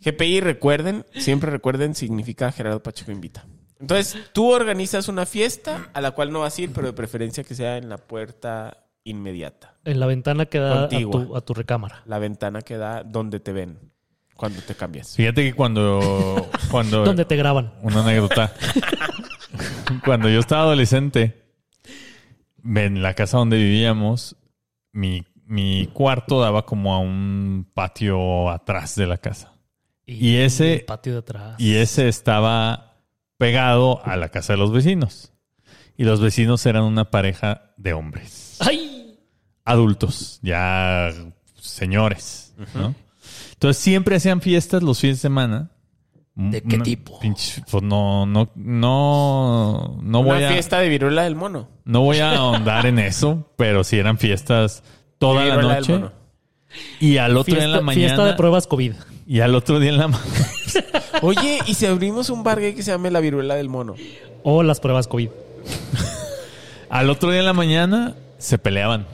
Speaker 3: GPI, recuerden, siempre recuerden, significa Gerardo Pacheco invita. Entonces, tú organizas una fiesta a la cual no vas a ir, pero de preferencia que sea en la puerta inmediata.
Speaker 2: En la ventana que da a
Speaker 3: Contigua.
Speaker 2: tu, a tu recámara.
Speaker 3: La ventana que da donde te ven cuando te cambias.
Speaker 1: Fíjate que
Speaker 3: [LAUGHS]
Speaker 1: cuando. cuando
Speaker 2: Donde te graban.
Speaker 1: una anécdota. Cuando yo estaba adolescente, en la casa donde vivíamos, mi, mi cuarto daba como a un patio atrás de la casa. Y ese-
Speaker 2: el patio de atrás.
Speaker 1: Y ese estaba pegado a la casa de los vecinos. Y los vecinos eran una pareja de hombres,
Speaker 2: ¡Ay!
Speaker 1: adultos, ya señores. ¿no? Entonces siempre hacían fiestas los fines de semana.
Speaker 2: ¿De qué
Speaker 1: Una
Speaker 2: tipo?
Speaker 1: pinche- pues no, no, no, no voy
Speaker 3: Una
Speaker 1: a.
Speaker 3: fiesta de viruela del mono.
Speaker 1: No voy a ahondar en eso, pero si eran fiestas toda la
Speaker 3: Viruela del
Speaker 1: noche.
Speaker 3: mono.
Speaker 1: Y al otro
Speaker 2: Fiesta,
Speaker 1: día en la mañana.
Speaker 2: fiesta de pruebas COVID.
Speaker 1: Y al otro día en la mañana.
Speaker 3: Oye, ¿y si abrimos un bar gay que se llame la viruela del mono?
Speaker 2: O las pruebas COVID.
Speaker 1: [LAUGHS] Al otro día en la mañana se peleaban.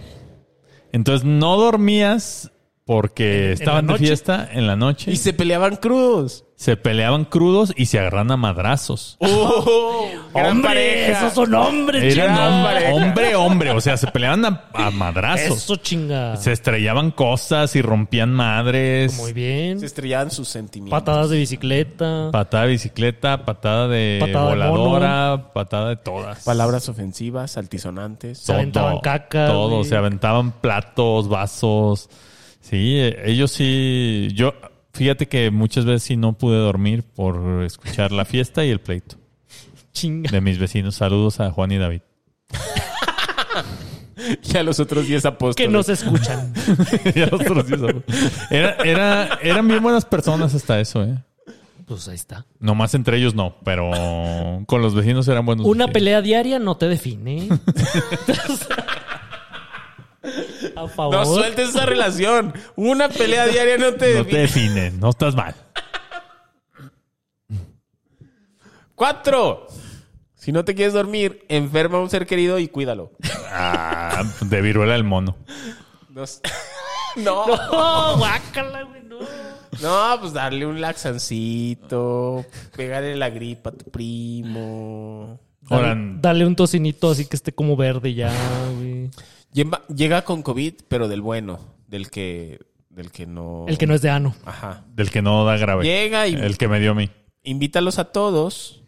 Speaker 1: Entonces no dormías porque estaban de
Speaker 2: noche?
Speaker 1: fiesta en la noche.
Speaker 3: Y
Speaker 1: se...
Speaker 3: se peleaban crudos.
Speaker 1: peleaban crudos y se agarran a madrazos.
Speaker 3: ¡Oh! ¡Gran
Speaker 2: ¡Hombre!
Speaker 3: pareja!
Speaker 2: ¡Esos son hombres,
Speaker 1: Eran
Speaker 2: chinga! [LAUGHS]
Speaker 1: hombre, hombre, hombre. O sea, se peleaban a, a madrazos.
Speaker 2: ¡Eso, chinga!
Speaker 1: Se estrellaban cosas y rompían madres.
Speaker 2: Muy bien.
Speaker 3: Se estrellaban sus sentimientos.
Speaker 2: Patadas de bicicleta.
Speaker 1: Patada de bicicleta, patada de
Speaker 2: Patada de
Speaker 1: voladora, patada de todas.
Speaker 3: Palabras ofensivas, altisonantes. [LAUGHS]
Speaker 2: Se aventaban caca,
Speaker 1: Todo,
Speaker 2: güey.
Speaker 1: se aventaban platos, vasos. Sí, eh, ellos sí. Yo, fíjate que muchas veces sí no pude dormir por escuchar la fiesta y el pleito
Speaker 2: chinga.
Speaker 1: de mis vecinos. Saludos a Juan y David. [LAUGHS]
Speaker 3: Y a los otros 10 apóstoles.
Speaker 2: Que nos escuchan.
Speaker 1: Y a los otros sí saludos. Era- era- eran bien buenas personas hasta eso, ¿eh?
Speaker 2: pues ahí está.
Speaker 1: Nomás entre ellos no, pero con los vecinos eran buenos.
Speaker 2: Una
Speaker 1: vecinos.
Speaker 2: pelea diaria no te
Speaker 3: [LAUGHS]
Speaker 2: define. A favor.
Speaker 3: No
Speaker 2: [LAUGHS]
Speaker 3: sueltes esa relación. Una pelea diaria no te...
Speaker 1: No te define, no estás mal.
Speaker 3: Cuatro. Si no te quieres dormir, enferma a un ser querido y cuídalo.
Speaker 1: Ah, de viruela del mono.
Speaker 3: Dos. [LAUGHS] No, no,
Speaker 2: No, Oh, guácala, güey, no.
Speaker 3: pues darle un laxancito, pegarle la gripa a tu primo.
Speaker 1: Ahora,
Speaker 2: Dale, dale un tocinito así que esté como verde ya, güey.
Speaker 3: Lleva- Llega con COVID, pero del bueno, del que, del que no.
Speaker 2: El que no es de ano.
Speaker 3: Ajá.
Speaker 1: del que no da grave.
Speaker 3: Llega y
Speaker 1: El que me dio a mí.
Speaker 3: invítalos a todos.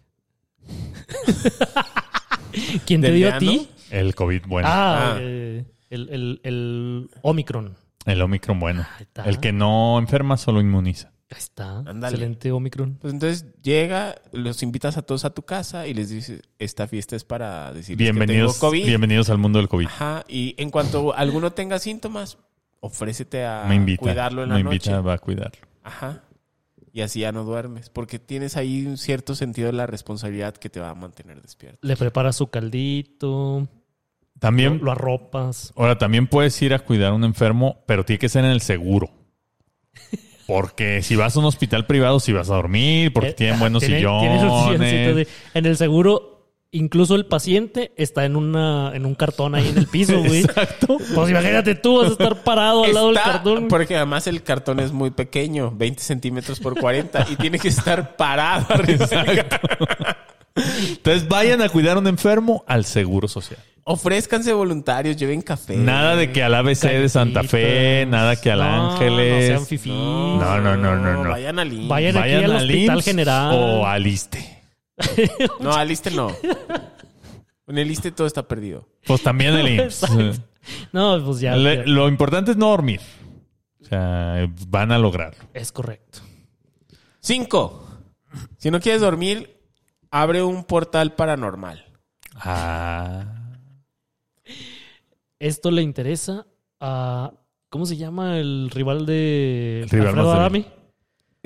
Speaker 2: ¿Quién te
Speaker 3: ¿Del
Speaker 2: dio
Speaker 3: de
Speaker 2: a ti?
Speaker 3: ano?
Speaker 1: El COVID bueno.
Speaker 2: Ah,
Speaker 3: Ah.
Speaker 2: eh, el, el- el Omicron.
Speaker 1: El Omicron bueno.
Speaker 2: Ahí está.
Speaker 1: El que no enferma solo inmuniza.
Speaker 2: Ahí está.
Speaker 3: Ándale.
Speaker 2: Excelente Omicron.
Speaker 3: Pues entonces llega, los invitas a todos a tu casa y les dices, esta fiesta es para decir
Speaker 1: Bienvenidos,
Speaker 3: COVID.
Speaker 1: bienvenidos al mundo del COVID.
Speaker 3: Ajá. Y en cuanto alguno tenga síntomas, ofrécete a
Speaker 1: me invita.
Speaker 3: Ah, cuidarlo en
Speaker 1: me
Speaker 3: la
Speaker 1: invita,
Speaker 3: noche.
Speaker 1: va a cuidarlo.
Speaker 3: Ajá. Y así ya no duermes, porque tienes ahí un cierto sentido de la responsabilidad que te va a mantener despierto.
Speaker 2: Le preparas su caldito. Lo,
Speaker 3: Em.
Speaker 1: También,
Speaker 2: lo arropas.
Speaker 1: ahora, también puedes ir a cuidar a un enfermo, pero tiene que ser en el seguro. Porque si vas a un hospital privado, si vas a dormir, porque
Speaker 2: Eh,
Speaker 1: tienen buenos
Speaker 2: tiene- tiene
Speaker 1: sillones.
Speaker 2: los silloncitos de- en el seguro, incluso el paciente está en una en un cartón ahí en el piso,
Speaker 1: [LAUGHS]
Speaker 2: güey. Exacto. Pues imagínate tú, vas a estar parado al lado del
Speaker 3: Está-
Speaker 2: cartón.
Speaker 3: Porque además el cartón es muy pequeño, 20 centímetros por 40, y tiene que estar parado [LAUGHS] arriba del cartón.
Speaker 1: Entonces vayan a cuidar a un enfermo al seguro social.
Speaker 3: Ofrézcanse voluntarios, lleven café.
Speaker 1: Nada de que al ABC de Santa Fe,
Speaker 2: Galletitas.
Speaker 1: nada que al
Speaker 2: Eh, No, No
Speaker 1: Ángeles.
Speaker 2: sean fifís.
Speaker 1: No, no, no, no, no.
Speaker 3: Vayan al IMSS.
Speaker 2: Vayan- aquí al
Speaker 1: al
Speaker 2: Hospital
Speaker 1: IMSS
Speaker 2: General.
Speaker 1: O al ISTE.
Speaker 3: No, al ISSSTE E no. En el ISSSTE E todo está perdido.
Speaker 1: Pues también el IMSS.
Speaker 2: [LAUGHS] Exacto. No, pues ya.
Speaker 1: Eh, Le-
Speaker 2: ya.
Speaker 1: lo importante es no dormir. O sea, van a lograrlo.
Speaker 2: Es correcto.
Speaker 3: Cinco. Si no quieres dormir, abre un portal paranormal.
Speaker 1: Ah,
Speaker 2: Esto le interesa a. ¿Cómo se llama el rival de
Speaker 1: El rival
Speaker 2: Alfredo
Speaker 1: más
Speaker 2: Adame?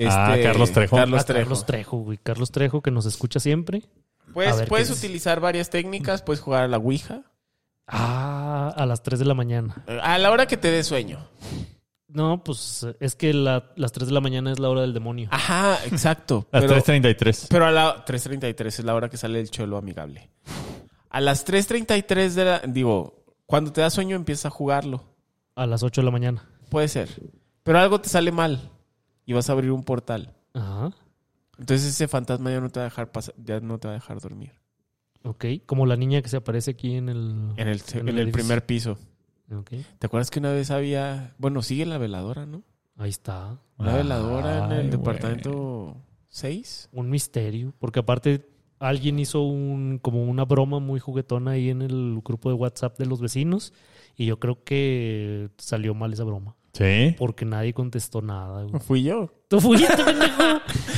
Speaker 1: Ah, Carlos Trejo.
Speaker 3: Este, Carlos
Speaker 2: A Carlos
Speaker 3: Trejo.
Speaker 2: Trejo, güey. Carlos Trejo que nos escucha siempre. A
Speaker 3: Pues,
Speaker 2: ver,
Speaker 3: puedes
Speaker 2: ¿qué es?
Speaker 3: utilizar varias técnicas, puedes jugar a la Ouija.
Speaker 2: Ah, a las 3 de la mañana.
Speaker 3: A la hora que te dé sueño.
Speaker 2: No, pues es que la- las 3 de la mañana es la hora del demonio.
Speaker 3: Ajá,
Speaker 1: [LAUGHS]
Speaker 3: exacto.
Speaker 1: las
Speaker 3: Pero,
Speaker 1: 3.33.
Speaker 3: pero a la 3.33 es la hora que sale el cholo amigable. A las 3.33 de la... Digo, cuando te da sueño empieza a jugarlo.
Speaker 2: A las 8 de la mañana.
Speaker 3: Puede ser. Pero algo te sale mal y vas a abrir un portal.
Speaker 2: Ajá.
Speaker 3: Entonces ese fantasma ya no te va a dejar pasar, ya no te va a dejar dormir.
Speaker 2: Ok. Como la niña que se aparece aquí en el.
Speaker 3: En el,
Speaker 2: el
Speaker 3: en el
Speaker 2: edificio.
Speaker 3: primer piso.
Speaker 2: Ok.
Speaker 3: ¿Te acuerdas que una vez había... Bueno, sigue la veladora, ¿no?
Speaker 2: Ahí está.
Speaker 3: Una
Speaker 1: Ay,
Speaker 3: veladora en el
Speaker 1: güey.
Speaker 3: departamento 6.
Speaker 2: Un misterio. Porque aparte. Alguien hizo un, como una broma muy juguetona ahí en el grupo de WhatsApp de los vecinos y Y yo creo que salió mal esa broma.
Speaker 1: Sí.
Speaker 2: Porque nadie contestó nada,
Speaker 3: [LAUGHS]
Speaker 2: güey.
Speaker 3: Fui yo.
Speaker 2: Tú fuiste, pendejo.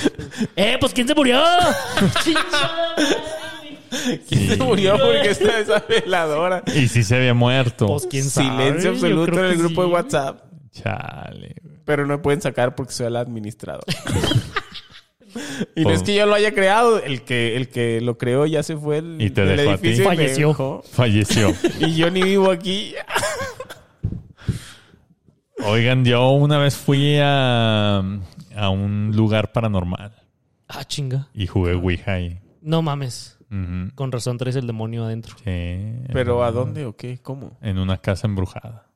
Speaker 2: [LAUGHS] ¡Eh, pues quién se murió! Chingada madre.
Speaker 3: ¿Quién se murió porque está esa veladora?
Speaker 1: Y si se había muerto.
Speaker 2: Pues quién sabe.
Speaker 3: Silencio
Speaker 2: Yo
Speaker 3: absoluto
Speaker 2: creo
Speaker 3: en el
Speaker 2: que
Speaker 3: grupo de
Speaker 2: sí.
Speaker 3: WhatsApp.
Speaker 1: Chale. güey.
Speaker 3: Pero no me pueden sacar porque soy el administrador. [LAUGHS] y no
Speaker 1: Por-
Speaker 3: es que yo lo haya creado. El que, el que lo creó ya se fue el,
Speaker 1: Y te
Speaker 3: del
Speaker 1: dejó a ti.
Speaker 3: edificio. y me
Speaker 2: Falleció.
Speaker 3: dejó.
Speaker 1: Falleció.
Speaker 3: Y yo ni
Speaker 1: [LAUGHS]
Speaker 3: vivo aquí.
Speaker 1: Oigan, yo una vez fui a, a un lugar paranormal
Speaker 2: Ah, chinga.
Speaker 1: y jugué Ouija ahí.
Speaker 2: No mames.
Speaker 1: Ujú.
Speaker 2: Con razón traes el demonio adentro.
Speaker 1: Sí.
Speaker 3: Pero ¿a dónde o qué? ¿Cómo?
Speaker 1: En una casa embrujada.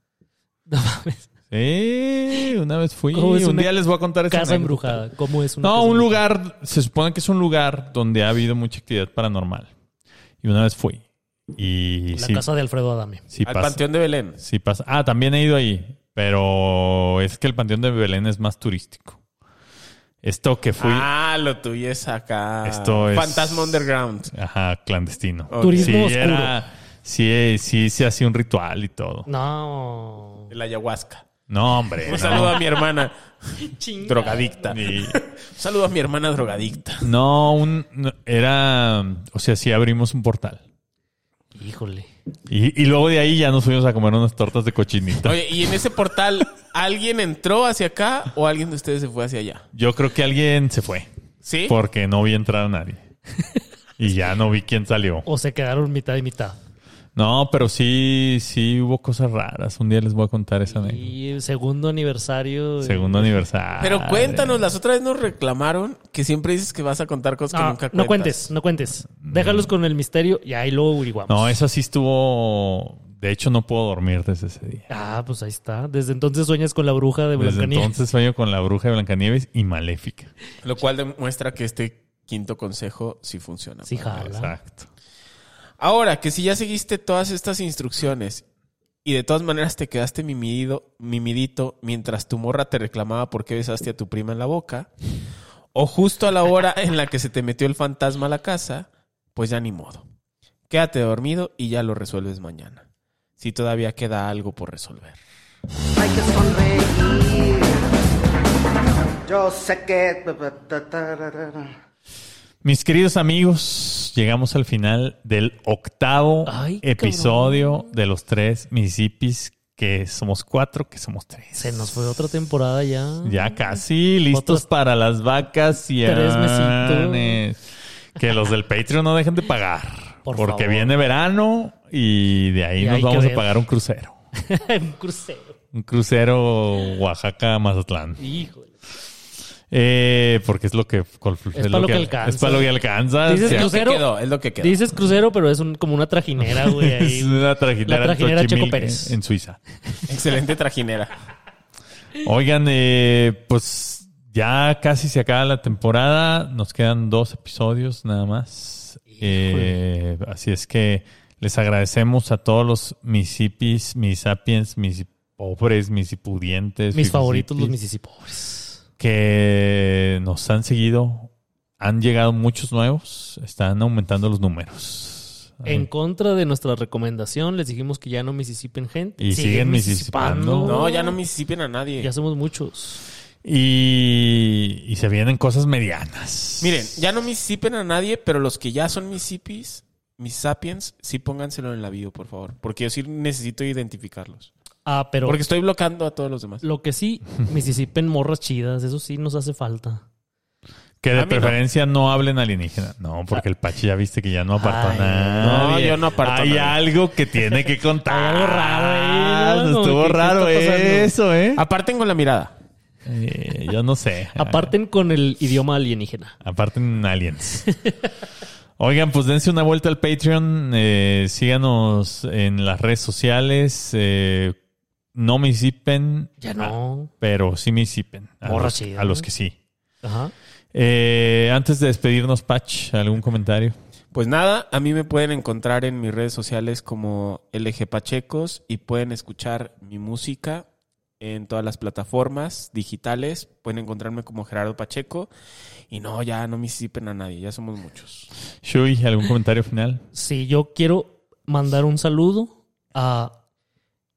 Speaker 2: No mames.
Speaker 1: Sí, una vez fui.
Speaker 2: ¿Cómo es
Speaker 1: Un
Speaker 2: una
Speaker 1: día les voy a contar esa
Speaker 2: Casa
Speaker 1: anécdota.
Speaker 2: embrujada. ¿Cómo es una
Speaker 1: No,
Speaker 2: casa
Speaker 1: un
Speaker 2: embrujada?
Speaker 1: lugar, se supone que es un lugar donde ha habido mucha actividad paranormal. Y una vez fui. Y
Speaker 2: La
Speaker 1: sí,
Speaker 2: casa de Alfredo Adame.
Speaker 1: sí
Speaker 3: Al
Speaker 1: pasa.
Speaker 3: Panteón de Belén.
Speaker 1: Sí pasa. Ah, también he ido ahí, pero es que el Panteón de Belén es más turístico. Esto que fui,
Speaker 3: Ah, lo tuyo es acá.
Speaker 1: Esto es-
Speaker 3: Fantasma Underground.
Speaker 1: ajá, clandestino.
Speaker 3: Ok.
Speaker 2: Turismo
Speaker 1: Sí,
Speaker 2: oscuro.
Speaker 1: era- sí, sí, se hacía un ritual y todo.
Speaker 2: No.
Speaker 3: El ayahuasca.
Speaker 1: No, hombre.
Speaker 3: Un
Speaker 1: no.
Speaker 3: saludo a mi hermana
Speaker 2: Chinga.
Speaker 3: drogadicta. Un
Speaker 1: Ni-
Speaker 3: saludo a mi hermana drogadicta.
Speaker 1: no, un, no, era, o sea, sí abrimos un portal.
Speaker 2: Híjole.
Speaker 1: Y, y luego de ahí ya nos fuimos a comer unas tortas de cochinita.
Speaker 3: Oye, ¿y en ese portal alguien entró hacia acá o alguien de ustedes se fue hacia allá?
Speaker 1: Yo creo que alguien se fue.
Speaker 3: ¿Sí?
Speaker 1: Porque no vi entrar a
Speaker 3: [LAUGHS]
Speaker 1: nadie. Y ya no vi quién salió.
Speaker 2: O se quedaron mitad y mitad.
Speaker 1: No, pero sí, sí hubo cosas raras. Un día les voy a contar esa anécdota.
Speaker 2: Y el segundo aniversario. eh,
Speaker 1: Segundo aniversario.
Speaker 3: Pero cuéntanos, las otras vez nos reclamaron que siempre dices que vas a contar cosas que
Speaker 2: No,
Speaker 3: nunca cuentas.
Speaker 2: Ah, no cuentes, no cuentes. Déjalos con el misterio y ahí lo averiguamos.
Speaker 1: No, esa sí estuvo. De hecho, no puedo dormir desde ese día.
Speaker 2: Ah, pues ahí está. Desde entonces sueñas con la bruja de
Speaker 1: Desde
Speaker 2: Blancanieves.
Speaker 1: entonces sueño con la bruja de Blancanieves y Maléfica.
Speaker 3: Lo cual demuestra que este quinto consejo sí funciona.
Speaker 2: Sí, jala.
Speaker 1: Exacto.
Speaker 3: Ahora, que si ya seguiste todas estas instrucciones y de todas maneras te quedaste mimidido, mimidito mientras tu morra te reclamaba por qué besaste a tu prima en la boca, o justo a la
Speaker 2: [LAUGHS]
Speaker 3: hora en la que se te metió el fantasma a la casa, pues ya ni modo. Quédate dormido y ya lo resuelves mañana. Si todavía queda algo por resolver.
Speaker 4: Hay que sonreír. Yo sé que.
Speaker 1: Mis queridos amigos, llegamos al final del octavo
Speaker 2: Ay, cabrón.
Speaker 1: episodio de los tres Mississippis, que somos cuatro, que somos tres.
Speaker 2: Se nos fue otra temporada ya.
Speaker 1: Ya casi listos
Speaker 2: Otros
Speaker 1: para las vacaciones.
Speaker 2: tres mesitos.
Speaker 1: Que los del Patreon no dejen de pagar.
Speaker 2: Por
Speaker 1: porque
Speaker 2: favor.
Speaker 1: viene verano y de ahí
Speaker 2: Y
Speaker 1: nos
Speaker 2: hay que
Speaker 1: vamos a
Speaker 2: ver.
Speaker 1: pagar un crucero.
Speaker 2: [LAUGHS] Un crucero.
Speaker 1: Un crucero Oaxaca-Mazatlán.
Speaker 2: Híjole.
Speaker 1: Eh, porque es lo que...
Speaker 2: Es pa' lo que alcanza.
Speaker 1: Es para lo que alcanza.
Speaker 2: Dices
Speaker 1: Sí,
Speaker 2: crucero.
Speaker 3: ¿Qué quedó? Es lo que quedó.
Speaker 2: Dices crucero, pero es un- como una trajinera,
Speaker 1: [LAUGHS]
Speaker 2: güey.
Speaker 1: Es
Speaker 2: ahí.
Speaker 1: una trajinera,
Speaker 2: La trajinera
Speaker 1: en
Speaker 2: Checo
Speaker 1: Xochimilco,
Speaker 2: Pérez.
Speaker 1: en Suiza.
Speaker 3: Excelente trajinera.
Speaker 1: Oigan, eh, pues ya casi se acaba la temporada. Nos quedan dos episodios nada más. Eh, así es que les agradecemos a todos los misipis, mis sapiens, mis pobres, mis pudientes.
Speaker 2: Mis favoritos, los
Speaker 1: misipis,
Speaker 2: Mississippi pobres.
Speaker 1: Que nos han seguido. Han llegado muchos nuevos. Están aumentando los números.
Speaker 2: En contra de nuestra recomendación, les dijimos que ya no misisipen gente.
Speaker 1: Y siguen mississippando.
Speaker 3: No, ya no me a
Speaker 2: [LAUGHS]
Speaker 3: nadie.
Speaker 2: Ya somos muchos.
Speaker 1: Y, y se vienen cosas medianas.
Speaker 3: Miren, ya no misipen a nadie, pero los que ya son misipis, mis sapiens, sí pónganselo en la bio, por favor. Porque yo sí necesito identificarlos.
Speaker 2: Ah, pero
Speaker 3: Porque estoy bloqueando a todos los demás.
Speaker 2: lo
Speaker 1: [LAUGHS]
Speaker 2: que sí, misisipen morras chidas, eso sí nos hace falta.
Speaker 1: Que
Speaker 3: A
Speaker 1: de
Speaker 3: mí no.
Speaker 1: preferencia no. hablen alienígena. No, porque el Pachi ya viste que ya no apartó
Speaker 2: Ay,
Speaker 1: nada.
Speaker 3: no, yo no aparto
Speaker 1: Hay
Speaker 3: a nadie.
Speaker 1: algo que tiene que contar.
Speaker 2: Hay algo raro ahí, ¿no?
Speaker 1: Nos
Speaker 2: Como
Speaker 1: Estuvo
Speaker 2: que, ¿qué
Speaker 1: raro
Speaker 2: está pasando?
Speaker 1: eso, ¿eh?
Speaker 3: Aparten con la mirada.
Speaker 1: Eh, Yo no sé.
Speaker 2: Aparten con el idioma alienígena.
Speaker 1: Aparte en Aliens. Oigan, pues dense una vuelta al Patreon. eh, síganos en las redes sociales. eh, no me hicipen.
Speaker 2: Ya no.
Speaker 1: pero sí me hicipen. A,
Speaker 2: Morra
Speaker 1: los-
Speaker 2: chida.
Speaker 1: a los que sí.
Speaker 2: Ajá.
Speaker 1: Eh, antes de despedirnos, Patch, ¿algún comentario?
Speaker 3: Pues nada, a mí me pueden encontrar en mis redes sociales como LG Pachecos y pueden escuchar mi música en todas las plataformas digitales. Pueden encontrarme como Gerardo Pacheco. Y no, ya no misipen a nadie, ya somos muchos.
Speaker 1: Shui, ¿algún comentario final?
Speaker 2: Sí, yo quiero mandar un saludo a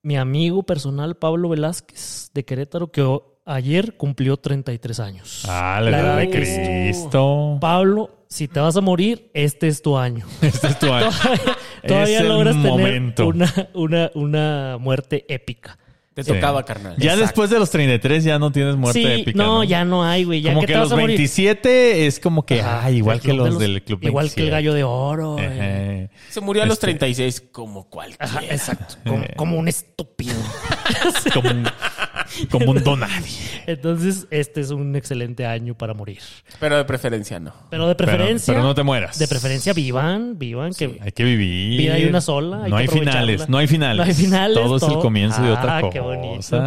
Speaker 2: mi amigo personal Pablo Velázquez de Querétaro, que o- ayer cumplió 33 años.
Speaker 1: Ah, la edad
Speaker 3: Uh.
Speaker 1: de Cristo.
Speaker 2: Pablo, si te vas a morir, este es tu año.
Speaker 1: [LAUGHS] Este es tu año.
Speaker 2: [LAUGHS] Todavía
Speaker 1: Es el
Speaker 2: logras tener
Speaker 1: momento.
Speaker 2: una, una, una muerte épica.
Speaker 3: Te
Speaker 1: Sí.
Speaker 3: tocaba, carnal.
Speaker 1: Ya después de los 33 ya no tienes muerte
Speaker 2: sí,
Speaker 1: épica.
Speaker 2: no, ya no hay, güey. Ya
Speaker 1: como
Speaker 2: que,
Speaker 1: que
Speaker 2: te
Speaker 1: los
Speaker 2: vas a morir.
Speaker 1: 27 es como que,
Speaker 2: Ajá,
Speaker 1: ah, igual
Speaker 2: el
Speaker 1: que
Speaker 2: club de
Speaker 1: los
Speaker 2: los-
Speaker 1: del club
Speaker 2: Igual que el
Speaker 1: 27.
Speaker 2: gallo eh. de oro. güey.
Speaker 1: Ajá.
Speaker 3: Se murió a los
Speaker 1: Este-
Speaker 3: 36 como cualquiera.
Speaker 2: Ajá, exacto. Como,
Speaker 1: Eh.
Speaker 2: como
Speaker 1: [LAUGHS]
Speaker 2: un estúpido.
Speaker 1: Como un, como un donadie.
Speaker 2: Entonces, este es un excelente año para morir.
Speaker 3: Pero de preferencia no.
Speaker 2: Pero de
Speaker 1: Pero,
Speaker 2: [LAUGHS] preferencia.
Speaker 1: pero no te mueras.
Speaker 2: De preferencia, vivan, vivan, que
Speaker 1: Hay que vivir.
Speaker 2: vida hay una sola.
Speaker 1: no
Speaker 2: que
Speaker 1: hay
Speaker 2: aprovecharla.
Speaker 1: finales, no hay finales.
Speaker 2: No hay finales.
Speaker 1: Todo, es el
Speaker 2: todo-
Speaker 1: comienzo de otra
Speaker 2: Ah,
Speaker 1: cosa.
Speaker 2: qué bonito.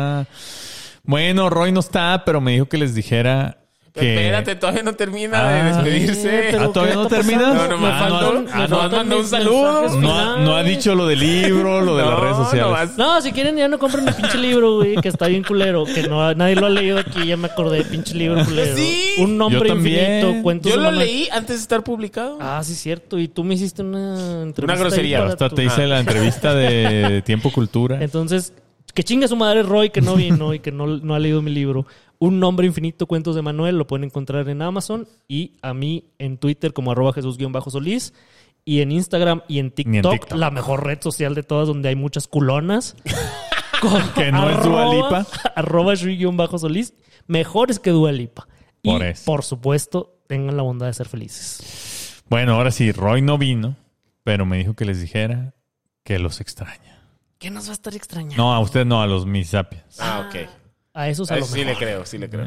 Speaker 1: Bueno, Roy no está, pero me dijo que les dijera que.
Speaker 3: Espérate, todavía no termina
Speaker 1: Ah.
Speaker 3: de despedirse.
Speaker 2: Eh, pero
Speaker 1: Ah, ¿todavía
Speaker 2: ¿qué
Speaker 1: no
Speaker 2: está
Speaker 1: terminas?
Speaker 2: pasando?
Speaker 1: No, no,
Speaker 2: Me
Speaker 1: ah, no,
Speaker 2: faltan-
Speaker 1: ah,
Speaker 2: me
Speaker 1: no,
Speaker 2: faltan
Speaker 3: manda un
Speaker 2: mis
Speaker 3: saludo.
Speaker 2: mensajes
Speaker 1: No ha, no ha
Speaker 2: finales.
Speaker 1: dicho lo del libro, lo de las
Speaker 3: [LAUGHS] No,
Speaker 1: redes sociales.
Speaker 3: no vas-
Speaker 2: No, si quieren ya no compren el pinche libro, güey, que está bien culero, que no nadie lo ha leído aquí, ya me acordé, pinche libro culero.
Speaker 3: Sí.
Speaker 2: Un nombre
Speaker 1: Yo también.
Speaker 2: infinito, cuentos
Speaker 3: Yo
Speaker 2: de
Speaker 3: lo
Speaker 2: una ma-
Speaker 3: leí antes de estar publicado.
Speaker 2: Ah, sí, cierto, y tú me hiciste una entrevista. ahí
Speaker 3: grosería,
Speaker 2: para
Speaker 1: Hasta
Speaker 2: tu-
Speaker 1: te hice la entrevista de Tiempo
Speaker 2: [LAUGHS]
Speaker 1: Cultura.
Speaker 2: Entonces, que chinga su madre Roy
Speaker 1: [LAUGHS]
Speaker 2: que no vino y que no, no ha leído mi libro. Un nombre infinito, cuentos de Manuel, lo pueden encontrar en Amazon y a mí en Twitter como arroba Jesús-Solís y en Instagram y en TikTok,
Speaker 1: TikTok.
Speaker 2: la mejor red social de todas donde hay muchas culonas. Con-
Speaker 1: [LAUGHS] Que no es Dua Lipa.
Speaker 2: [LAUGHS] Arroba Shui-Solís, mejores que Dualipa. Y
Speaker 1: Por eso.
Speaker 2: por supuesto, tengan la bondad de ser felices.
Speaker 1: Bueno, ahora sí, Roy no vino, pero me dijo que les dijera que los extraña.
Speaker 2: ¿Qué nos va a estar extrañando?
Speaker 1: No, a usted no, a los misapiens.
Speaker 3: Ah, ok.
Speaker 2: A esos a
Speaker 3: A
Speaker 2: lo
Speaker 3: eso sí le
Speaker 2: mejor.
Speaker 3: creo, sí le creo.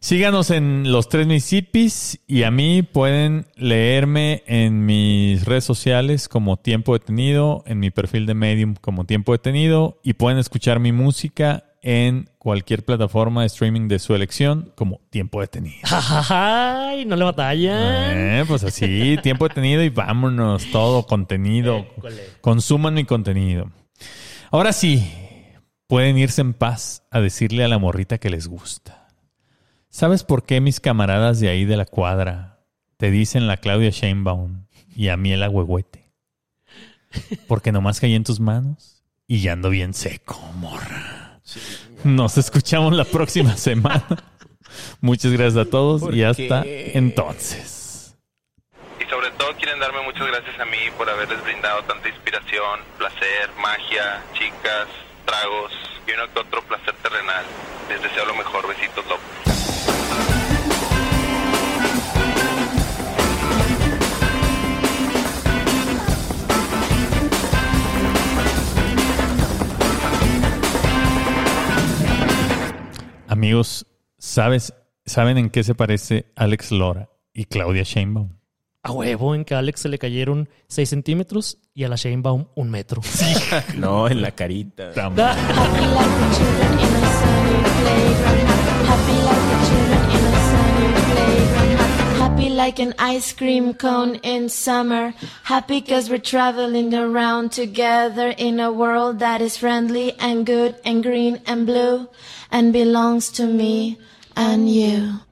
Speaker 1: Síganos en los tres Mississippis y a mí pueden leerme en mis redes sociales como Tiempo Detenido, en mi perfil de Medium como Tiempo Detenido y pueden escuchar mi música en cualquier plataforma de streaming de su elección como Tiempo Detenido.
Speaker 2: [LAUGHS] Ay, no le batallan.
Speaker 1: Eh, pues así, tiempo detenido y vámonos, todo contenido.
Speaker 2: École.
Speaker 1: Consuman mi contenido. Ahora sí, pueden irse en paz a decirle a la morrita que les gusta. ¿Sabes por qué mis camaradas de ahí de la cuadra te dicen la Claudia Sheinbaum y a mí el agüehuete? Porque nomás caí en tus manos y ya ando bien seco, morra. Nos escuchamos la
Speaker 3: [LAUGHS]
Speaker 1: próxima semana. Muchas gracias a todos
Speaker 3: ¿Por
Speaker 1: y hasta
Speaker 3: qué?
Speaker 1: entonces.
Speaker 5: Y sobre todo quieren darme muchas gracias a mí por haberles brindado tanta inspiración, placer, magia, chicas, tragos y uno que otro placer terrenal. Les deseo lo mejor. Besitos, López.
Speaker 1: Amigos, ¿sabes, ¿saben en qué se parece Alex Lora y Claudia Sheinbaum?
Speaker 2: a huevo en que a Alex se le cayeron 6 centímetros y a la Sheinbaum un metro.
Speaker 3: No, en la carita.
Speaker 1: Tam-
Speaker 6: Happy like the children in a sunny playground. Happy like the children in a sunny playground. Happy like an ice cream cone in summer. Happy cause we're traveling around together in a world that is friendly and good and green and blue and belongs to me and you.